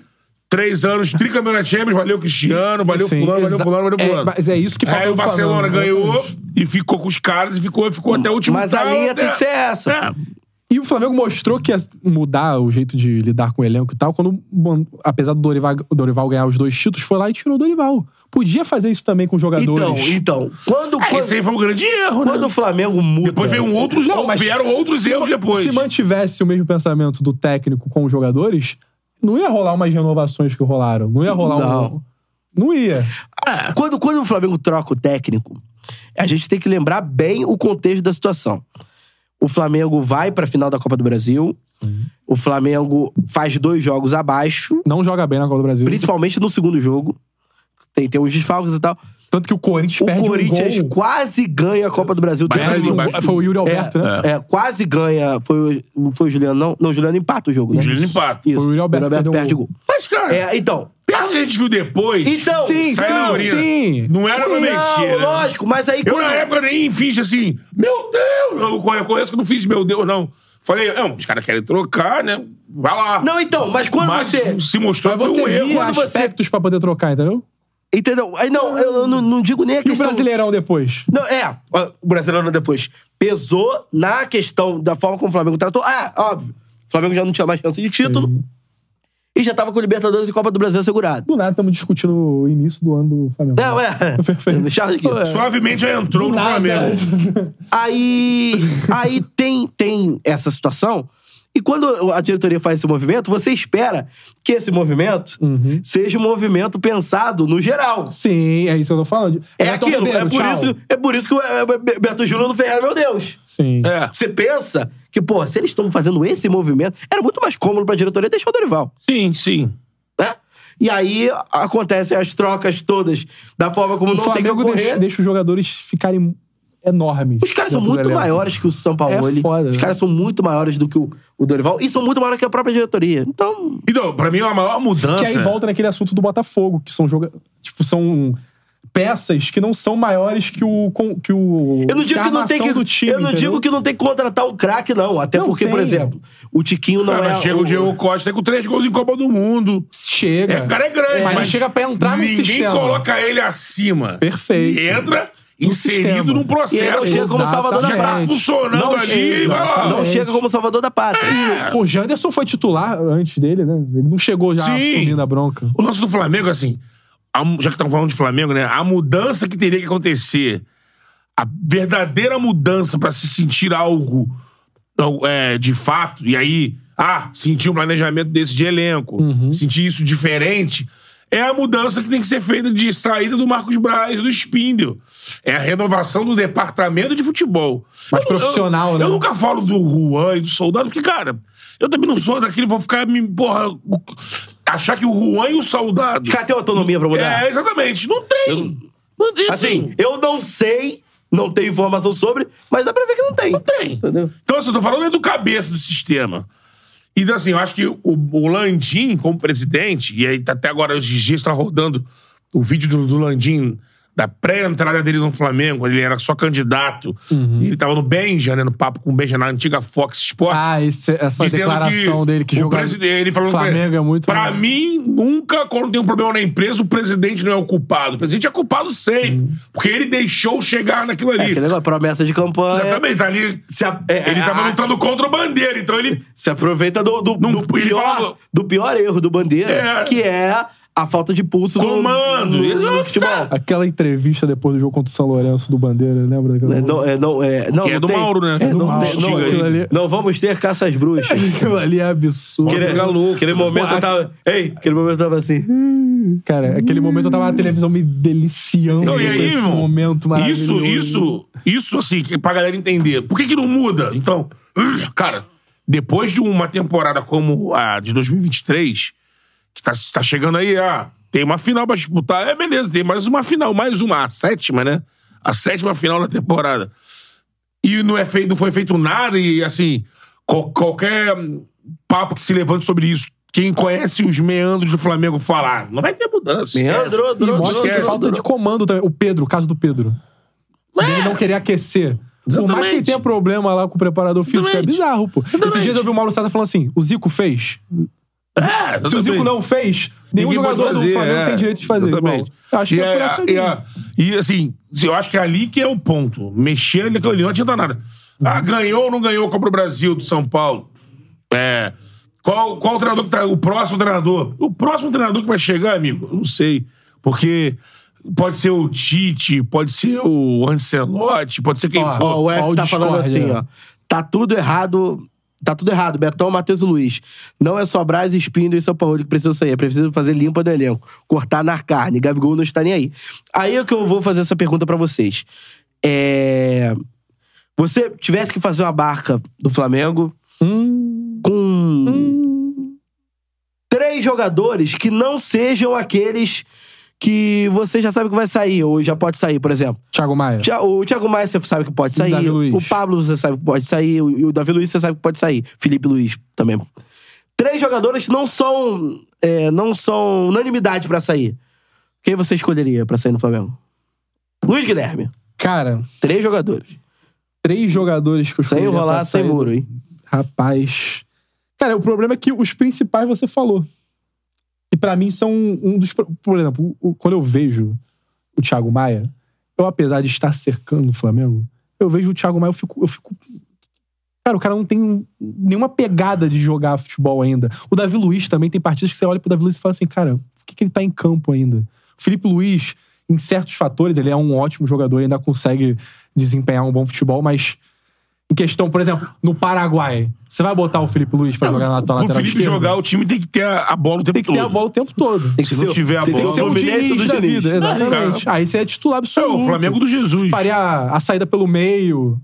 três anos, tricampeão da Champions, valeu Cristiano, valeu
Sim,
Fulano, valeu
exa-
Fulano, valeu
é,
Fulano.
mas é isso que falta
Aí o
pro Flamengo,
Barcelona
né?
ganhou e ficou com os caras e ficou, ficou até o último
Mas a
tal,
linha
até-
tem que ser essa.
É.
E o Flamengo mostrou que ia mudar o jeito de lidar com o elenco e tal, quando, bom, apesar do Dorival, o Dorival ganhar os dois títulos, foi lá e tirou o Dorival. Podia fazer isso também com os
Então,
jogadores.
então. Quando,
É,
quando,
Esse aí foi um grande erro,
quando
né?
o Flamengo muda.
Depois veio um outro.
Não, mas
vieram outros erros depois.
Se mantivesse o mesmo pensamento do técnico com os jogadores, não ia rolar umas renovações que rolaram. Não ia rolar um.
Não.
Não ia.
é, Quando, quando o Flamengo troca o técnico, a gente tem que lembrar bem o contexto da situação. O Flamengo vai pra final da Copa do Brasil. O Flamengo faz dois jogos abaixo,
Não joga bem na Copa do Brasil.
principalmente no segundo jogo. Tem, tem uns desfalques e tal.
Tanto que o Corinthians
O
perde um
Corinthians
gol.
quase ganha a Copa do Brasil.
Bahia
dentro
Perde
do-
um gol. Foi o Yuri Alberto, né?
é, quase ganha. Foi, o- foi o Juliano, não? Não, o Juliano empata o jogo. né?
O Juliano empata.
Isso.
Foi o Yuri Alberto que perdeu
perde o
um
gol.
gol.
Mas, cara,
É, então,
pior que a gente viu depois.
Então,
Sim,
saiu na
sim,
urina.
sim.
Não era pra
Sim,
mexer.
não,
né?
lógico, mas aí
Eu,
quando-
na época, nem fiz assim, meu Deus, eu conhe- conheço que eu não fiz, meu Deus, não. Falei, não, os caras querem trocar, né? Vai lá.
Não, então, mas quando
Mas
você.
se mostrou
Mas
que foi
você
um erro.
via
Quando você-
aspectos pra poder trocar, entendeu?
Entendeu? Aí, não, eu não, não digo nem a
E o
questão.
Brasileirão depois?
Não, é, ó, o brasileiro depois. Pesou na questão da forma como o Flamengo tratou. Ah, óbvio. O Flamengo já não tinha mais chance de título.
Uhum.
E já tava com Libertadores e Copa do Brasil assegurado.
Do nada estamos discutindo o início do ano do Flamengo.
Não, é.
Perfeito.
Charles aqui.
É.
Suavemente já entrou no Flamengo.
Aí, aí tem, tem essa situação. E quando a diretoria faz esse movimento, você espera que esse movimento
Uhum.
seja um movimento pensado no geral.
Sim, é isso que eu tô falando.
É
Everton
aquilo,
Ribeiro,
é, por
tchau.
isso, é por isso que o é, é, Beto Júnior não ferrou, meu Deus.
Sim.
É.
Você pensa que, pô, se eles estão fazendo esse movimento, era muito mais cômodo pra diretoria deixar o Dorival,
Sim, sim.
né? E aí acontecem as trocas todas da forma como
O
não tem que
Flamengo deixa,
ocorrer.
deixa os jogadores ficarem enormes.
Os caras são
dentro do
muito
elenco.
maiores que o São Paulo.
É foda,
Os
né?
caras são muito maiores do que o, o Dorival e são muito maiores que a própria diretoria. Então,
Então, pra mim, a maior mudança.
Que
né?
aí volta naquele assunto do Botafogo, que são joga... tipo, são peças que não são maiores que o con- que o
eu não digo que não tem que
armação do time,
eu não
entendeu?
digo que não tem que contratar um craque não, até
Não
porque, por
tem.
exemplo, o Tiquinho não
Cara,
é
Ah, chega o Diego Costa com três gols em Copa do Mundo.
chega.
É, o cara é grande.
mas, não chega pra entrar no
ninguém
sistema.
coloca ele acima.
Perfeito.
E entra
No
inserido
sistema.
num
E ele não
processo. tá
chega como Salvador da
Exatamente.
Pátria.
Funcionando
Não
ali,
chega.
vai lá.
Não chega como Salvador da Pátria.
O Janderson foi titular antes dele, né? Ele não chegou já
Sim.
assumindo a bronca.
O lance do Flamengo, assim. a mu- já que estamos falando de Flamengo, né? A mudança que teria que acontecer, a verdadeira mudança pra se sentir algo al- é, de fato, e aí, ah, sentir um planejamento desse de elenco,
Uhum.
sentir isso diferente, é a mudança que tem que ser feita de saída do Marcos Braz, do Spindel. É a renovação do departamento de futebol.
Mais
Eu não- eu-
profissional,
eu
né?
nunca nunca falo do Juan e do Soldado, porque, cara, eu também não sou daquele, vou ficar me, porra, o- achar que o Juan e o Soldado.
Cadê a autonomia pra mudar?
É, exatamente. Não tem. Não tem,
assim,
assim.
eu não sei, não tenho informação sobre, mas dá pra ver que não tem. Não
tem. Então, assim, eu tô falando é do cabeça do sistema. Então, assim, eu acho que o, o Landim, como presidente, e aí tá até agora os dias tá rodando o vídeo do, do Landim, da pré-entrada dele no Flamengo, quando ele era só candidato,
Uhum.
e ele tava no Benja, né, no papo com o Benja, na antiga Fox Sports.
Ah, esse- essa
dizendo
declaração
que
dele que
o
joga.
presidente- ele falou que
Flamengo é muito.
Pra mim, nunca, quando tem um problema na empresa, o presidente não é o culpado. O presidente é culpado sempre. Porque ele deixou chegar naquilo
É
ali.
aquele negócio, promessa de campanha.
é-
Exatamente, tá ali.
Se a- é,
ele
é,
tava
a-
lutando contra o bandeira, então ele.
Se aproveita do, do,
Não,
do
ele
pior,
falou-
do pior erro do Bandeira,
É.
que é a falta de pulso do-
Comando. Tá.
do, do
Exato.
futebol.
Aquela entrevista depois do jogo contra o São Lourenço do Bandeira, lembra? daquela-
É, Não, é, não, é, não,
Que é
não
do
tem-
Mauro, né?
É,
Do
não,
Mauro.
tem- não,
Diga aí.
aquilo ali- não vamos ter caça às bruxas.
Aquilo ali é absurdo.
Aquele,
ficar louco.
aquele momento eu tava. Ei, aquele momento eu tava assim.
Cara, aquele momento eu tava na televisão me deliciando
Não, e aí,
esse
irmão,
momento maravilhoso.
Isso, isso, isso, assim, que pra galera entender. Por que, que não muda? Então, cara, depois de uma temporada como a de 2023, que tá, tá chegando aí, ah, tem uma final pra disputar. É, beleza, tem mais uma final, mais uma, a sétima, né? A sétima final da temporada. E não, é feito, não foi feito nada, e assim, qual- qualquer papo que se levante sobre isso. Quem conhece os meandros do Flamengo falar, não vai ter mudança. esquece."
Meandro,
E
dro,
mostra
dro,
que
esquece.
dro,
falta
dro.
de comando também. O Pedro, o caso do Pedro. Ele não querer aquecer. Por mais que ele
Exatamente.
tenha problema lá com o preparador físico, é
Exatamente.
bizarro, pô. Esses dias eu vi o Mauro César falando assim: o Zico fez.
É,
Se o
exatamente.
Zico não fez, nenhum
Ninguém pode
jogador do
fazer,
Flamengo
é.
tem direito de fazer.
Exatamente.
irmão. Eu acho que
e
é, por essa
e,
linha.
é- e, assim, eu acho que é ali que é o ponto. Mexer ali, ali não adianta nada. Ah,
Uhum.
ganhou ou não ganhou a Copa do Brasil do São Paulo? É. Qual, qual o treinador que tá. O próximo treinador? O próximo treinador que vai chegar, amigo? Eu Não sei. Porque pode ser o Tite, pode ser o Ancelotti, pode ser quem
Ó,
for.
Ó, o F
Ó, o
tá falando
discórdia.
assim, ó. Tá tudo errado. Tá tudo errado. Betão, Matheus e Luiz. Não é só Braz, Espindo e São Paulo que precisam sair. É preciso fazer limpa do elenco. Cortar na carne. Gabigol não está nem aí. Aí é que eu vou fazer essa pergunta pra vocês. É... Você tivesse que fazer uma barca do Flamengo com três jogadores que não sejam aqueles que você já sabe que vai sair ou já pode sair, por exemplo.
Thiago Maia.
Thi- É. O Thiago Maia você sabe que pode sair.
Davi Luiz.
O Pablo você sabe que pode sair. O e o Davi Luiz você sabe que pode sair. Felipe Luiz também. Três jogadores que não são. é, não são unanimidade pra sair. Quem você escolheria pra sair no Flamengo? Luiz Guilherme.
Cara,
Três jogadores.
três jogadores que eu
Sem
escolheria pra
enrolar, sem
sair do-
muro, hein?
Rapaz. Cara, o problema é que os principais você falou. E pra mim são um dos. pro- Por exemplo, o- o- quando eu vejo o Thiago Maia, eu, apesar de estar cercando o Flamengo, eu vejo o Thiago Maia, eu fico. Eu fico Cara, o cara não tem nenhuma pegada de jogar futebol ainda. O Davi Luiz também tem partidas que você olha pro Davi Luiz e fala assim, cara, por que, que ele tá em campo ainda? O Felipe Luiz, em certos fatores, ele é um ótimo jogador, ele ainda consegue desempenhar um bom futebol, mas em questão, por exemplo, no Paraguai, você vai botar o Felipe Luiz pra jogar na tua
Pro
lateral
Felipe
esquerda?
jogar, o time tem que ter a, a bola o tempo
tem que
todo.
ter a bola o tempo todo.
Tem
Se não tiver a
tem
bola,
que ser um
o
o Diniz
Diniz
do
da
Diniz.
vida, exatamente. Aí você é titular
É,
absoluto.
o Flamengo do Jesus.
Faria a, a saída pelo meio.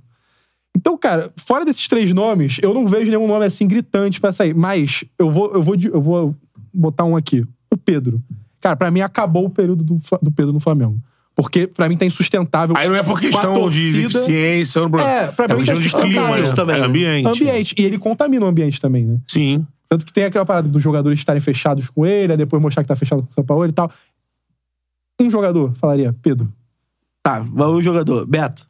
Então, cara, fora desses três nomes, eu não vejo nenhum nome assim gritante pra sair. Mas eu vou, eu vou, de- eu vou botar um aqui. O Pedro. Cara, pra mim acabou o período do, Fla- do Pedro no Flamengo. Porque pra mim tá insustentável.
Aí não é por questão
Com a
de
torcida-
eficiência, não problema.
É, pra mim
é questão
tá
de clima,
ambiente
né?
também.
É ambiente.
ambiente. E ele contamina o ambiente também, né?
Sim.
Tanto que tem aquela parada dos jogadores estarem fechados com ele, aí depois mostrar que tá fechado com o São Paulo e tal. Um jogador falaria, Pedro.
Tá, vamos jogador. Beto.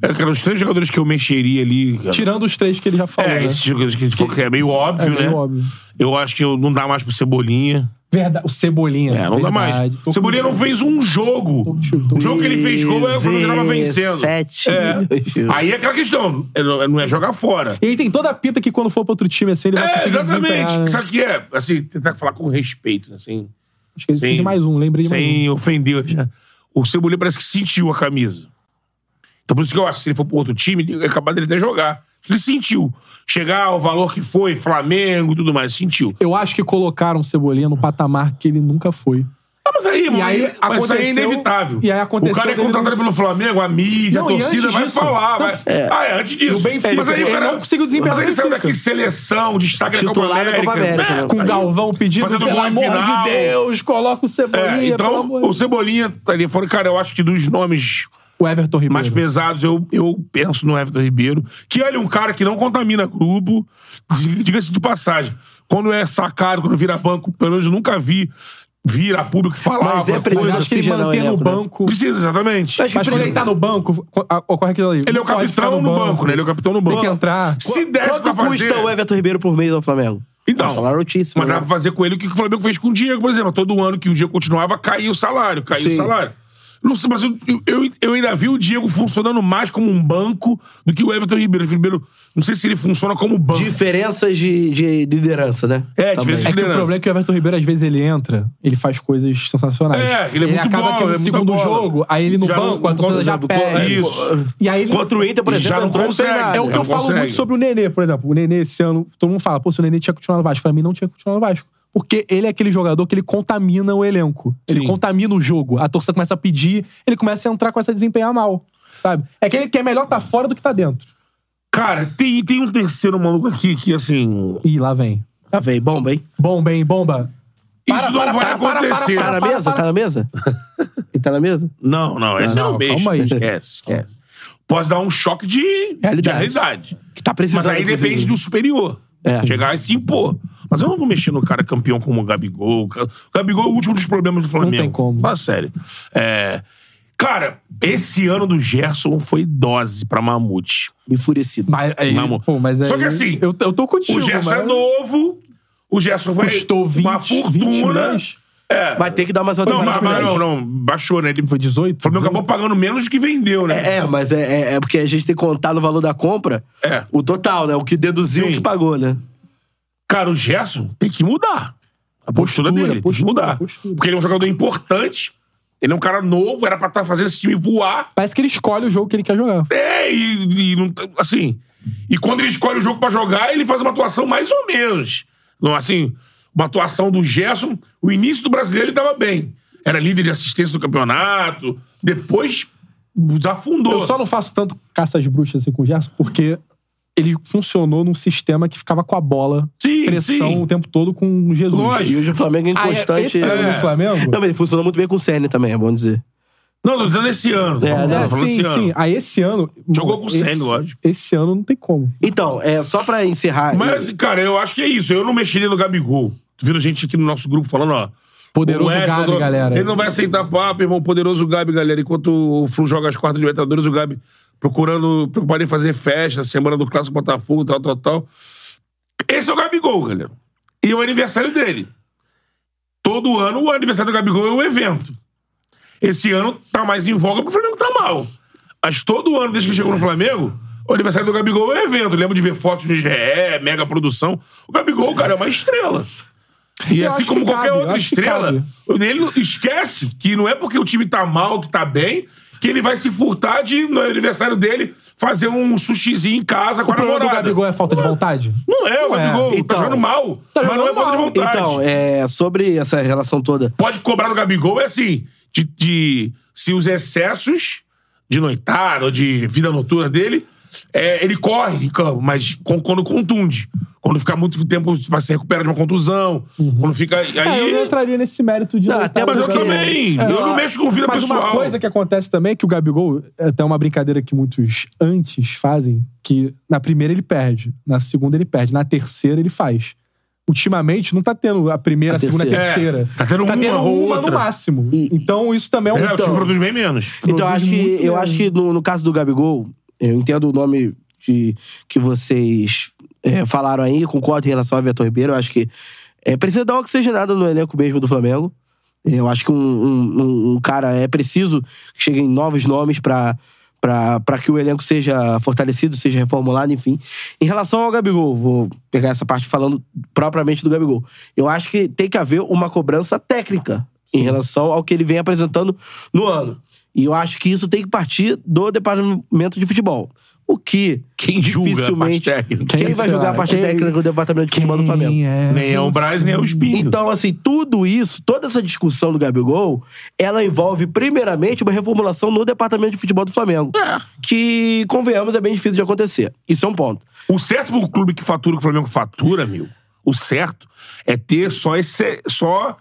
É, cara, os três jogadores que eu mexeria ali. cara.
Tirando os três que ele já falou.
é,
né?
esses jogadores que a gente falou que é meio óbvio,
É
né?
meio óbvio.
Eu acho que eu- não dá mais pro Cebolinha.
Verdade. O Cebolinha.
É, não dá mais. Cebolinha não fez um jogo.
contigo, tô
O jogo que ele fez gol é quando ele tava vencendo.
Sete.
É. Aí é aquela questão. é, não- não é jogar fora.
Ele tem toda a pinta que quando for pra outro time assim, ele vai
É,
conseguir
exatamente.
desempenhar, né?
Sabe o que é? Assim, tentar falar com respeito, né? Assim,
Acho que ele de mais um, lembrei de mais um.
Sem ofender. né? O Cebolinha parece que sentiu a camisa. Então por isso que eu acho que se ele for pro outro time, ele ia acabar dele até jogar. Ele sentiu. Chegar ao valor que foi, Flamengo e tudo mais, sentiu.
Eu acho que colocaram o Cebolinha no patamar que ele nunca foi.
Ah, mas aí, mano,
aí
mas isso aí é
aconteceu-
inevitável.
e aí aconteceu
O cara é
dele
contratado
não-
pelo Flamengo, a mídia,
Não,
a
e
torcida
antes
vai
disso,
falar. Vai...
tanto-
Ah, é, antes disso.
O Benfica,
mas aí o
ele
cara
não conseguiu desempenhar
Mas aí
no
ele saiu
Benfica.
daqui seleção, destaque da Copa
Titular da
América. É,
Copa América, né?
Com o
aí-
Galvão pedindo,
fazendo
pelo
gol em
amor
final.
de Deus, coloca o Cebolinha,
É,
pelo
então,
amor
o Cebolinha tá ali fora. Cara, eu acho que dos nomes
O Everton Ribeiro.
mais pesados, eu, eu penso no Everton Ribeiro. Que olha, um cara que não contamina grupo. Diga- Diga-se de passagem. Quando é sacado, quando vira banco, pelo menos eu nunca vi virar público falar.
Mas é
alguma
preciso
Mas eu
coisa. assim.
acho que ele
oxigenar o
manter no
elenco, né?
banco.
Precisa, exatamente.
Acho que
Mas quando ele tá no banco, co- a- ocorre aquilo ali.
Ele é
Não
o
pode ficar
capitão no banco, né? Ele é o capitão no banco.
Tem que entrar.
Se desse
Quanto
pra fazer.
custa o Everton Ribeiro por mês ao Flamengo?
Então,
É um salário altíssimo,
Mas dava
né?
pra fazer com ele o que o Flamengo fez com o Diego, por exemplo. Todo ano que o Diego continuava, caía o salário, caía
Sim.
o salário. Não sei, mas eu, eu, eu ainda vi o Diego funcionando mais como um banco do que o Everton Ribeiro. O Ribeiro, não sei se ele funciona como banco.
Diferenças de, de liderança, né?
É,
Também.
diferença-
É que o
liderança.
problema é que o Everton Ribeiro, às vezes, ele entra, ele faz coisas sensacionais.
É, ele é muito
acaba
bom,
que no
ele é muita
segundo
bola.
jogo, aí ele no
Já
banco,
não-
a torcida
não
já
consegue-
perde.
é Isso.
E aí ele-
Contra o Inter, por
E
exemplo,
já não
entrou
consegue.
treinado.
É o que
Não
eu falo
consegue.
muito sobre o Nenê, por exemplo. O Nenê, esse ano, todo mundo fala, pô, se o Nenê tinha continuado no Vasco. Pra mim, não tinha continuado no Vasco. Porque ele é aquele jogador que ele contamina o elenco. Ele
Sim.
contamina o jogo. A torcida começa a pedir, ele começa a entrar, começa a desempenhar mal. Sabe? É aquele que é melhor tá fora do que tá dentro.
Cara, tem, tem um terceiro maluco aqui que, assim.
Ih, lá vem.
Ah, velho, bomba, hein?
Bomba, hein? Bomba.
isso não vai acontecer.
Tá na
para,
mesa?
para.
Tá na mesa? Ele tá na mesa?
Não, não, esse
Não,
é o beijo.
calma aí.
Esquece, esquece. Posso dar um choque de
Realidade.
de realidade.
Que tá precisando.
Mas aí depende
inclusive.
do superior.
É.
Chegar e se impor. Mas eu não vou mexer no cara campeão como o Gabigol. O Gabigol é o último dos problemas do Flamengo.
tem como.
Fala sério. É, Cara, esse ano do Gerson foi dose pra Mamute.
Enfurecido.
Mas, aí,
Vamos.
pô, mas aí,
Só que assim,
Eu, eu tô contigo,
O Gerson
mas...
é novo. O Gerson foi
Custou 20,
uma fortuna.
20
Vai ter que dar mais uma
não, mas,
temporada
mas
pra
não,
ele.
não. Baixou, né? Ele
Foi 18?
O Flamengo acabou pagando menos do que vendeu, né?
É, é, mas é, é- é porque a gente tem que contar no valor da compra
É.
o total, né? O que deduziu,
Sim.
o que pagou, né?
Cara, o Gerson tem que mudar. A postura,
Postura,
dele tem que
postura,
mudar.
postura.
Porque ele é um jogador importante. Ele é um cara novo, era pra estar fazendo esse time voar.
Parece que ele escolhe o jogo que ele quer jogar.
É, e, e não tá- assim. E quando ele escolhe o jogo pra jogar, ele faz uma atuação mais ou menos. Não, assim, uma atuação do Gerson, o início do brasileiro ele tava bem. Era líder de assistência do campeonato, depois desafundou.
Eu só não faço tanto caça às bruxas assim com o Gerson, porque ele funcionou num sistema que ficava com a bola,
Sim,
pressão
sim.
o tempo todo com Jesus.
Lógico.
E hoje o Flamengo é
Ah, é-
inconstante.
esse ano
é.
do Flamengo?
Não, mas ele funcionou muito bem com o Senna também, é bom dizer.
Não, tô dizendo esse ano.
É,
tô
não,
É,
falando
sim,
esse ano.
sim. Aí esse ano...
Jogou com o Senna,
esse,
lógico.
Esse ano não tem como.
Então, é, só pra encerrar.
Mas, cara, eu acho que é isso. Eu não mexeria no Gabigol. Tu viu gente aqui no nosso grupo falando, ó.
Poderoso
o Wesley,
Gabi,
do-
galera.
Ele não vai aceitar papo, irmão. Poderoso Gabi, galera. Enquanto o Flu joga as quartas de Libertadores, o Gabi procurando, preocupado em fazer festa, semana do Clássico Botafogo, tal, tal, tal. Esse é o Gabigol, galera. E é o aniversário dele. Todo ano o aniversário do Gabigol é um evento. Esse ano tá mais em voga porque o Flamengo tá mal. Mas todo ano, desde que chegou no Flamengo, o aniversário do Gabigol é um evento. Eu lembro de ver fotos no GE, mega produção. O Gabigol, cara, é uma estrela. E
Eu
assim
acho
como
que
qualquer
cabe, eu
outra
acho que
estrela,
cabe.
ele não- esquece que não é porque o time tá mal, que tá bem, que ele vai se furtar de, no aniversário dele, fazer um sushizinho em casa com
O
a
problema do
namorada.
Gabigol é falta de vontade?
Não é, o
Não é.
Gabigol.
Então-
tá jogando mal.
Tá
mas não é
jogando
falta de
mal.
vontade.
Então, é, sobre essa relação toda.
Pode cobrar do Gabigol é assim, de, de- se os excessos de noitada ou de vida noturna dele, é, ele corre em campo, mas com- quando contunde. Quando fica muito tempo pra se recuperar de uma contusão. Quando fica. Aí, é,
É, eu não entraria nesse mérito de...
Não,
não
até
tá
mas eu
jogando-
também. eu não mexo com vida
Mas
pessoal.
uma coisa que acontece também é que o Gabigol, é até uma brincadeira que muitos antes fazem, que na primeira ele perde, na segunda ele perde, na terceira ele faz. Ultimamente não tá tendo a
A
primeira, a, segunda, a
terceira.
terceira.
É, tá tendo uma ou outra.
no máximo.
E-
então isso também é um...
É, o time produz bem menos.
Então,
Produz
acho que,
muito
eu
mesmo.
acho que no, no caso do Gabigol, eu entendo o nome de, que vocês é, falaram aí, concordo em relação ao Vitor Ribeiro. Eu acho que é, precisa dar uma oxigenada no elenco mesmo do Flamengo. Eu acho que um, um- um- um cara é preciso que cheguem novos nomes pra para que o elenco seja fortalecido, seja reformulado, enfim. Em relação ao Gabigol, vou pegar essa parte falando propriamente do Gabigol. Eu acho que tem que haver uma cobrança técnica em relação ao que ele vem apresentando no ano. E eu acho que isso tem que partir do departamento de futebol. O que
Quem julga a parte
dificilmente
técnica?
quem,
Quem
vai jogar a
será?
parte
Quem-
técnica do departamento de futebol do Flamengo?
Nem é o Braz, nem é o Espinho.
Então, assim, tudo isso, toda essa discussão do Gabigol, ela envolve, primeiramente, uma reformulação no departamento de futebol do Flamengo. Que, convenhamos, é bem difícil de acontecer. Isso é um ponto.
O certo pro clube que fatura o que o Flamengo fatura, meu, o certo é ter só esse. só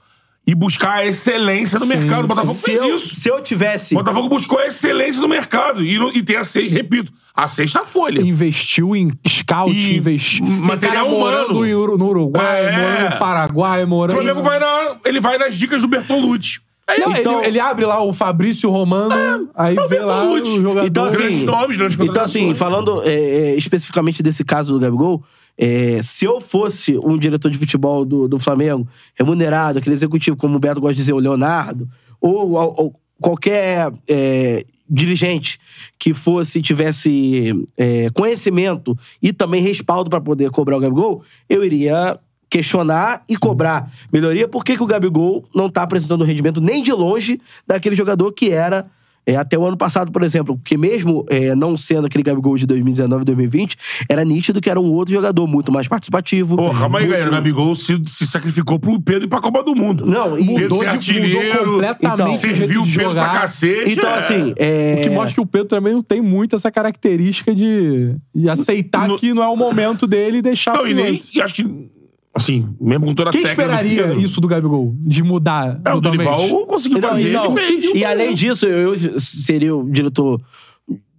ir buscar a excelência no mercado. O Botafogo
se,
fez
eu,
isso.
se eu tivesse.
O Botafogo buscou a excelência no mercado. E, não- e tem a sexta, repito, a sexta folha.
Investiu em scout,
E
investiu.
material humano.
morando em Uru- no Uruguai,
É.
morando no Paraguai,
O
morando.
Flamengo vai na, ele vai nas dicas do Bertolucci. Aí
Não,
ele-
ele, é ele abre lá o Fabrício Romano, Então, aí
é o
vê lá o
Bertolucci.
jogador.
Então, assim,
Grandes nomes, grandes
Então, assim,
contratações.
falando é, é, especificamente desse caso do Gabigol, é, se eu fosse um diretor de futebol do, do Flamengo, remunerado, aquele executivo, como o Beto gosta de dizer, o Leonardo, ou, ou- ou qualquer é, dirigente que fosse, tivesse é, conhecimento e também respaldo para poder cobrar o Gabigol, eu iria questionar e cobrar melhoria. Por que, que o Gabigol não tá apresentando um rendimento nem de longe daquele jogador que era é, até o ano passado, por exemplo, que mesmo é, não sendo aquele Gabigol de 2019 2020, era nítido que era um outro jogador muito mais participativo.
Pô, calma aí,
muito...
galera. O Gabigol se, se sacrificou pro Pedro e pra Copa do Mundo.
Não, e-
Pedro
mudou,
ser
de, mudou
artilheiro.
Então,
completamente. o jeito
Serviu o
de
Pedro pra
jogar.
cacete.
Então,
é.
assim,
O
é...
que mostra que o Pedro também não tem muito essa característica de, de aceitar
No-
que não é o momento dele e deixar
Não,
pro
e nem.
outro.
e acho que. Assim, mesmo com toda a
Quem
técnica. do
esperaria
Pedro,
isso do Gabigol? De mudar?
É, o
totalmente?
Dorival conseguiu
Então,
fazer,
então,
ele fez. né?
E além disso, eu, eu seria o diretor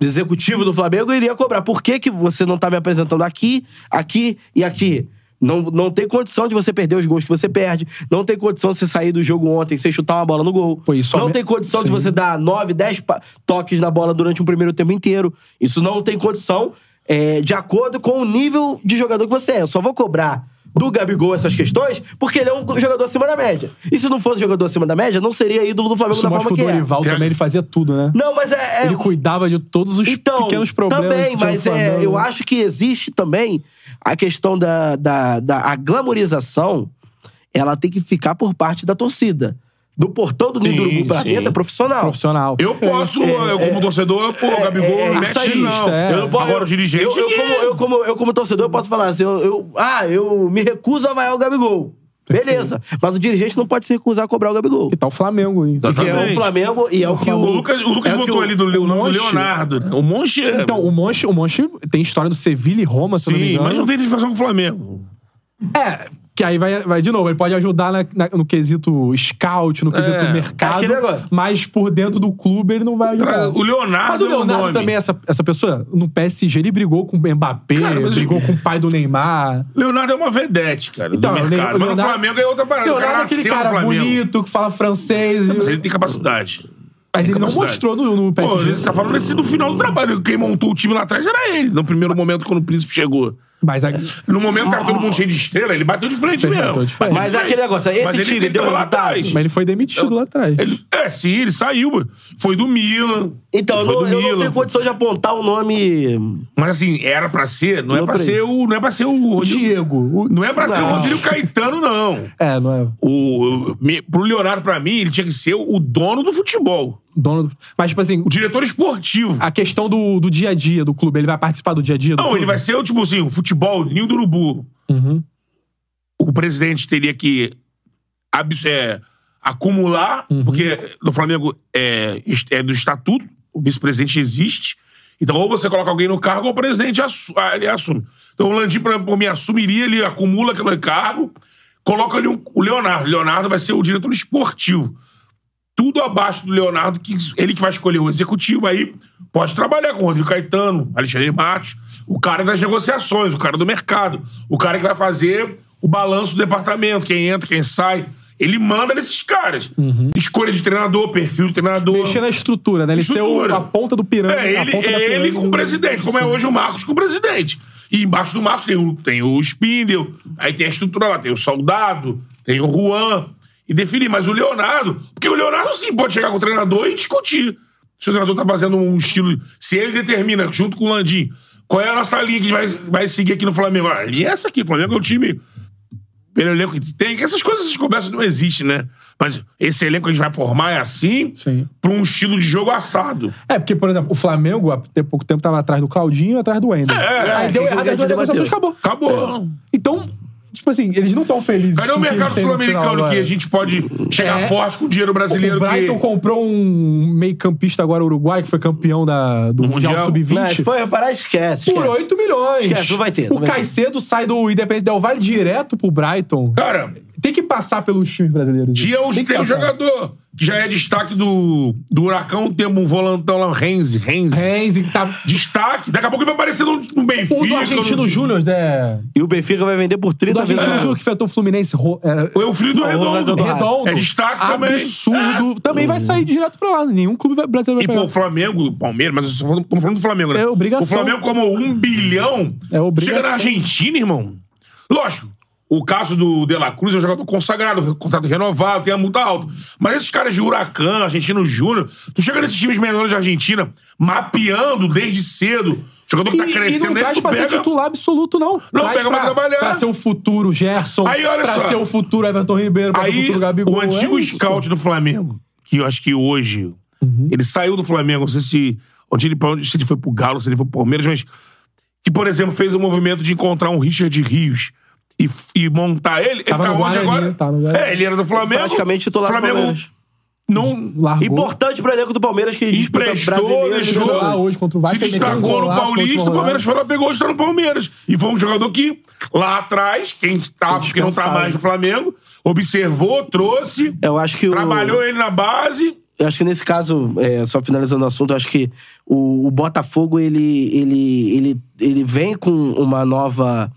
executivo do Flamengo e iria cobrar. Por que, que você não tá me apresentando aqui, aqui e aqui? Não, não tem condição de você perder os gols que você perde. Não tem condição de você sair do jogo ontem sem chutar uma bola no gol.
Pô, isso
não
aume-
tem condição de
Sim.
você dar 9, 10 pa- toques na bola durante um primeiro tempo inteiro. Isso não tem condição é, de acordo com o nível de jogador que você é. Eu só vou cobrar do Gabigol essas questões porque ele é um jogador acima da média. E se não fosse jogador acima da média, não seria ídolo do Flamengo
Isso
da
mostra
forma
que
que
o Dorival
é. Tem-
também ele fazia tudo, né?
é. Não, mas é. é-
Ele cuidava de todos os
então,
pequenos problemas.
também,
que tinha no
mas é,
Flamengo.
eu acho que existe também a questão da, da, da a glamorização, ela tem que ficar por parte da torcida. Do portão do ninho do
Sim,
Urubu pra
sim.
dentro é profissional.
Profissional.
Eu posso, eu como torcedor, pô, Gabigol,
é, é
mete
isso aí,
ele, não.
é.
Eu não posso, Agora o dirigente.
Eu, eu
que- é.
como, eu, como, eu como torcedor, eu posso falar assim: eu, eu- ah, eu me recuso a vaiar o Gabigol. Beleza. Mas o dirigente não pode se recusar a cobrar o Gabigol.
E tá o Flamengo. hein?
Tá-
Que é o
Exatamente.
Flamengo e é o que o.
O Lucas, o Lucas
é o que
botou
o-
ali do,
o
o nome do
Monchi-
Leonardo. né? O Monchi é.
Então, o né? Monchi, o Monchi tem história do Sevilha e Roma, se eu não me
sim,
engano.
mas não tem identificação com o Flamengo.
É, que aí vai, vai de novo, ele pode ajudar na- na- no quesito scout, no
É.
quesito mercado,
aquele negócio.
mas por dentro do clube ele não vai ajudar.
O Leonardo
mas o
é o
Leonardo
nome.
também é essa, essa pessoa. No PSG ele brigou com o Mbappé,
Cara, mas-
brigou com o pai do Neymar.
Leonardo é uma vedete, cara,
Então,
do mercado.
Leonardo-
mas no Flamengo é outra parada.
Leonardo
o
é
cara
aquele
nasceu no
cara
Flamengo.
bonito que fala francês,
Mas ele tem capacidade.
mas ele não
capacidade.
mostrou no, no
Pô,
PSG.
você tá falando esse do final do trabalho. Quem montou o time lá atrás era ele. No primeiro momento, quando o príncipe chegou.
Mas a-
No momento que tava todo mundo cheio de estrela, ele bateu de frente
Ah, Ele
mesmo.
bateu de frente.
Bateu
Mas é aquele negócio, esse
Mas ele-
time
ele
deu
tava lá
resultado?
atrás.
mas ele foi demitido lá atrás.
Ele- é, sim, ele saiu. mano. Foi do Milan.
Então, eu não,
Ele foi do
eu não
Milan.
tenho condição de apontar o nome.
Mas assim, era pra ser, não, é
Não
pra
pra
ser
isso.
o. Não é pra ser o. Rodrigo-
Diego. o-
Não é pra ser o
Não.
Rodrigo Caetano, não.
É, não é.
O, me- pro Leonardo, pra mim, ele tinha que ser o dono do futebol.
Dono do- Mas, tipo assim,
O diretor esportivo.
a questão do, do dia a dia do clube, ele vai participar do dia a dia do
Não,
clube?
ele vai ser o tipo assim, o futebol, ninho do urubu.
Uhum.
O presidente teria que abs- é, acumular, porque no Flamengo é, est- é do estatuto, o vice-presidente existe. Então, ou você coloca alguém no cargo, ou o presidente assu- ah, ele assume. Então, o Landim, por exemplo, me assumiria, ele acumula aquele cargo, coloca ali um- o Leonardo. Leonardo vai ser o diretor esportivo. tudo abaixo do Leonardo, que ele que vai escolher o executivo aí, pode trabalhar com o Rodrigo Caetano, Alexandre Matos, o cara das negociações, o cara do mercado, o cara que vai fazer o balanço do departamento, quem entra, quem sai. Ele manda nesses caras. Escolha de treinador, perfil de treinador.
Mexer na estrutura, né? Ele ser o-
Uhum. Estrutura.
a ponta do pirâmide.
É
a
ele,
ponta da
é ele
pirâmide
com o
do-
presidente, como é hoje o Marcos com o presidente. E embaixo do Marcos tem o, tem o Spindel, aí tem a estrutura lá, tem o Soldado, tem o Juan. E definir, mas o Leonardo, porque o Leonardo sim pode chegar com o treinador e discutir se o treinador tá fazendo um estilo. Se ele determina, junto com o Landim, qual é a nossa linha que a gente vai, vai seguir aqui no Flamengo? Ah, a linha é essa aqui. O Flamengo é um time. Pelo elenco que tem. Essas coisas, essas conversas não existem, né? Mas esse elenco que a gente vai formar é assim,
Sim.
pra um estilo de jogo assado.
É, porque, por exemplo, o Flamengo, há te- pouco tempo, tava atrás do Claudinho e atrás do Wender.
É, é,
Aí deu
que
errado
a
as
gente
duas
debateu.
negociações, acabou.
Acabou.
Então, tipo assim, eles não estão felizes.
Cadê
com
o
que
mercado
eles têm no final
sul-americano que
agora?
a gente pode chegar
É.
forte com o dinheiro brasileiro
O Brighton
que...
comprou um meio campista agora uruguai, que foi campeão da, do Mundial,
Mundial.
Não, se
Sub-20.
for reparar, esquece.
Por
esquece.
8 milhões.
Esquece, não vai ter, não
O
vai ter.
Caicedo sai do Independente Del Vale direto pro Brighton.
Cara,
Tem que passar pelos times brasileiros.
tinha os,
Tem que
tem um
passar.
jogador que já é destaque do, do Huracão, tem um volantão lá, Renzi, Renzi.
Renzi, que tá...
Destaque. Daqui a pouco ele vai aparecer no, no Benfica.
O do
no-
Argentino Júnior, é...
E o Benfica vai vender por
O do
30 vezes.
Argentino
mais.
Júnior que afetou o Fluminense. ro- era-
É. O Eufrido
Ah, o
Redondo.
Redondo.
Redondo.
É destaque também. É.
Absurdo. Também vai sair direto pra lá. Nenhum clube vai- brasileiro
E,
vai
pô, o
pegar.
Flamengo, o Palmeiras, mas estamos falando, tamo falando do Flamengo, né?
É obrigação.
O Flamengo como um bilhão.
É obrigação.
Chega na Argentina, irmão. Lógico. O caso do De La Cruz é um jogador consagrado, contrato renovado, tem a multa alta. Mas esses caras de Huracan, Argentino Júnior, tu chega nesses times menores da Argentina, mapeando desde cedo. O jogador que tá
E, e
crescendo,
não
aí
traz
tu
pra ser
pega.
titular absoluto, não.
Não,
traz
pega pra trabalhar.
Pra ser o futuro Gerson.
Aí, olha
pra
só.
ser o futuro Everton Ribeiro, pra ser o
Aí,
futuro Gabigol.
o antigo
é isso, Uhum. pô.
scout do Flamengo, que eu acho que hoje. Ele saiu do Flamengo, não sei se. Onde ele, pra onde- se ele foi pro Galo, se ele foi pro Palmeiras, mas. Que, por exemplo, fez o movimento de encontrar um Richard Rios e, e montar ele. Ele
Tava
tá
no
onde
Guarani,
agora?
tá no Guarani.
é, ele era do Flamengo.
Praticamente titular do
Flamengo
Palmeiras.
Não.
Largou.
Importante pro elenco do Palmeiras que disputa
Emprestou,
brasileiro,
deixou.
entendeu?
lá hoje contra o
se
Vasco, ele meteu um
destacou no
golaço na
Paulista,
última
o Palmeiras
rodada.
foi lá, pegou hoje está no Palmeiras. E foi um jogador que, lá atrás, quem, tá,
Foi
que não tá
dispensado.
mais no Flamengo, observou, trouxe,
Eu acho que o-
trabalhou ele na base.
eu acho que nesse caso, é, só finalizando o assunto, eu acho que o, o Botafogo ele, ele, ele, ele vem com uma nova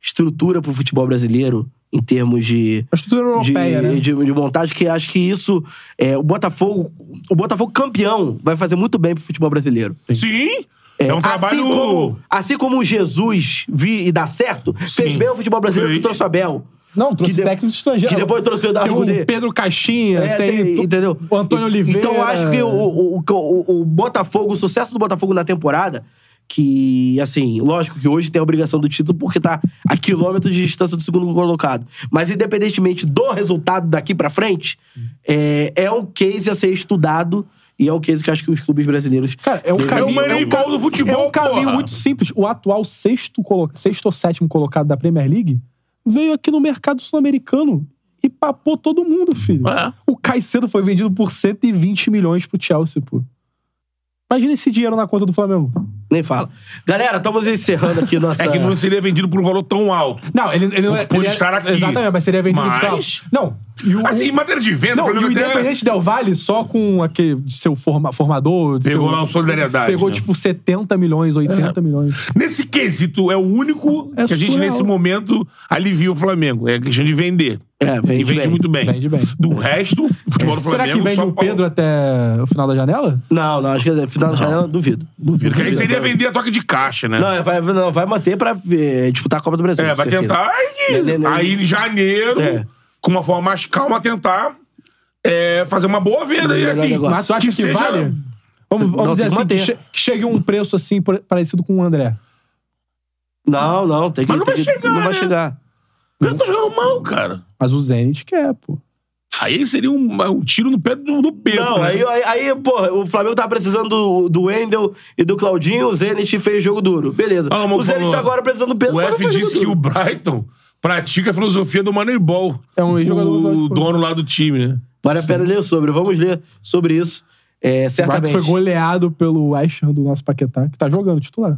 estrutura pro futebol brasileiro em termos de
A estrutura europeia,
de,
né?
de- de montagem que acho que isso é, o Botafogo o Botafogo campeão vai fazer muito bem pro futebol brasileiro
Sim. É, um trabalho.
assim como, assim como o Jesus vi e dá certo fez
Sim.
bem o futebol brasileiro que
Fez.
trouxe o Abel
Não, trouxe
que de-
técnicos estrangeiros.
que depois trouxe o Eduardo
Tem um
Cudê.
o Pedro Caixinha,
É,
tem,
tem-
tu-
entendeu?
o Antônio
E-
Oliveira.
Então eu acho que o, o, o, o Botafogo, o sucesso do Botafogo na temporada, que, assim, lógico que hoje tem a obrigação do título porque tá a quilômetros de distância do segundo colocado. Mas independentemente do resultado daqui pra frente, é, é um case a ser estudado e é um case que eu acho que os clubes brasileiros.
Cara, é um
É
caminho...
o
é um
Maneiro
ca-
do futebol,
É um caminho
porra.
muito simples. O atual sexto, colo... sexto ou sétimo colocado da Premier League veio aqui no mercado sul-americano e papou todo mundo, filho.
É.
O Caicedo foi vendido por 120 milhões pro Chelsea, pô. Imagina esse dinheiro na conta do Flamengo.
Nem fala. Galera, estamos encerrando aqui nossa.
É que não seria vendido por um valor tão alto.
Não, ele, ele não é.
Por
ele é-
estar aqui.
Exatamente, mas seria vendido
Mas-
pro Chelsea. Não. E o,
Assim, em matéria de venda,
não,
o
e o
Flamengo até
Independente Del Vale, só com aquele seu forma, formador. de
pegou
seu-
lá um solidariedade.
Pegou
né?
tipo 70 milhões, 80 milhões.
Nesse quesito, é o único
É
que a gente,
surreal.
nesse momento, alivia o Flamengo. É a questão de vender.
É, vende
e vende
bem. É.
muito bem.
Vende bem.
Do resto, o futebol do Flamengo
Será que vende
só
o
pau.
Pedro até o final da janela?
Não, não, acho que é final da janela, duvido.
assim?
Duvido.
Porque aí
duvido.
seria vender a toque de caixa, né?
Não, é, vai, não, vai manter pra eh, disputar a Copa do Brasil.
é,
com
vai
certeza.
tentar. Aí,
Né, né, né.
aí em janeiro,
É.
com uma forma mais calma, tentar é, fazer uma boa venda. E
Melhor
assim,
negócio.
Mas tu acha que,
seja-
vale? Vamos, vamos
Não, tem
dizer
que
assim, que,
manter.
che- que chegue um preço assim por- parecido com o André.
Não, não, tem que.
Mas não
tem
vai
que-
chegar,
Não vai
né?
chegar.
Eu tô jogando mal, cara.
Mas o Zenit quer, pô.
Aí seria um, um tiro no pé do, do Pedro.
Não,
né?
aí, aí, aí, porra, o Flamengo tava precisando do, do Wendel e do Claudinho, o Zenit fez jogo duro. Beleza.
Ah, mas
o Zenit
falou.
tá agora precisando do Pedro.
O
só não
F
fez jogo
disse que o
duro.
Brighton pratica a filosofia do Moneyball.
É um ex-jogador do
O
Atlético.
dono lá do time, né?
Vale a pena ler sobre, vamos ler sobre isso. É,
O Brighton
certamente.
foi goleado pelo West Ham do nosso Paquetá, que tá jogando titular.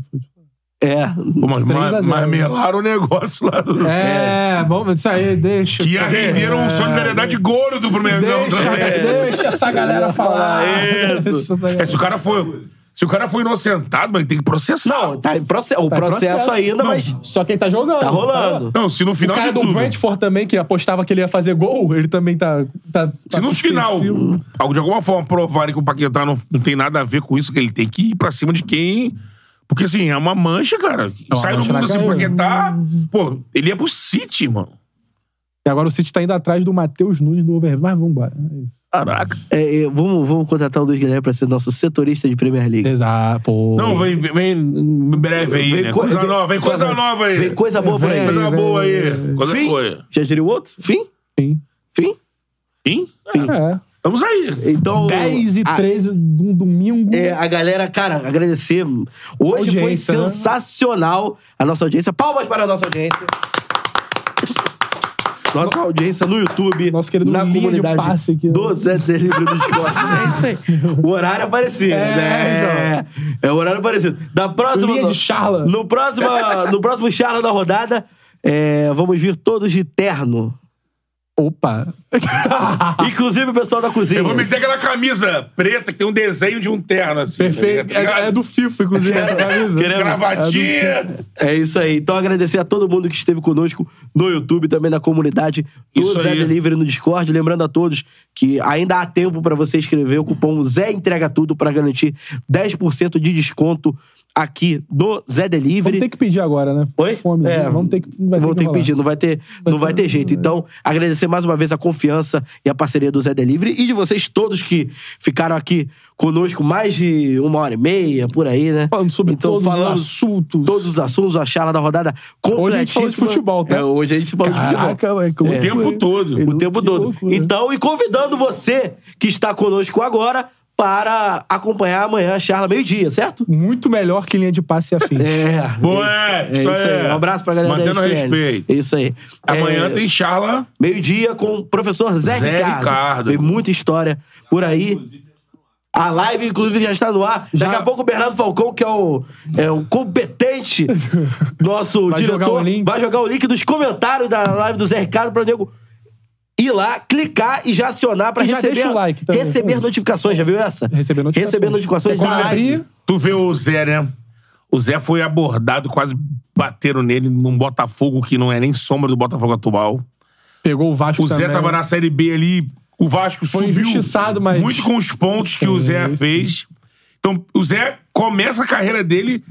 É.
Pô, mas
3 a 0.
mas- mas melaram o negócio lá do.
É, vamos isso aí, deixa.
Que ia render um solidariedade gordo pro Mengão
Deixa,
também.
deixa essa galera falar. tá
Isso.
Essa galera.
É, se o cara foi. Se o cara foi inocentado, mas tem que processar.
Não, tá em proce- o
Tá em
processo ainda,
Não,
mas
Só quem tá jogando.
tá rolando.
Não, se no
O
final
cara
de
do
tudo.
Brentford também, que apostava que ele ia fazer gol, ele também tá. tá tá
Se no final,
suspensivo.
algo- de alguma forma, provarem que o Paquetá não, não tem nada a ver com isso, que ele tem que ir pra cima de quem. Porque, assim, é uma mancha, cara.
uma
Sai no
mancha
mundo
na
assim, o
carreira.
Paquetá. Pô, ele ia pro City, mano.
E agora o City tá indo atrás do Matheus Nunes do Overhampton. Mas vambora. É isso.
Caraca.
É, é, vamos, vamos contratar o Luiz Guilherme pra ser nosso setorista de Premier League.
Exato. pô.
Não, vem, vem em breve aí, né?
co-
Coisa nova, vem coisa nova aí.
Vem coisa boa por aí.
Vem, vem,
Coisa boa aí.
vem, vem.
Coisa
Fim?
boa.
Já diria o outro? Fim?
Sim.
Fim?
Hein?
É.
Estamos aí.
Então.
10 e
a-
13 de um domingo.
É, a galera, cara, agradecer. Hoje foi
Audiência, né?
sensacional a nossa audiência. Palmas para a nossa audiência. Nossa audiência no YouTube,
Nosso querido
na
linha de
comunidade
passe aqui, né?
do Zé Delivery do Esporte. é isso aí. O horário é parecido,
É, então.
né? É, o horário parecido. Da próxima...
Linha de charla.
No próximo, no próximo charla da rodada, é, vamos vir todos de terno.
Opa. Ah.
Inclusive o pessoal da cozinha.
Eu vou meter aquela camisa preta que tem um desenho de um terno, assim.
Perfeito.
tá ligado?
É, é do FIFA, inclusive, essa camisa. É
Queremos.
Gravatinha.
É isso aí. Então, agradecer a todo mundo que esteve conosco no YouTube, também na comunidade do
Isso
Zé
aí.
Delivery no Discord. Lembrando a todos que ainda há tempo para você escrever o cupom Zé Entrega Tudo para garantir 10% de desconto aqui do Zé Delivery.
Vamos ter que pedir agora, né?
Oi?
Fome.
É,
né? Vamos ter que, vai
vão ter que
rolar.
pedir, não vai ter, não vai
um-
ter jeito. Então, agradecer mais uma vez a confiança e a parceria do Zé Delivery e de vocês todos que ficaram aqui conosco mais de uma hora e meia, por aí, né?
Falando sobre
então,
todos os
falamos
assuntos.
Todos os assuntos, a charla da rodada completíssima.
Hoje a gente falou de futebol, tá?
É, hoje a gente falou de futebol.
Caraca, velho. que
É.
O
loucura.
tempo todo.
O tempo
Que
todo.
loucura.
Então, e convidando você que está conosco agora para acompanhar amanhã a charla meio-dia, certo?
Muito melhor que linha de passe e afim.
É.
Boa, é,
É
isso
isso aí. Um abraço pra galera
Mantendo
da ESPN.
respeito.
Isso aí.
Amanhã
É,
tem charla.
Meio-dia com o professor Zé,
Zé
Ricardo.
Ricardo.
Tem muita história por aí. A live, inclusive, já está no ar. Daqui
Já.
a pouco o Bernardo Falcão, que é o, é o competente nosso
Vai
diretor,
jogar o link.
vai jogar o link dos comentários da live do Zé Ricardo para nego ir lá, clicar e já acionar para
E já
receber,
deixa o like também.
receber
Isso.
notificações. Já viu essa?
Receber notificações.
Receber notificações
Quando
da live.
abrir,
Tu vê o Zé, né? O Zé foi abordado, quase bateram nele num Botafogo que não é nem sombra do Botafogo atual.
pegou o Vasco
O Zé
também. É,
tava na Série B ali, o Vasco
Foi
subiu
injustiçado, mas-
muito com os pontos que
Sim,
o Zé
sim.
fez. Então, o Zé começa a carreira dele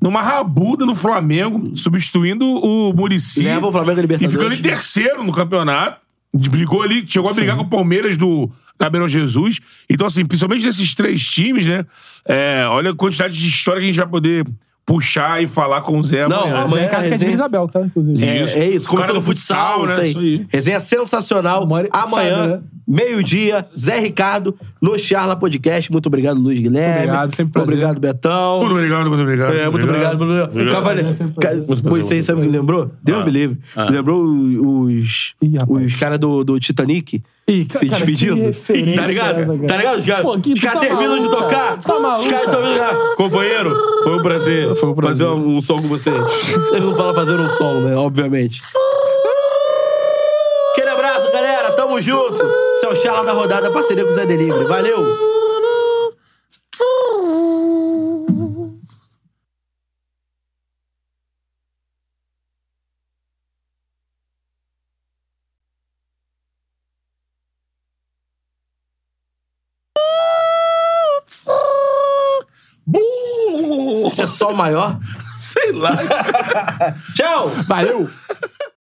numa rabuda no Flamengo, substituindo o
né?
Murici.
Leva o Flamengo à
E
Libertadores.
ficando em terceiro no campeonato. Brigou ali, chegou a brigar com o Palmeiras do Gabriel Jesus. Então, assim, principalmente desses três times, né? É, olha a quantidade de história que a gente vai poder puxar e falar com o Zé
Não,
amanhã.
O Zé
amanhã
Ricardo que é de
resenha-
Vila Isabel, tá? Inclusive.
É,
Isso.
é isso,
Cara
começando
do
o futsal,
futsal,
né?
né?
Isso aí.
Isso aí.
Resenha sensacional.
Uma hora-
Amanhã,
sábado, né?
meio-dia, Zé Ricardo, no Charla Podcast. Muito obrigado, Luiz Guilherme.
Obrigado, sempre prazer.
Obrigado, Betão.
Muito obrigado, muito obrigado.
É, muito obrigado, muito obrigado. Cavaleiro, ca-
Muito
pô, isso aí,
prazer.
sabe o que me lembrou? Deus me livre. Me lembrou os,
Ih, rapaz.
os caras do, do Titanic
Ih, cara,
se
que
despedindo.
referência
tá ligado?
essa, cara.
Tá ligado? Os caras
Pô, que-
os caras
tá
terminam de
maluco,
tocar.
tá maluco.
os caras terminam de tocar. Companheiro, foi um prazer, foi um prazer. fazer um, um som com você. Ele não fala fazer um som, né? Obviamente. Aquele abraço, galera. Tamo junto. Esse é o Charla da Rodada, parceria com o Zé Delivery. Valeu!
Bum!
Isso é sol maior.
Sei lá.
Tchau!
Valeu!